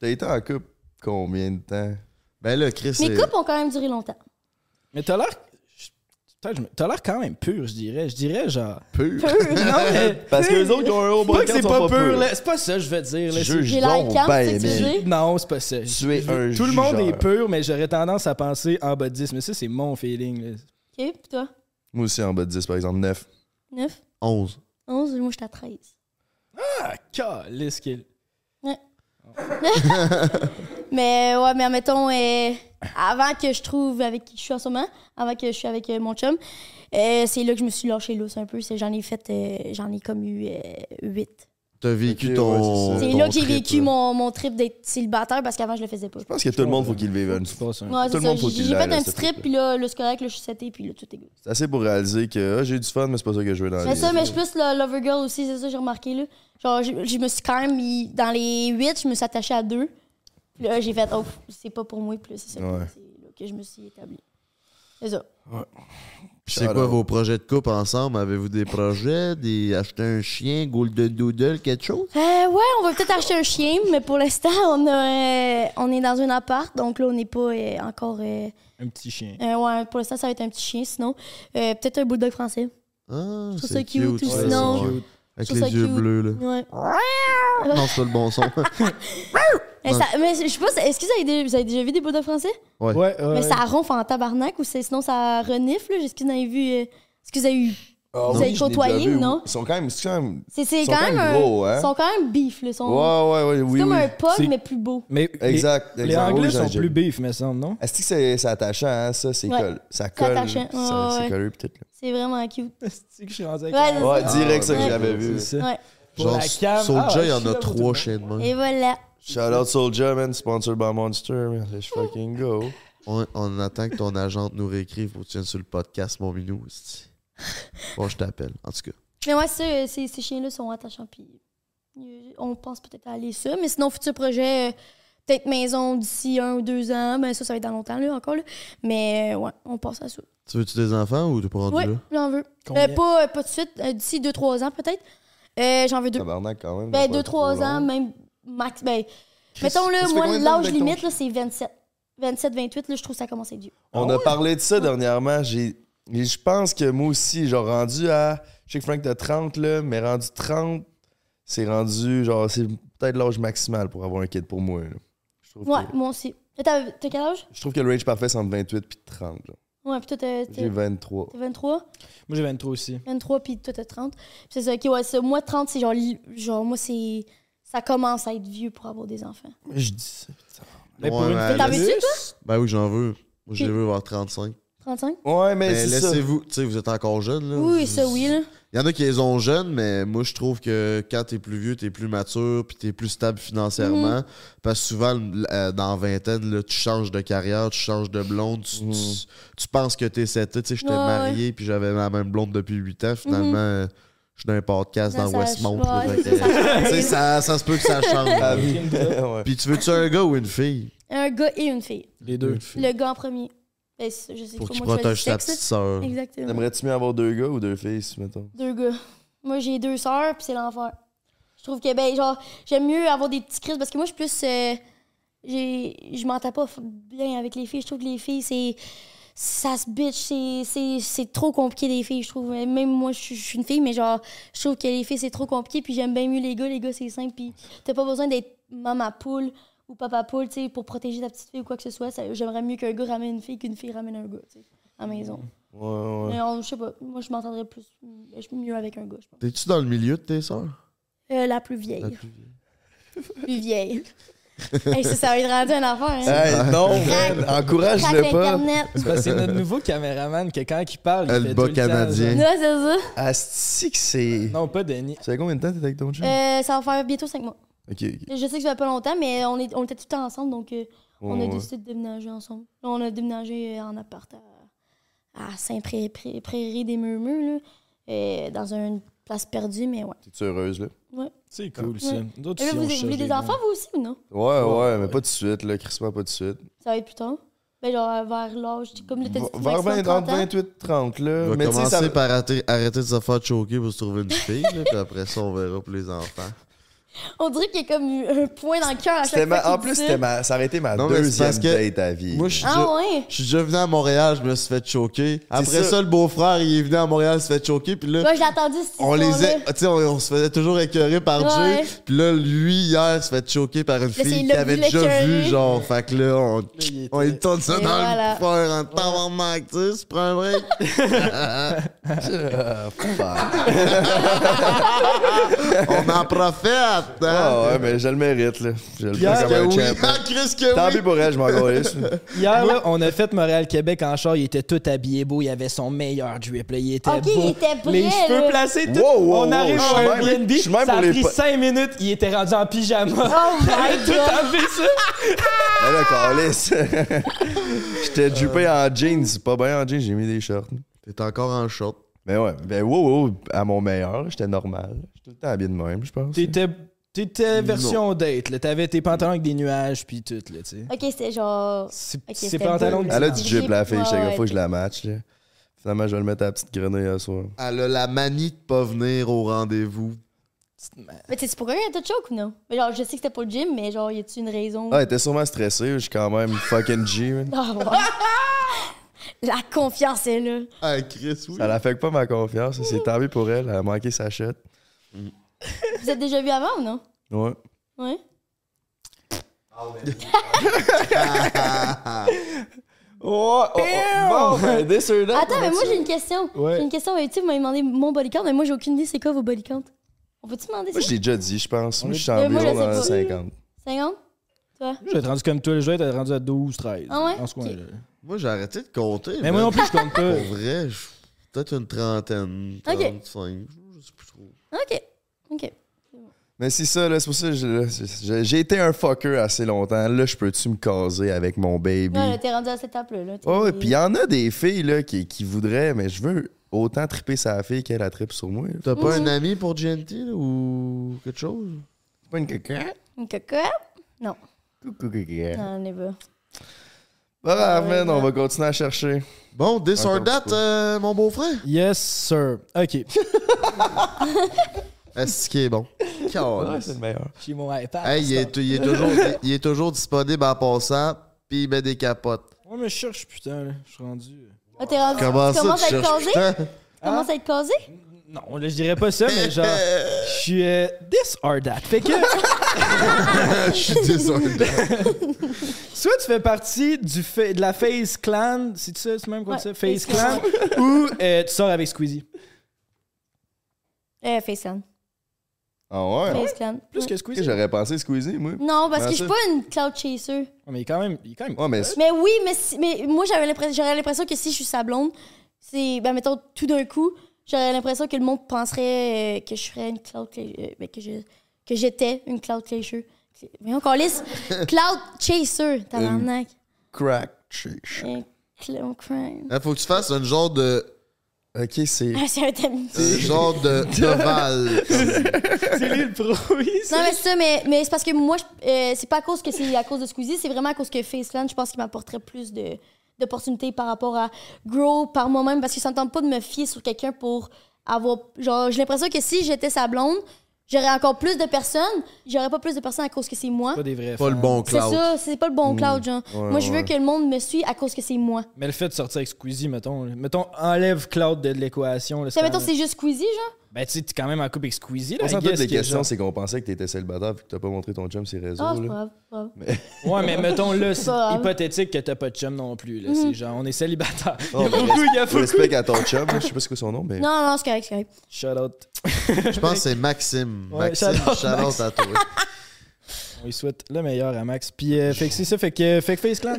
B: T'as été en couple combien de temps?
C: Ben là, Chris,
A: Mes
C: c'est.
A: couples ont quand même duré longtemps.
D: Mais t'as l'air... je- Putain, je me- T'as l'air quand même pur, je dirais. Je dirais genre...
B: Peu!
D: Non, mais...
B: Parce que les autres qui ont un haut
D: Pas que c'est pas pur,
B: là!
D: là. C'est pas ça, je veux dire. là.
B: Juge
A: J'ai l'air
B: donc,
A: calme,
B: ben,
A: c'est que tu
B: mais-
A: sais.
D: Non, c'est pas ça.
B: Tu es
D: Je-
B: un
D: Tout le monde
B: jugeur.
D: est pur, mais j'aurais tendance à penser en bas de 10. Mais ça, c'est mon feeling. là.
A: Ok, puis toi?
B: Moi aussi en bas de 10 par exemple, 9.
A: 9,
C: 11.
A: 11, moi j'étais à 13.
D: Ah, calisse qu'il...
A: Mais ouais, mais admettons, euh, avant que je trouve avec qui je suis en ce moment, avant que je suis avec euh, mon chum, euh, c'est là que je me suis lâché l'os un peu. C'est- J'en ai fait, euh, j'en ai comme eu 8.
C: T'as vécu
B: Ok,
C: ton.
B: ouais,
A: C'est
C: ton
A: là que j'ai
C: trip,
A: vécu
C: là.
A: mon, mon trip d'être célibataire parce qu'avant je le faisais pas.
B: Je pense que tout le monde faut qu'il le vive. une fois.
A: Ouais,
B: Tout
A: c'est ça.
B: le monde faut
A: J'ai
B: qu'il
A: j'ai fait
B: l'aille,
A: un
B: ce
A: petit trip,
B: trip-là.
A: puis là, là c'est correct, là je suis setée, puis là tout est good.
B: C'est assez pour réaliser que ah, j'ai du fun, mais c'est pas ça que je veux dans la
A: Mais
B: vie.
A: ça, mais je suis plus le lover girl aussi, c'est ça que j'ai remarqué là. Genre, je, je me suis quand même mis dans les 8, je me suis attachée à deux. Puis là, j'ai fait, oh, c'est pas pour moi, puis là, c'est ça
B: Ouais.
A: c'est là que je me suis établie. C'est ça.
C: Puis c'est quoi vos projets de couple ensemble? Avez-vous des projets? Des acheter un chien, golden doodle, quelque chose?
A: Euh, ouais, on va peut-être acheter un chien, mais pour l'instant, on, a, euh, on est dans un appart, donc là, on n'est pas euh, encore. euh,
D: Un petit chien.
A: euh, ouais, pour l'instant, ça va être un petit chien, sinon. Euh, peut-être un bulldog français.
C: Ah,
A: trouve
C: c'est
A: ça cute ou
C: ça.
A: sinon-
C: Ouais. Avec
A: Je trouve ça
C: les yeux
A: cute.
C: bleus, là.
A: Ouais.
C: Non, c'est pas le bon son.
A: Mais, ça- mais je sais pas, est-ce que vous avez, déjà, vous avez déjà vu des bulldogs français?
C: Ouais.
D: Ouais, ouais.
A: Mais ça ronfle en tabarnak ou c'est- sinon ça renifle, là? Est-ce que vous avez vu. euh, Est-ce que vous avez eu.
B: Ah
A: Vous
B: oui,
A: avez
B: je l'ai
A: côtoyé,
B: déjà vu,
A: non?
B: oui. Ils sont quand même. c'est quand même-
A: C'est c'est
B: Ils sont
A: quand
B: quand
A: même.
B: même
A: un-
B: gros, hein?
A: Ils sont quand même beef, là. ils
B: Ouais,
A: sont-
B: ouais, ouais,
A: C'est
B: oui.
A: comme
B: oui.
A: un pug,
D: C'est-
A: mais plus beau.
D: Mais
B: Exact.
D: les, les
B: exact.
D: Anglais
B: Oui,
D: sont
B: j'ai-
D: plus beefs, me semble, non?
B: Est-ce que c'est c'est attachant, hein, ça? C'est
A: Ouais.
B: colle. Ça colle.
A: attachant, ouais,
B: ça-
A: ouais.
B: C'est collé, peut-être. là.
A: C'est vraiment cute.
D: C'est que je suis rendu avec
A: Ouais,
D: la-
A: c'est
B: Ouais,
A: ça.
B: direct ça que
A: ouais.
B: j'avais vu.
D: C'est ça.
A: Ouais.
D: Pour
C: Genre,
D: la cam.
C: Soulja,
D: Ah,
C: il y
D: je
C: en
D: suis
C: a
D: là pour tout
C: trois
D: le
C: chiens de main.
A: Et voilà.
B: Shout out Soulja, man, sponsored by Monster. man. Let's fucking go.
C: On, on attend que ton agente nous réécrive pour que tu viennes sur le podcast, mon minou. esti. Bon, je t'appelle, en tout cas.
A: Mais ouais, ça, euh, ces, ces chiens-là sont attachants. Puis euh, on pense peut-être à aller ça. Mais sinon, futur projet, euh, peut-être maison d'ici un ou deux ans. Ben ça, ça va être dans longtemps, là, encore. Là. Mais euh, ouais, on pense à ça.
C: Tu veux-tu des enfants ou t'es pas rendu
A: Oui,
C: là?
A: j'en veux.
D: Combien?
A: Euh, pas, euh, pas tout de suite, euh, d'ici deux, trois ans peut-être. Euh, j'en veux deux.
B: Tabarnak, quand même.
A: Ben,
B: pas
A: deux, trois
B: trop long.
A: ans, même max. Ben, mettons, là,
B: ça fait
A: moi,
B: combien de temps
A: l'âge
B: avec ton
A: limite, là, c'est 27. 27, 28, là, je trouve que ça commence à être dur.
B: On a parlé de ça dernièrement. J'ai, et je pense que moi aussi, genre rendu à. Je sais que Frank de 30, là, mais rendu 30, c'est rendu. Genre, c'est peut-être l'âge maximal pour avoir un kid pour moi. là. Je, trouve
A: Ouais,
B: que,
A: moi aussi. Là, T'as t'as quel âge?
B: je trouve que le range parfait, c'est entre 28 puis 30. là.
A: Ouais, puis toi, t'as
B: J'ai
A: t'as-
B: 23.
A: t'as 23.
D: Moi, j'ai 23 aussi.
A: 23, puis toi, t'as 30. Puis c'est ça, ok, ouais, ça, moi, 30, c'est genre, li- genre, moi, c'est. Ça commence à être vieux pour avoir des enfants.
B: Je dis ça.
D: Mais
C: Ouais,
D: pour une
C: mais
D: fille
A: t'en
D: de
A: veux-tu,
D: plus,
C: Ben oui, j'en veux. Moi, je les veux vers 35.
A: 35?
B: Ouais, mais,
C: Mais
B: Ben, c'est ça.
C: laissez-vous, tu sais, vous êtes encore jeune,
B: Oh,
C: là.
A: Oui, ça, oui, là.
C: Il y en a qui les ont jeunes, mais moi, je trouve que quand t'es plus vieux, t'es plus mature, puis t'es plus stable financièrement.
A: Mhm.
C: Parce que souvent, l- euh, dans vingtaine, là, tu changes de carrière, tu changes de blonde, tu,
B: Mhm.
C: tu- tu penses que t'es setté. Tu sais, j'étais
A: Ouais, ouais.
C: marié, puis j'avais la même blonde depuis 8 ans. Finalement,
A: Mhm.
C: euh, je suis dans un podcast
A: Non,
C: dans
A: ça-
C: Westmount.
A: ouais,
C: là,
A: c'est
C: fait que,
A: ça, ça
C: tu sais,
A: arrive.
C: ça, ça se peut que ça change.
B: Ah,
C: là.
B: oui. Ouais.
C: puis tu veux-tu un gars ou une fille?
A: Un gars et une fille.
D: Les deux.
A: Le gars en premier. Ben, c'est- je sais
C: Pour
A: pas,
C: qu'il
A: moi, je choisis le
C: protège sa
A: sexe,
C: petite
A: là.
C: sœur.
A: Exactement.
B: T'aimerais-tu mieux avoir deux gars ou deux filles, si, mettons?
A: Deux gars. Moi, j'ai deux sœurs, puis c'est l'enfer. Je trouve que, ben, genre, j'aime mieux avoir des petits crises parce que moi, je suis plus. euh, j'ai- je m'entends pas f- bien avec les filles. Je trouve que les filles, c'est. Ça se bitch, c'est- c'est c'est trop compliqué les filles, je trouve. Même moi, je suis- je suis une fille, mais genre, je trouve que les filles, c'est trop compliqué, puis j'aime bien mieux les gars. Les gars, c'est simple, puis t'as pas besoin d'être maman poule ou papa poule, tu sais, pour protéger ta petite fille ou quoi que ce soit. Ça- J'aimerais mieux qu'un gars ramène une fille qu'une fille ramène un gars, tu sais, à la maison.
B: Ouais, ouais.
A: Mais on- je sais pas, moi, je m'entendrais plus je suis mieux avec un gars, je pense.
C: T'es-tu dans le milieu de tes sœurs?
A: Euh, la plus vieille.
C: La
A: La
C: plus
A: plus vieille. Hey, ça, ça va être rendu un affaire. Hein?
B: Hey, non,
A: Crac.
B: man, Ah. encourage-le euh, pas.
A: Internet.
D: C'est parce que c'est notre nouveau caméraman que quand il parle, il
C: Euh,
D: fait
C: le
D: tout
C: bas
D: temps,
C: canadien.
A: Non, c'est ça.
B: Asti que c'est.
D: genre- Non, pas Denis.
B: Ça fait combien de temps que t'es avec ton chum?
A: Euh, ça va faire bientôt 5 mois.
B: Ok, ok.
A: Je sais que ça fait pas longtemps, mais on, est, on était tout le temps ensemble, donc euh, on a
B: Ouais, ouais.
A: décidé de déménager ensemble. Là, on a déménagé euh, en appart à, à Saint-Prairie des Murmures, là, euh, dans une place perdue, mais ouais.
B: T'es-tu heureuse, là?
A: ouais.
D: C'est cool, ça.
A: Ouais.
D: Nous autres,
A: Et là,
D: si on
A: vous
D: cherche
A: avez des
D: gars.
A: enfants, vous aussi, ou non?
B: Ouais, ouais,
D: Ouais,
B: mais
D: ouais.
B: pas tout de suite, là, Christmas, pas tout de suite.
A: Ça va être plus tard. Ben, genre, vers l'âge, comme le
B: Va- Vers 20, 30, 28, 30, là.
C: On va
B: Euh, mais tu sais,
C: commencer
B: ça.
C: par arrêter, arrêter de se faire choquer pour se trouver une fille, là, puis après ça, on verra pour les enfants.
A: On dirait qu'il y a comme un point dans le cœur à
B: c'était
A: chaque fois.
B: ma- En
A: qu'il
B: plus,
A: dit ça.
B: c'était ma... ça aurait été ma
C: Non, mais c'est
B: deuxième
C: parce que-
B: date à vie.
C: Moi, je suis
A: Ah
C: déjà-
A: ouais?
C: je suis déjà venu à Montréal, je me suis fait choquer. Après ça,
B: ça.
C: le beau-frère, il est venu à Montréal, il se fait choquer, puis là,
A: Moi, j'ai attendu cette
C: on les
A: histoire-là.
C: a... Tu sais, on, on se faisait toujours écœurer par Jay,
A: Ouais.
C: puis là, lui, hier, il se fait choquer par une
A: c'est
C: fille
A: là
C: qu'il
A: que
C: avait
A: vous
C: déjà
A: l'écœurez.
C: vue, genre, fait que là, on...
D: il était-
C: On lui tourne ça
A: Et
C: dans
A: voilà.
C: le frère en temps manque, tu sais, tu prends un break.
B: Ah, fuck.
C: on en profite,
B: Ah,
C: hein?
B: ouais, mais je le mérite, là. Je le
D: Pierre,
B: prends comme un
D: que oui.
B: champ.
C: Ah, Chris, que
B: Tant
C: oui!
B: pis pour elle, je m'en calisse.
D: Hier, là, on a fait Montréal-Québec en char. Il était tout habillé beau. Il avait son meilleur drip. Là. Il était
A: Ok,
D: beau.
A: il était prêt,
D: Les cheveux
A: là.
D: placés. Tout.
B: Wow, wow,
D: on arrive
B: wow,
D: au
B: je suis même-
D: Airbnb.
B: je suis même
D: ça a
B: pour les
D: pris
B: pa-
D: 5 minutes. Il était rendu en pyjama.
A: Oh my
D: Tout
A: god!
D: enlevé, ça.
B: Mais là, calisse. J'étais jupé en jeans. Pas bien en jeans, j'ai mis des shorts.
C: T'es encore en short.
B: Mais ouais, ben wow, wow, à mon meilleur, là, j'étais normal. J'étais tout le temps habillé de même, je pense.
D: T'étais T'étais version date, là. T'avais tes pantalons avec des nuages, puis tout, là, tu sais.
A: Ok, c'était genre.
D: C'est
A: Ok,
D: c'est
A: c'était
D: pantalons
A: deux.
D: de-
B: Elle a
A: du
B: du jib, la fille.
A: ouais,
B: J'étais comme,
A: ouais.
B: faut que je la match. là. Finalement, je vais le mettre à la petite grenouille à soir.
C: Elle a la manie de pas venir au rendez-vous.
A: Mais tu sais, pourquoi il y a tout choc ou non? Mais genre, je sais que c'était pour le gym, mais genre, y a-tu une raison?
B: Ah, elle était sûrement stressée. Je suis quand même fucking G, man.
A: Ah, ouais. La confiance est là.
C: Ah, Chris, oui.
B: Ça l'affecte pas ma confiance. C'est tant mieux pour elle. Elle a manqué sa shot.
A: Vous êtes déjà vu avant ou non?
B: Ouais.
A: Ouais.
D: Oh, oh, oh, bon, this or that.
A: Attends, mais moi j'ai une question.
D: Ouais.
A: J'ai une question. Tu sais, vous m'avez demandé mon body count, mais moi j'ai aucune idée c'est quoi vos body count. On peut-tu demander
B: Moi,
A: ça?
B: je l'ai déjà dit, je pense. Moi, je suis
A: Euh, moi, je
B: environ
A: sais
B: dans
A: pas.
B: 50.
A: 50? Toi?
D: Je vais être rendu comme toi, je vais être rendu à 12, 13.
A: Ah ouais?
D: dans ce coin-là.
C: Moi, j'ai arrêté de compter.
D: Mais moi non plus, euh. je compte pas.
C: Pour vrai, je- peut-être une trentaine,
A: Ok.
C: 35, je sais plus trop.
A: Ok. Ok.
B: Mais c'est ça, là, c'est pour ça que je- là, c'est- j'ai j'ai été un fucker assez longtemps. Là, je peux-tu me caser avec mon baby?
A: Non, là, t'es rendu à cette étape-là. Là, T'es-
B: Oh, et puis il y en a des filles là, qui, qui voudraient, mais je veux autant triper sa fille qu'elle a tripe sur moi.
C: T'as pas un ami pour GNT, là, ou quelque chose?
B: C'est pas une caca.
A: Une cocotte?
B: Coucou, caca.
A: Non, on est pas.
B: Bon,
A: Ouais,
B: Raven, Ah, on
A: ouais.
B: va continuer à chercher.
C: Bon, this or
B: Encore
C: that,
B: un peu.
C: euh, mon beau-frère.
D: Yes, sir. OK.
C: Est-ce qu'il est bon?
B: Ouais,
C: Calme.
B: c'est le meilleur.
D: J'ai mon iPad.
C: Hey, il est, il est toujours, il est toujours disponible en passant, puis il met des capotes.
D: Ouais, mais je cherche, putain, là. Je suis rendu. euh,
A: Ah, t'es rendu.
C: Comment
A: Ah, tu
C: ça,
A: commences
C: tu
A: à être
C: cherches
A: casé? Tu
C: putain?
A: commences à être casé?
D: Non, là, je dirais pas ça, mais genre, je suis euh, this or that. Fait que,
C: Je suis désolé.
D: soit tu fais partie du fa- de la Face Clan, c'est ça, c'est même quoi
A: Ouais,
D: ça?
A: Face
D: Face Clan, ou euh, tu sors avec Squeezie.
A: Euh, Face Clan.
B: Ah ouais?
A: Face Clan.
D: Plus
A: Ouais.
D: que
B: Ok,
D: Squeezie.
B: J'aurais pensé Squeezie, moi.
A: Non, parce
B: Ben,
A: que je suis
B: ça-
A: pas une cloud chaser.
D: Ouais, mais il est quand même. Il est quand même...
B: Ouais, mais
A: Mais oui, mais, si- mais moi j'avais l'impression, j'aurais l'impression que si je suis sa blonde, c'est, ben mettons, tout d'un coup, j'aurais l'impression que le monde penserait euh, que je serais une cloud cla- euh, ben, que, je, que j'étais une cloud chaser. Mais encore lisse. Cloud chaser,
C: Euh,
A: tabarnak.
B: crack. chiche.
A: Euh, Cloud crime.
C: Hein, faut que tu fasses un genre de.
B: Ok, c'est.
A: Ah, c'est un thème.
C: un genre de. d'ovale.
D: Euh, C'est lui le pro, oui, c'est-
A: Non, mais c'est ça, mais, mais c'est parce que moi, je- euh, c'est pas à cause que c'est à cause de Squeezie, c'est vraiment à cause que Faceland, je pense qu'il m'apporterait plus de d'opportunités par rapport à grow par moi-même parce que ça ne tente pas de me fier sur quelqu'un pour avoir genre j'ai l'impression que si j'étais sa blonde j'aurais encore plus de personnes j'aurais pas plus de personnes à cause que c'est moi
D: Pas des vrais
C: Pas le
D: fans.
C: bon
A: c'est
C: cloud.
A: ça c'est pas le bon cloud genre
B: Ouais,
A: moi je veux
B: ouais.
A: que le monde me suit à cause que c'est moi
D: Mais le fait de sortir avec Squeezie, mettons, là, mettons enlève Cloud de l'équation. là,
A: ça
D: c'est
A: mettons
D: quand
A: c'est juste Squeezie genre
D: même- Ben, tu sais, t'es quand même en couple avec Squeezie. Là,
B: On
D: I
B: s'en toutes
D: guess
B: les
D: que
B: questions,
D: genre-
B: c'est qu'on pensait que t'étais célibataire vu que t'as pas montré ton chum sur les réseaux.
A: ah c'est
B: là.
A: pas grave, c'est pas grave.
D: Ouais, mais mettons là, c'est
A: grave.
D: hypothétique que t'as pas de chum non plus. Là. C'est
A: Mhm.
D: genre, on est célibataire. Il y a
B: Oh,
D: beaucoup, il y a
B: Faut
D: beaucoup.
B: respect à ton chum, là, je sais pas c'est quoi son nom, mais.
A: non non c'est correct c'est correct
D: Shout out.
C: Je pense que c'est Maxime.
D: Ouais,
C: Maxime,
D: shout-out,
C: shout-out à toi.
D: On lui souhaite le meilleur à Max. Puis, euh, fait que c'est ça, fait que, fait que Face Clan.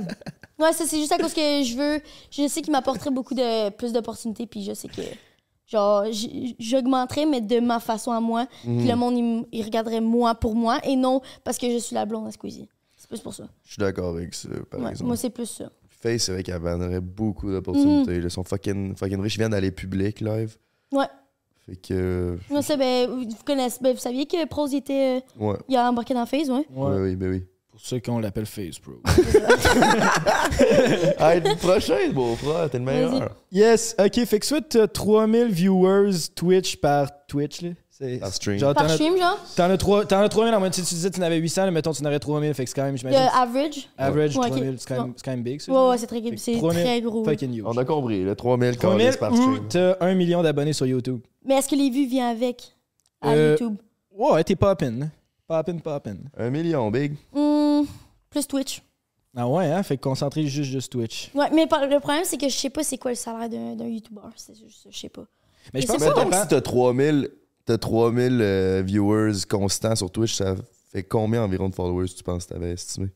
A: Ouais, ça, c'est juste à cause que je veux. Je sais qu'il m'apporterait beaucoup de plus d'opportunités, puis je sais que. Genre, j- j'augmenterais, mais de ma façon à moi. Puis le monde, il, m- il regarderait moi pour moi, et non parce que je suis la blonde à Squeezie. C'est plus pour ça.
B: Je suis d'accord avec ça, par
A: Ouais,
B: exemple.
A: moi, c'est plus ça.
B: Face, c'est vrai qu'elle vendrait beaucoup d'opportunités. Ils sont fucking, fucking riches. Ils viennent d'aller public live.
A: Ouais.
B: Fait que. euh,
A: Moi, ça, ben, vous vous connaissez. Ben, vous saviez que Prose, il était. euh,
B: Ouais.
A: il a embarqué dans Phase, ouais.
B: Ouais, oui, ben oui.
D: Pour ceux qu'on l'appelle Face, bro.
B: Hey, le prochain, beau frère, t'es le
A: Vas-y.
B: meilleur.
D: yes, ok, fait que soit t'as 3000 viewers Twitch par Twitch, là. C'est.
B: Par stream.
D: Genre,
A: Par
D: t'en as,
A: stream, genre.
D: t'en as trois- t'en as 3000 en mode, si tu disais que t'en avais 800, là, mettons, tu en aurais 3000, fait que c'est quand même,
A: Le
D: j'imagine.
A: average.
D: Average
A: Ouais, ok.
D: 3000, c'est quand, même- c'est quand même big, ça.
A: Ouais, ouais, c'est très, c'est
D: 3000,
A: très gros.
D: Fucking huge.
B: On a compris, le 3000
D: 3000
B: calices par
D: ou
B: stream.
D: t'as 1 million d'abonnés sur YouTube.
A: Mais est-ce que les vues viennent avec à
D: Euh,
A: YouTube?
D: Ouais, t'es poppin. hein. Poppin, poppin.
B: Un million, big.
A: Hmm, plus Twitch.
D: Ah ouais, hein? Fait que concentrer juste, juste Twitch.
A: Ouais, mais par- le problème, c'est que je sais pas c'est quoi le salaire d'un d'un YouTuber. C'est juste ça, je sais pas.
D: Mais
A: Mais
D: je pense que
A: c'est
D: ça
A: pas
B: Mettons que
D: dépend.
B: si t'as 3000, t'as 3000 euh, viewers constants sur Twitch, ça fait combien environ de followers tu penses que t'avais estimé?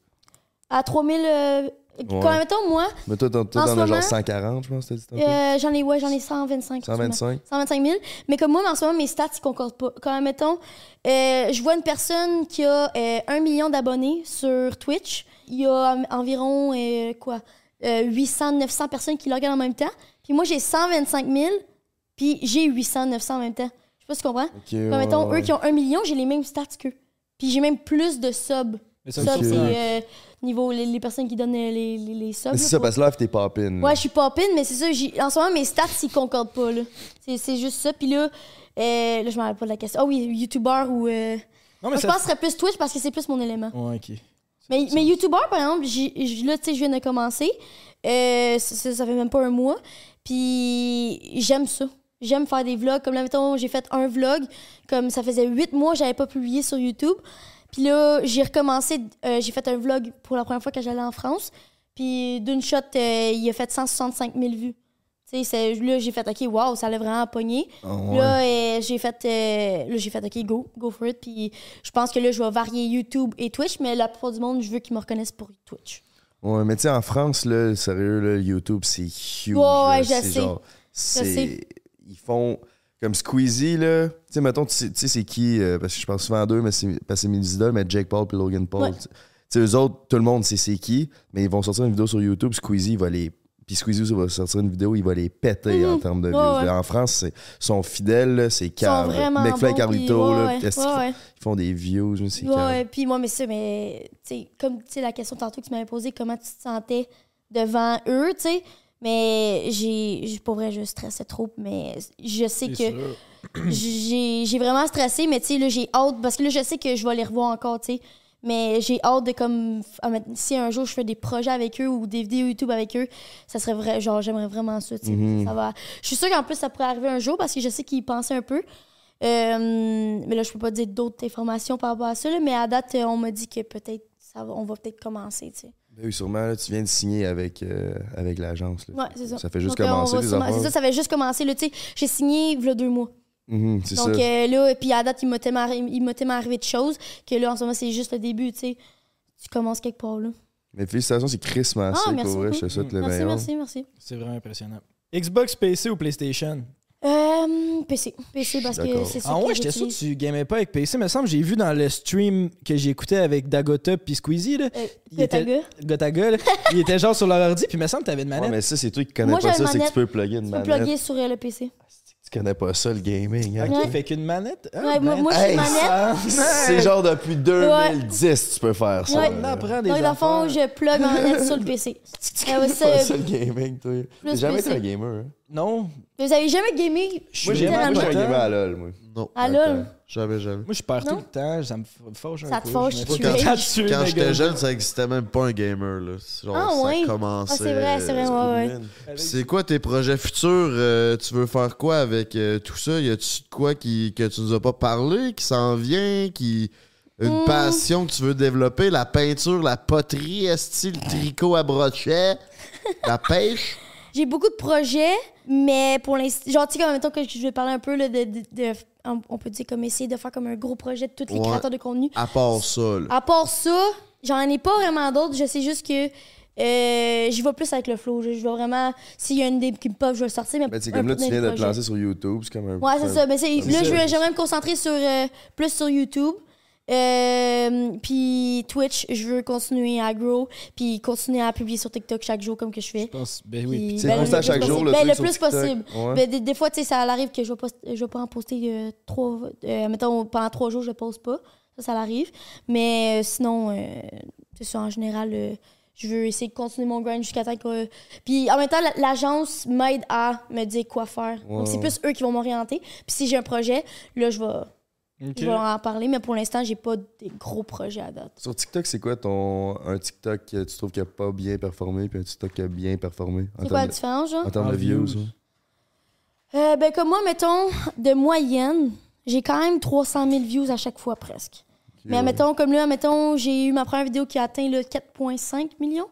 A: À 3000. Euh,
B: Ouais.
A: Quand mettons, moi,
B: Mais toi, t'en toi,
A: En ce
B: t'en as genre
A: moment,
B: 140, je pense, t'as dit tantôt.
A: euh, j'en ai, ouais, j'en ai 125. en ce moment.
B: 125?
A: 125 000. Mais comme moi, en ce moment, mes stats, ils concordent pas. Quand, mettons, euh, je vois une personne qui a euh, 1 million d'abonnés sur Twitch. Il y a euh, environ, euh, quoi, euh, 800, 900 personnes qui le regardent en même temps. Puis moi, j'ai 125 000, puis j'ai 800, 900 en même temps. Je sais pas si tu comprends.
B: Ok,
A: Comme,
B: ouais,
A: mettons,
B: ouais.
A: eux qui ont 1 million, j'ai les mêmes stats qu'eux. Puis j'ai même plus de subs.
D: Mais ça,
A: Subs,
D: c'est-
A: c'est euh, niveau les, les personnes qui donnent euh, les, les, les subs. là,
B: C'est ça,
A: pour-
B: parce que là, t'es poppin.
A: Ouais, je suis pas pine, mais c'est ça. j'ai- En ce moment, mes stats, ils concordent pas. là. C'est- C'est juste ça. Puis là, euh, là je m'en rappelle pas de la question. Ah oui, YouTuber ou. euh,
D: Non,
A: moi,
D: mais
A: je
D: ça.
A: pense que ce serait plus Twitch parce que c'est plus mon élément.
D: Ouais, ok.
A: Mais, mais YouTuber, par exemple, j'ai- j'- là, tu sais, je viens de commencer. Euh, ça, ça fait même pas un mois. Puis j'aime ça. J'aime faire des vlogs. Comme là, mettons, j'ai fait un vlog. Comme ça faisait huit mois que j'avais pas publié sur YouTube. Puis là, j'ai recommencé. euh, j'ai fait un vlog pour la première fois que j'allais en France. Puis d'une shot, euh, il a fait 165 000 vues. Tu sais, c'est- là, j'ai fait, OK, wow, ça l'a vraiment pogné.
B: Ah,
A: Là, euh, j'ai fait, euh, là, j'ai fait, OK, go, go for it. Puis je pense que là, je vais varier YouTube et Twitch, mais la plupart du monde, je veux qu'ils me reconnaissent pour Twitch.
B: Ouais, mais tu sais, en France, là, sérieux, là, YouTube, c'est huge.
A: Ouais,
B: là.
A: ouais, je
B: C'est
A: sais.
B: genre, c'est-
A: sais.
B: Ils font comme Squeezie, là. Tu sais, mettons, tu sais, tu sais c'est qui euh, Parce que je pense souvent à deux, mais c'est parce que c'est mes idoles, mais Jake Paul puis Logan Paul.
A: Ouais.
B: Tu sais, eux autres, tout le monde sait c'est qui, mais ils vont sortir une vidéo sur YouTube. Squeezie, il va les. Puis Squeezie aussi va sortir une vidéo, il va les péter en termes de vues.
A: Mhm. ouais.
B: Là, En France, c'est- ils sont fidèles, là, c'est
A: Ils sont
B: calme.
A: vraiment
B: McFly et
A: bons,
B: Carlito,
A: puis-
B: là,
A: ouais, ouais,
B: qu'est-ce qu'ils font?
A: ouais,
B: ils font des views, là, c'est
A: ouais,
B: calme.
A: ouais. Puis moi, mais ça, mais, tu sais, comme, tu sais, la question tantôt que tu m'avais posée, comment tu te sentais devant eux, tu sais, mais j'ai, j'ai- pour vrai, je stressais trop, mais je sais que...
D: C'est sûr.
B: Hmm.
A: j'ai j'ai vraiment stressé, mais tu sais, là, j'ai hâte, parce que là, je sais que je vais les revoir encore, tu sais. Mais j'ai hâte de comme. ah, mais Si un jour je fais des projets avec eux ou des vidéos YouTube avec eux, ça serait vrai. Genre, j'aimerais vraiment ça, tu sais.
B: Mm-hmm.
A: Ça va. Je suis sûre qu'en plus, ça pourrait arriver un jour parce que je sais qu'ils y pensaient un peu. Euh, mais là, je peux pas dire d'autres informations par rapport à ça, là, mais à date, euh, on m'a dit que peut-être, ça va, on va peut-être commencer, tu sais.
B: Ben oui, sûrement, là, tu viens de signer avec, euh, avec l'agence. là.
A: Ouais, c'est ça.
B: Ça fait juste
A: Donc, euh, on
B: commencer
A: va
B: les
A: sûrement-
B: affaires.
A: C'est ça, ça fait juste commencer, là, tu sais. J'ai signé, il y a deux mois.
B: Mhm, c'est
A: Donc
B: ça.
A: euh, là, puis à date, il m'a tellement, arri- il m'a tellement arrivé de choses que là, en ce moment, c'est juste le début, tu sais. Tu commences quelque part, là.
B: Mais félicitations, c'est Chris Massé
A: Ah, merci
B: pour vrai. Je te
A: beaucoup.
B: souhaite le
A: Merci,
B: meilleur.
A: merci, merci.
D: C'est vraiment impressionnant. Xbox, PC ou PlayStation?
A: Euh, PC. PC, parce que
B: d'accord.
A: c'est ça.
D: Ah
A: que
D: ouais, j'étais sûr que
A: j'utilise.
D: tu gamais pas avec PC. Mais semble j'ai vu dans le stream que j'écoutais avec Dagota puis Squeezie, là,
A: Euh,
D: Il était-
A: Gotaga.
D: Gotaga, là, il était genre sur leur ordi, puis il me semble que t'avais une
B: Ouais,
D: manette.
B: mais ça, c'est toi qui connais
A: Moi,
B: pas
A: j'ai
B: ça,
A: une
B: c'est que tu
A: manette.
B: peux plugger une
A: Tu peux
B: manette.
A: plugger sur euh, le PC.
B: Tu connais pas ça, le gaming. hein?
D: Ok,
A: Ouais.
D: fait qu'une manette. Ah,
A: Ouais, moi,
D: man-
A: moi, je suis
B: Hey,
A: manette.
D: Ah,
B: C'est genre depuis 2010 tu peux faire ça.
A: Ouais.
D: On
B: là.
D: apprend des
A: Donc, dans le fond,
D: affaires.
A: je plug ma manette sur le PC.
B: Tu
A: Ah ouais,
B: connais
A: ça-
B: pas ça, le gaming, toi. T'as jamais été
A: PC.
B: un gamer. hein?
D: Non,
A: Vous avez jamais gamé?
D: je suis
B: Moi, j'ai
A: vraiment
B: moi,
D: vraiment
B: j'ai
A: pas
B: un
D: content.
B: gamer à LOL, moi.
C: Non.
A: Ah, lol.
C: Jamais, jamais.
D: Moi, je perds
A: Non?
D: tout le temps, ça me f- fauche un
A: Ça te
D: peu.
A: fâche,
D: je me
A: tu
D: fais
C: es.
D: gratuit,
C: Quand
D: ma
C: j'étais
D: gueule.
C: jeune, ça existait même pas un gamer, là. C'est Genre,
A: Ah,
C: ça
A: ouais.
C: commençait.
A: Ah, c'est vrai, c'est vrai, ouais, ouais.
C: Pis C'est quoi tes projets futurs? Euh, tu veux faire quoi avec euh, tout ça? Y a-tu de quoi qui, que tu nous as pas parlé, qui s'en vient, qui. Une
A: Hmm.
C: passion que tu veux développer, la peinture, la poterie, est-ce le tricot à brochet, la pêche?
A: J'ai beaucoup de projets, mais pour l'instant, genre, tu sais, comme mettons que je vais parler un peu là, de, de- de- on- on peut dire comme essayer de faire comme un gros projet de tous les
C: Ouais.
A: créateurs de contenu.
C: À part ça, là.
A: À part ça, j'en ai pas vraiment d'autres. Je sais juste que euh, j'y vais plus avec le flow. Je, je vais vraiment. S'il y a une idée qui me pop, je vais le sortir. Mais
B: Ben, c'est
A: un
B: comme là,
A: peu
B: tu viens de te
A: projet.
B: lancer sur YouTube. C'est comme un.
A: Ouais, c'est ça. Mais c'est-
B: c'est
A: là,
B: ça.
A: je vais- j'aimerais me concentrer sur, euh, plus sur YouTube. Euh, puis Twitch, je veux continuer à grow. Puis continuer à publier sur TikTok chaque jour comme que je fais.
D: Je pense- Ben oui.
A: Puis,
B: C'est
A: ben, le
B: constant
A: plus
B: chaque jour.
A: possible.
B: le
A: Ben,
B: truc
A: le
B: sur
A: plus
B: TikTok.
A: possible.
B: Ouais.
A: Ben, des, des fois, tu sais, ça arrive que je vais, pas, je vais pas en poster euh, trois. euh, mettons, pendant trois jours, je pose pas. Ça, ça l'arrive. Mais euh, sinon, euh, c'est ça, en général, euh, je veux essayer de continuer mon grind jusqu'à temps que. Puis en même temps, la- l'agence m'aide à me dire quoi faire.
B: Ouais.
A: Donc, c'est plus eux qui vont m'orienter. Puis si j'ai un projet, là, je vais, je
D: Ben,
A: vais en parler. Mais pour l'instant, j'ai pas des gros projets à date.
B: Sur TikTok, c'est quoi ton un TikTok que tu trouves qui a pas bien performé puis un TikTok qui a bien performé en
A: C'est quoi la
B: termes de,
A: différence, genre?
B: en termes de
D: En
B: views? hein?
D: views.
B: ouais.
A: Euh, ben, comme moi, mettons, de moyenne, j'ai quand même 300 000 views à chaque fois presque. Mais mettons, comme là, mettons, j'ai eu ma première vidéo qui a atteint le 4,5 millions.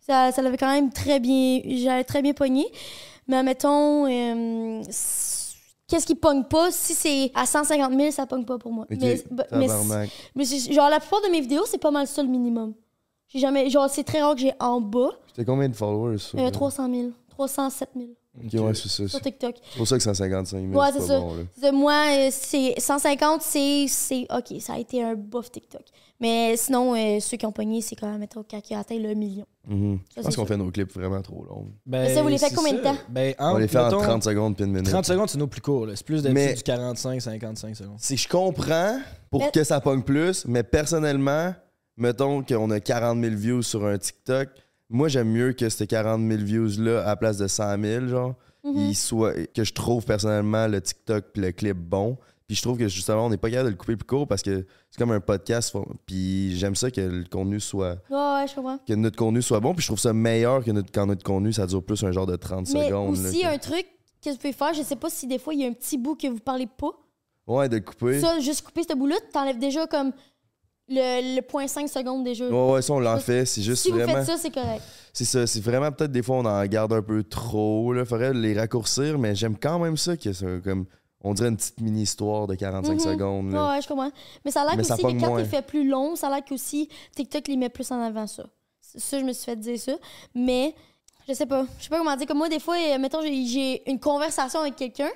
A: Ça, ça l'avait quand même très bien, j'avais très bien pogné. Mais mettons, euh, s- qu'est-ce qui pogne pas? Si c'est à 150 000, ça pogne pas pour moi.
B: Ok,
A: Mais, bah, mais,
B: tabarnak.
A: mais c'est- genre, la plupart de mes vidéos, c'est pas mal ça le minimum. J'ai jamais, genre, c'est très rare que j'ai en bas
B: T'as combien de followers? sur-
A: euh, 300 000, 307 000.
B: Ok, ouais, c'est ça.
A: sur
B: C'est
A: TikTok.
B: pour ça que 155 000,
A: Ouais,
B: c'est
A: c'est
B: pas
A: ça.
B: bon, là.
A: C'est- Moi, euh, c'est 150, c'est, c'est. OK, ça a été un bof TikTok. Mais sinon, euh, ceux qui ont pogné, c'est quand même, mettons, quand ils ont atteint le million. Ça,
B: Mhm. Je pense
A: c'est
B: qu'on
A: sûr.
B: fait nos clips vraiment trop longs.
D: Ben,
A: Mais ça, vous les faites
D: c'est
A: combien de
D: ça.
A: temps?
D: Ben,
B: On
D: entre,
B: les fait en
D: mettons,
B: 30 secondes puis une minute.
D: 30 secondes, c'est nos plus courts. là. C'est plus
B: Mais-
D: d'habitude du 45, 55 secondes.
B: Si je comprends pour
A: Mais-
B: que ça pogne plus, mais personnellement, mettons qu'on a 40 000 views sur un TikTok, moi j'aime mieux que ces 40 000 views-là, à la place de 100 000, genre,
A: Mhm.
B: ils soient- que je trouve personnellement le TikTok puis le clip bon. Puis je trouve que justement, on n'est pas capable de le couper plus court parce que c'est comme un podcast. faut- Puis j'aime ça que le contenu soit.
A: Ouais, ouais, je comprends.
B: que notre contenu soit bon. Puis je trouve ça meilleur que notre, quand notre contenu, ça dure plus un genre de 30
A: Mais
B: secondes. là,
A: aussi,
B: que-
A: un truc que vous pouvez faire, je sais pas si des fois, il y a un petit bout que vous parlez pas.
B: Ouais, de le couper.
A: Ça, juste couper ce bout-là, t'enlèves déjà comme le, le point 5 secondes déjà.
B: Ouais, ouais, ça, on l'en fait. C'est juste
A: si vous
B: vraiment.
A: faites ça, c'est correct.
B: C'est ça. C'est vraiment peut-être des fois, on en garde un peu trop. Là. Faudrait les raccourcir, mais j'aime quand même ça. Que ça comme, on dirait une petite mini-histoire de 45
A: Mhm.
B: secondes.
A: Ouais,
B: là.
A: ouais, je comprends. Mais ça a l'air
B: Mais ça
A: aussi que
B: pogne
A: quand
B: moins.
A: t'es fait plus long, ça a l'air qu'aussi TikTok les met plus en avant ça. Ça, je me suis fait dire ça. Mais je sais pas. Je sais pas comment dire. Comme moi, des fois, euh, mettons, j'ai- j'ai une conversation avec quelqu'un,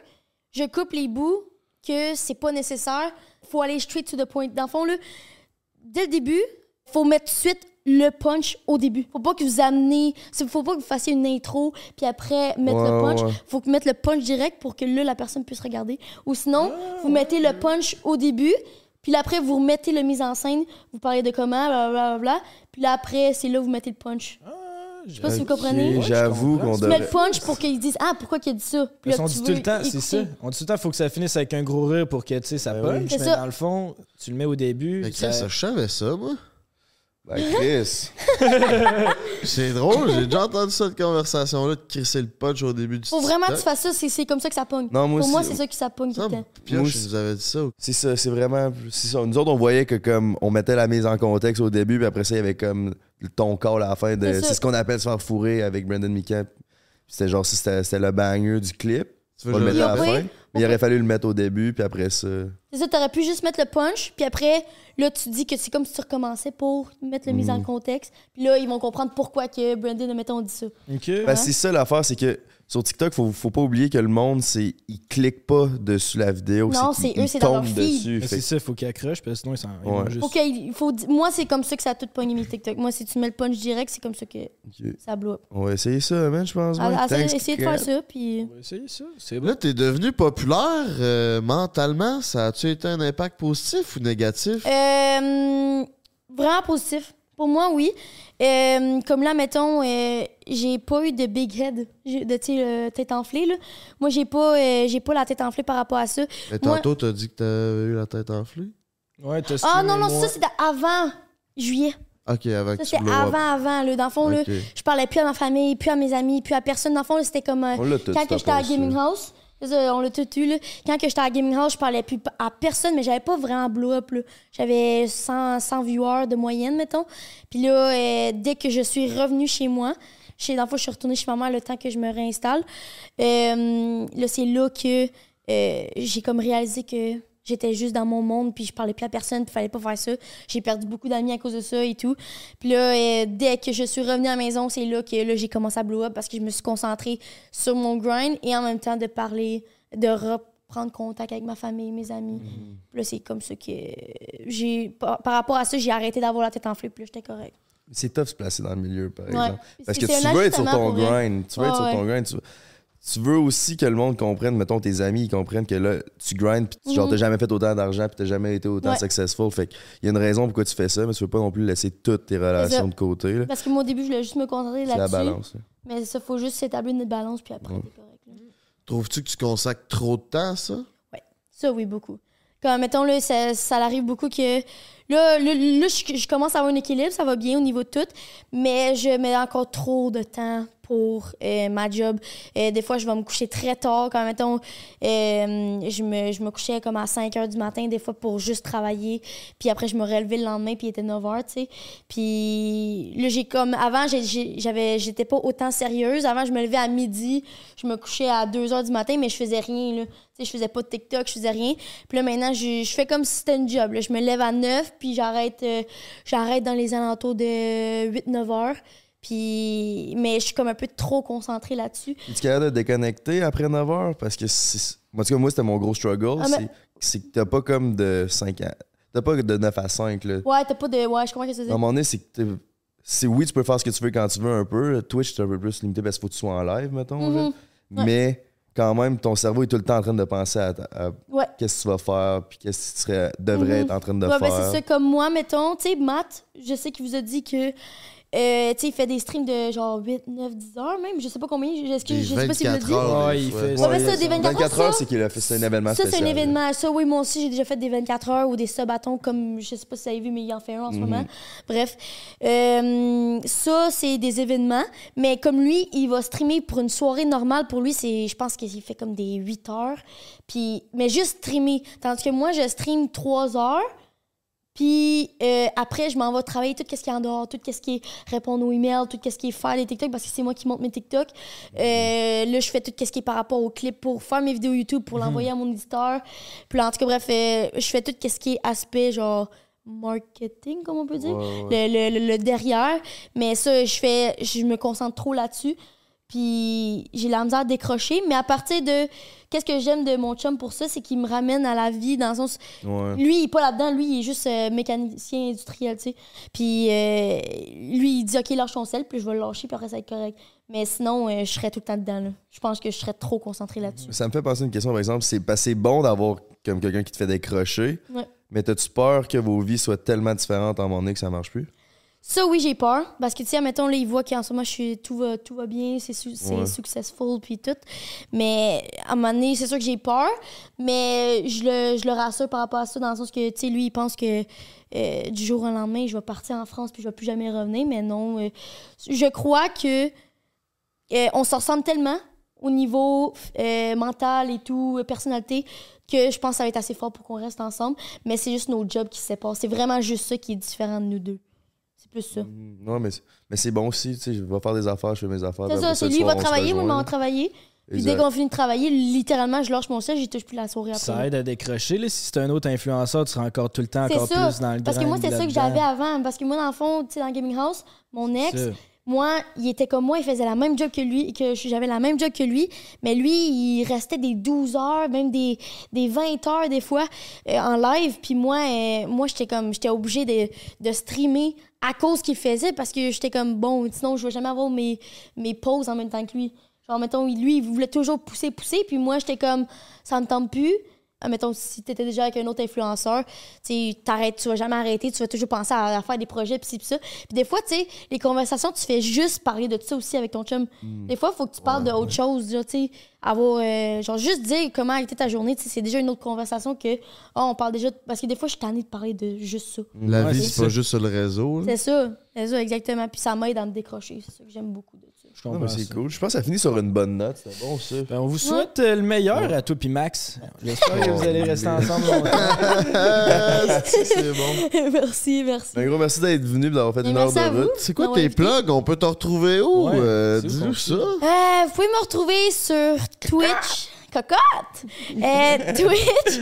A: je coupe les bouts que c'est pas nécessaire. Faut aller straight to the point. Dans le fond, là, dès le début, faut mettre tout de suite le punch au début. Faut pas que vous amenez, faut pas que vous fassiez une intro puis après mettre le
B: Ouais,
A: punch.
B: ouais.
A: Faut que mettre le punch direct pour que là la personne puisse regarder. Ou sinon,
D: Ah.
A: vous mettez le punch au début, puis là, après vous remettez le mise en scène, vous parlez de comment, bla Puis là après, c'est là où vous mettez le punch.
D: Ah, Je
A: sais pas si vous
B: Ok,
A: comprenez. Ouais, je
B: J'avoue
D: comprends.
B: qu'on
A: Tu mets
B: devrait.
A: le punch pour qu'ils disent ah pourquoi qu'il a dit ça. Puis là,
D: on
A: tu
D: dit
A: veux
D: tout le temps, c'est
A: écouter.
D: ça. On dit tout le temps, faut que ça finisse avec un gros rire pour que tu sais, ça
B: Ben oui.
D: punch.
A: C'est
D: Mais
A: ça.
D: dans le fond, tu le mets au début.
C: Mais
D: ça-
C: Chris, je savais ça, moi.
B: Ben, Chris.
C: C'est drôle, j'ai déjà entendu cette conversation-là de crisser le punch au début du
A: Faut vraiment que tu
C: TikTok.
A: fasses ça, c'est- c'est comme ça que ça pogne.
B: Non, moi
A: Pour moi,
B: aussi-
A: c'est ça que ça pogne tout le
C: Ça me
A: temps.
B: Moi
C: pioche,
B: aussi.
C: je vous avais dit ça.
B: C'est ça, c'est vraiment. C'est ça. Nous autres, on voyait que comme on mettait la mise en contexte au début, puis après ça, il y avait comme le ton call à la fin. de
A: C'est ça.
B: C'est ce qu'on appelle se faire fourrer avec Brandon Mika. C'était genre, ça, c'était c'était le banger du clip.
C: Tu
B: On le mettre
A: le
B: à la
A: dise?
B: fin.
A: Oui.
B: Mais il aurait fallu le mettre au début, puis après ça.
A: C'est ça, t'aurais pu juste mettre le punch, puis après, là, tu dis que c'est comme si tu recommençais pour mettre la mise en contexte. Puis là, ils vont comprendre pourquoi que Brandon, mettons, dit ça.
D: Ok. Ah,
B: Ben, c'est ça l'affaire, c'est que sur TikTok, faut, faut pas oublier que le monde, c'est ils cliquent pas dessus la vidéo.
A: Non,
B: qu'ils-
A: c'est eux,
B: ils
A: c'est dans leur
B: tombent
A: feed.
B: dessus. Fait
D: Mais ben, c'est
B: que-
D: ça, faut qu'il accroche, parce que sinon, ils s'en ils
B: Ouais.
D: vont juste.
A: Ok, il faut di- Moi, c'est comme ça que ça a tout pogné mes TikTok. Moi, si tu mets le punch direct, c'est comme ça que
B: Ok.
A: ça blow up.
B: On va essayer ça, man, je pense. ouais.
A: Alors,
B: Thanks,
A: essayez Ah, essayez de faire
B: Kat.
A: ça, puis.
D: On va essayer ça. C'est bon.
C: Là, t'es devenu populaire euh, mentalement. Ça a-tu été un impact positif ou négatif?
A: Euh, vraiment positif. Pour moi, oui. Euh, comme là, mettons, euh, j'ai pas eu de big head, j'ai- de tu sais, euh, tête enflée. Là. Moi, j'ai pas, euh, j'ai pas la tête enflée par rapport à ça.
C: Mais
A: moi-
C: tantôt, t'as dit que t'avais eu la tête enflée.
D: Ouais, t'as
A: Ah
D: streamé
A: non, non,
D: moi.
A: ça, c'était avant juillet.
C: Ok, avec
A: Ça, c'était avant, avant. Là. Dans le fond, là, je parlais plus à ma famille, plus à mes amis, plus à personne. Dans le fond, là, c'était comme. euh,
B: On l'a tout.
A: quand
B: cette
A: que j'étais à
B: affaire-là.
A: Gaming House, ça, on l'a tout eu, là. quand que j'étais à Gaming House, je parlais plus à personne, mais j'avais pas vraiment blow up. là. J'avais 100, 100 viewers de moyenne, mettons. Puis là, euh, dès que je suis revenue chez moi, chez, dans le fond, je suis retournée chez maman le temps que je me réinstalle. Euh, là, c'est là que euh, j'ai comme réalisé que j'étais juste dans mon monde, puis je parlais plus à personne, puis fallait pas faire ça. J'ai perdu beaucoup d'amis à cause de ça et tout. Puis là, euh, dès que je suis revenue à la maison, c'est là que là, j'ai commencé à blow up parce que je me suis concentrée sur mon grind et en même temps de parler, de reprendre contact avec ma famille, mes amis.
B: Mm-hmm.
A: Puis Là, c'est comme ça que j'ai. Par, par rapport à ça, j'ai arrêté d'avoir la tête enflée, puis là, j'étais correct.
B: C'est tough de se placer dans le milieu, par exemple. Parce que
A: C'est- c'est
B: tu
A: un
B: veux être sur
A: ajustement
B: ton
A: pour elle.
B: grind. Tu veux être
A: Ouais,
B: sur ton
A: ouais.
B: grind. Tu, tu veux aussi que le monde comprenne, mettons tes amis, ils comprennent que là, tu grindes, puis tu- genre,
A: Mhm.
B: t'as jamais fait autant d'argent, puis t'as jamais été autant
A: Ouais.
B: successful. Fait qu'il y a une raison pourquoi tu fais ça, mais tu veux pas non plus laisser toutes tes
A: ça.
B: relations de côté. là.
A: Parce que moi, au début, je voulais juste me concentrer
B: C'est la
A: là-dessus.
B: balance. Mm. là.
A: Mais ça, faut juste s'établir notre balance, puis après,
B: Ouais.
A: t'es correct. là.
C: Trouves-tu que tu consacres trop de temps à ça?
A: Ça, oui, beaucoup. Comme, mettons, là, ça, ça arrive beaucoup que. Là, là, là, je, je commence à avoir un équilibre, ça va bien au niveau de tout, mais je mets encore trop de temps pour euh, ma job. Euh, des fois, je vais me coucher très tard. Comme, mettons, euh, je, me, je me couchais comme à 5 heures du matin, des fois, pour juste travailler. Puis après, je me relevais le lendemain, puis il était 9 heures, tu sais. Puis là, j'ai comme. Avant, j'ai- j'ai- j'avais j'étais pas autant sérieuse. Avant, je me levais à midi, je me couchais à 2 heures du matin, mais je faisais rien, là. Tu sais, je faisais pas de TikTok, je faisais rien. Puis là, maintenant, je, je fais comme si c'était une job. là. Je me lève à 9, puis j'arrête euh, j'arrête dans les alentours de 8-9 heures. Puis, mais je suis comme un peu trop concentrée là-dessus.
B: Es-tu capable de déconnecter après 9 heures? Parce que, c'est- en tout cas, moi, c'était mon gros struggle.
A: Ah,
B: c'est-
A: mais-
B: C'est que t'as pas comme de 5 à... T'as pas de 9 à 5, là.
A: Ouais, t'as pas de. Ouais, je comprends ce que tu veux
B: À un
A: dire.
B: moment donné, c'est que t'es- c'est oui, tu peux faire ce que tu veux quand tu veux un peu. Twitch, c'est un peu plus limité parce qu'il faut que tu sois en live, mettons. là.
A: Mhm. Ouais.
B: Mais quand même, ton cerveau est tout le temps en train de penser à, ta- à
A: Ouais.
B: qu'est-ce que tu vas faire, puis qu'est-ce que tu serais- devrais
A: Mhm.
B: être en train de
A: Ouais, ben,
B: faire.
A: c'est ça, comme moi, mettons, tu sais, Matt, je sais qu'il vous a dit que, euh, tu sais, il fait des streams de genre 8, 9, 10 heures même, je sais pas combien, je- est-ce que,
C: Des
A: je sais pas s'il me l'a dit.
C: 24 heures.
D: Ouais,
C: des
D: il
C: fois.
D: fait
A: Ouais, ben, ça, des 24,
B: 24 heures,
A: ça,
B: c'est qu'il a fait c'est un événement
A: ça, c'est
B: spécial.
A: un événement. Ça, oui, moi aussi, j'ai déjà fait des 24 heures ou des sub-bâtons, comme je sais pas si vous avez vu, mais il en fait un en ce
B: Mhm.
A: moment. Bref, euh, ça, c'est des événements. Mais comme lui, il va streamer pour une soirée normale. Pour lui, c'est, je pense qu'il fait comme des 8 heures. Puis, mais juste streamer. Tandis que moi, je stream 3 heures. Puis euh, après, je m'en vais travailler tout ce qui est en dehors, tout ce qui est répondre aux emails, tout ce qui est faire les TikTok, parce que c'est moi qui monte mes TikTok. Euh, là, je fais tout ce qui est par rapport au clip pour faire mes vidéos YouTube, pour l'envoyer à mon éditeur. Puis là, en tout cas, bref, euh, je fais tout ce qui est aspect, genre marketing, comme on peut dire, Le, le- le- le derrière. Mais ça, je fais, je me concentre trop là-dessus. Puis j'ai la misère à décrocher. Mais à partir de. Qu'est-ce que j'aime de mon chum pour ça, c'est qu'il me ramène à la vie dans le sens.
B: Ouais.
A: Lui, il est pas là-dedans. Lui, il est juste euh, mécanicien industriel, tu sais. Puis euh, lui, il dit, OK, lâche ton sel, puis je vais le lâcher, puis après, ça va être correct. Mais sinon, euh, je serais tout le temps dedans, là. Je pense que je serais trop concentrée là-dessus.
B: Ça me fait penser à une question, par exemple. C'est parce que c'est bon d'avoir comme quelqu'un qui te fait décrocher,
A: Ouais.
B: mais as-tu peur que vos vies soient tellement différentes à un moment donné que ça marche plus?
A: Ça, oui, j'ai peur. Parce que, tu sais, mettons, là, il voit qu'en ce moment, je suis, tout, va, tout va bien, c'est su- c'est
B: Ouais.
A: successful, puis tout. Mais à un moment donné, c'est sûr que j'ai peur. Mais je le, je le rassure par rapport à ça, dans le sens que, tu sais, lui, il pense que euh, du jour au lendemain, je vais partir en France, puis je vais plus jamais revenir. Mais non, euh, je crois que euh, on se ressemble tellement au niveau euh, mental et tout, euh, personnalité, que je pense que ça va être assez fort pour qu'on reste ensemble. Mais c'est juste nos jobs qui se séparent. C'est vraiment juste ça qui est différent de nous deux. C'est plus ça.
B: Mm, Ouais, mais, c'est- mais c'est bon aussi, tu sais, je vais faire des affaires, je fais mes affaires.
A: C'est
B: puis
A: ça,
B: après
A: c'est
B: le
A: lui, il va
B: soir, on se
A: travailler, moi,
B: rejoint,
A: on va
B: là.
A: travailler. Puis
B: Exact.
A: dès qu'on finit de travailler, littéralement, je lâche mon sel, j'y touche plus la souris après.
D: Ça aide à décrocher. Là. Si c'est un autre influenceur, tu seras encore tout le temps
A: C'est
D: encore
A: ça,
D: plus dans le
A: Parce que
D: grind
A: moi, c'est ça que
D: là-dedans.
A: j'avais avant. Parce que moi, dans le fond, tu sais, dans Gaming House, mon ex,
D: Ça.
A: moi, il était comme moi, il faisait la même job que lui, que je- j'avais la même job que lui, mais lui, il restait des 12 heures, même des, des 20 heures des fois euh, en live, puis moi, euh, moi j'étais comme, j'étais obligée de, de streamer à cause qu'il faisait, parce que j'étais comme, bon, sinon je vais jamais avoir mes, mes pauses en même temps que lui. Genre, mettons, lui, il voulait toujours pousser, pousser, puis moi, j'étais comme, ça me tente plus. Ah, Mettons, si t'étais déjà avec un autre influenceur, tu sais, t'arrêtes, tu vas jamais arrêter, tu vas toujours penser à, à faire des projets, pis ci, pis ça. Puis des fois, tu sais, les conversations, tu fais juste parler de ça aussi avec ton chum.
B: Hmm.
A: Des fois, il faut que tu parles d'autre chose, genre, tu sais, avoir, euh, genre, juste dire comment a été ta journée, tu sais, c'est déjà une autre conversation que, Ah, on parle déjà, de- parce que des fois, je suis tannée de parler de juste ça.
B: Hmm.
C: La
D: Ouais,
C: vie,
D: c'est
C: c'est pas
D: ça.
C: juste sur le réseau. là.
A: C'est ça, c'est ça, exactement. Puis ça m'aide à me décrocher, c'est ça que j'aime beaucoup de ça.
D: Je
B: Non,
D: comprends
B: mais
D: ça.
B: c'est cool. Je pense que ça finit sur une bonne note. C'était bon, ça.
D: Ben, on vous souhaite euh, le meilleur à toi puis Max. J'espère que vous allez rester ensemble longtemps.
C: C'est bon.
A: merci, merci.
B: Un gros merci d'être venu et d'avoir fait
A: Mais
B: une heure
A: merci à
B: de
A: vous.
B: route.
C: C'est quoi
A: Non,
C: tes
A: ouais.
C: plugs? On peut t'en retrouver où?
D: Ouais,
C: Euh,
D: c'est où
C: Dis-nous
D: qu'on
C: ça.
A: Euh, vous pouvez me retrouver sur Twitch. Cocotte! Euh, Twitch,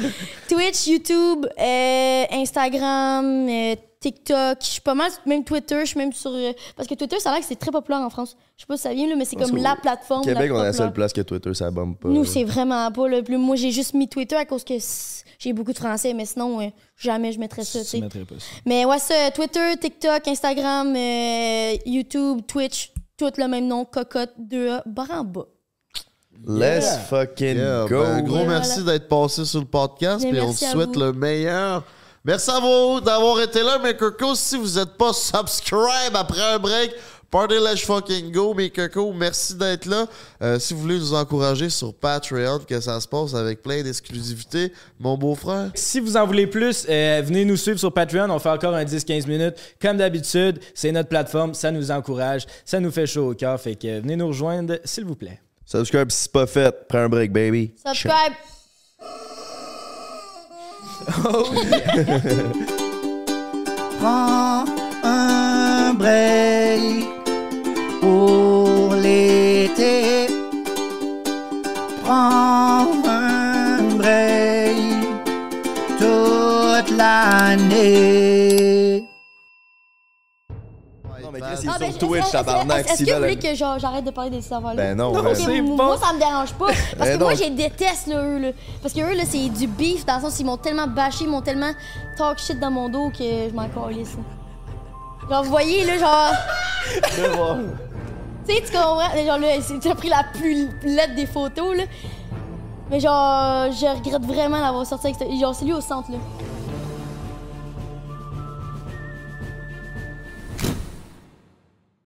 A: Twitch, YouTube, euh, Instagram, euh, TikTok. Je suis pas mal, même Twitter. Je suis même sur. euh, parce que Twitter, ça a l'air que c'est très populaire en France. Je sais pas si ça vient, là, mais c'est
B: Parce
A: comme
B: que
A: la plateforme. la
B: Québec,
A: plus
B: on est la
A: populaire.
B: seule place que Twitter, ça bombe pas.
A: Nous,
B: là.
A: c'est vraiment pas le plus. Moi, j'ai juste mis Twitter à cause que c- j'ai beaucoup de Français, mais sinon, euh, jamais je mettrais ça. tu sais.
D: Tu mettrais pas ça.
A: Mais ouais, ça, Twitter, TikTok, Instagram, euh, YouTube, Twitch, tout le même nom, Cocotte 2A, barre en bas.
B: Let's
D: Yeah.
B: fucking
C: Yeah,
B: go.
C: ben, gros
A: Ouais,
C: merci d'être passé sur le podcast.
A: Mais
C: Puis on te
A: merci à
C: souhaite
A: vous.
C: le meilleur. Merci à vous d'avoir été là, mes cocos. Si vous n'êtes pas subscribe après un break, party let's fucking go, mes cocos. Merci d'être là. Euh, si vous voulez nous encourager sur Patreon, que ça se passe avec plein d'exclusivités, mon beau-frère.
D: Si vous en voulez plus, euh, venez nous suivre sur Patreon. On fait encore un 10-15 minutes. Comme d'habitude, c'est notre plateforme. Ça nous encourage. Ça nous fait chaud au cœur. Fait que euh, venez nous rejoindre, s'il vous plaît.
B: Subscribe si c'est pas fait. Prends un break, baby.
A: Subscribe!
K: prends un break pour l'été. Prends un break toute l'année.
C: Ouais,
B: non, mais Chris,
A: ben,
B: il est
C: Ah,
B: sur
A: est-ce
B: Twitch,
A: qu'on- est-ce-
B: tabarnak.
A: Est-ce
B: s'il
A: que vous
B: a la-
A: voulez que j'a- j'arrête de parler de ces affaires-là?
B: Ben non,
A: Ok,
B: ben-
D: c'est
A: moi,
D: pas-
A: moi, ça me dérange pas. Parce que
B: Ben
A: moi,
B: non.
A: je les déteste, là, eux. Là. Parce que eux, là, c'est du beef dans le sens ils m'ont tellement bâché, ils m'ont tellement talk shit dans mon dos que je m'en calisse. là. Genre, vous voyez, là, genre. tu sais, tu comprends? Genre, là, c'est- t'as pris la plus laide des photos, là. Mais genre, je regrette vraiment d'avoir sorti avec ce. Genre, c'est lui au centre, là.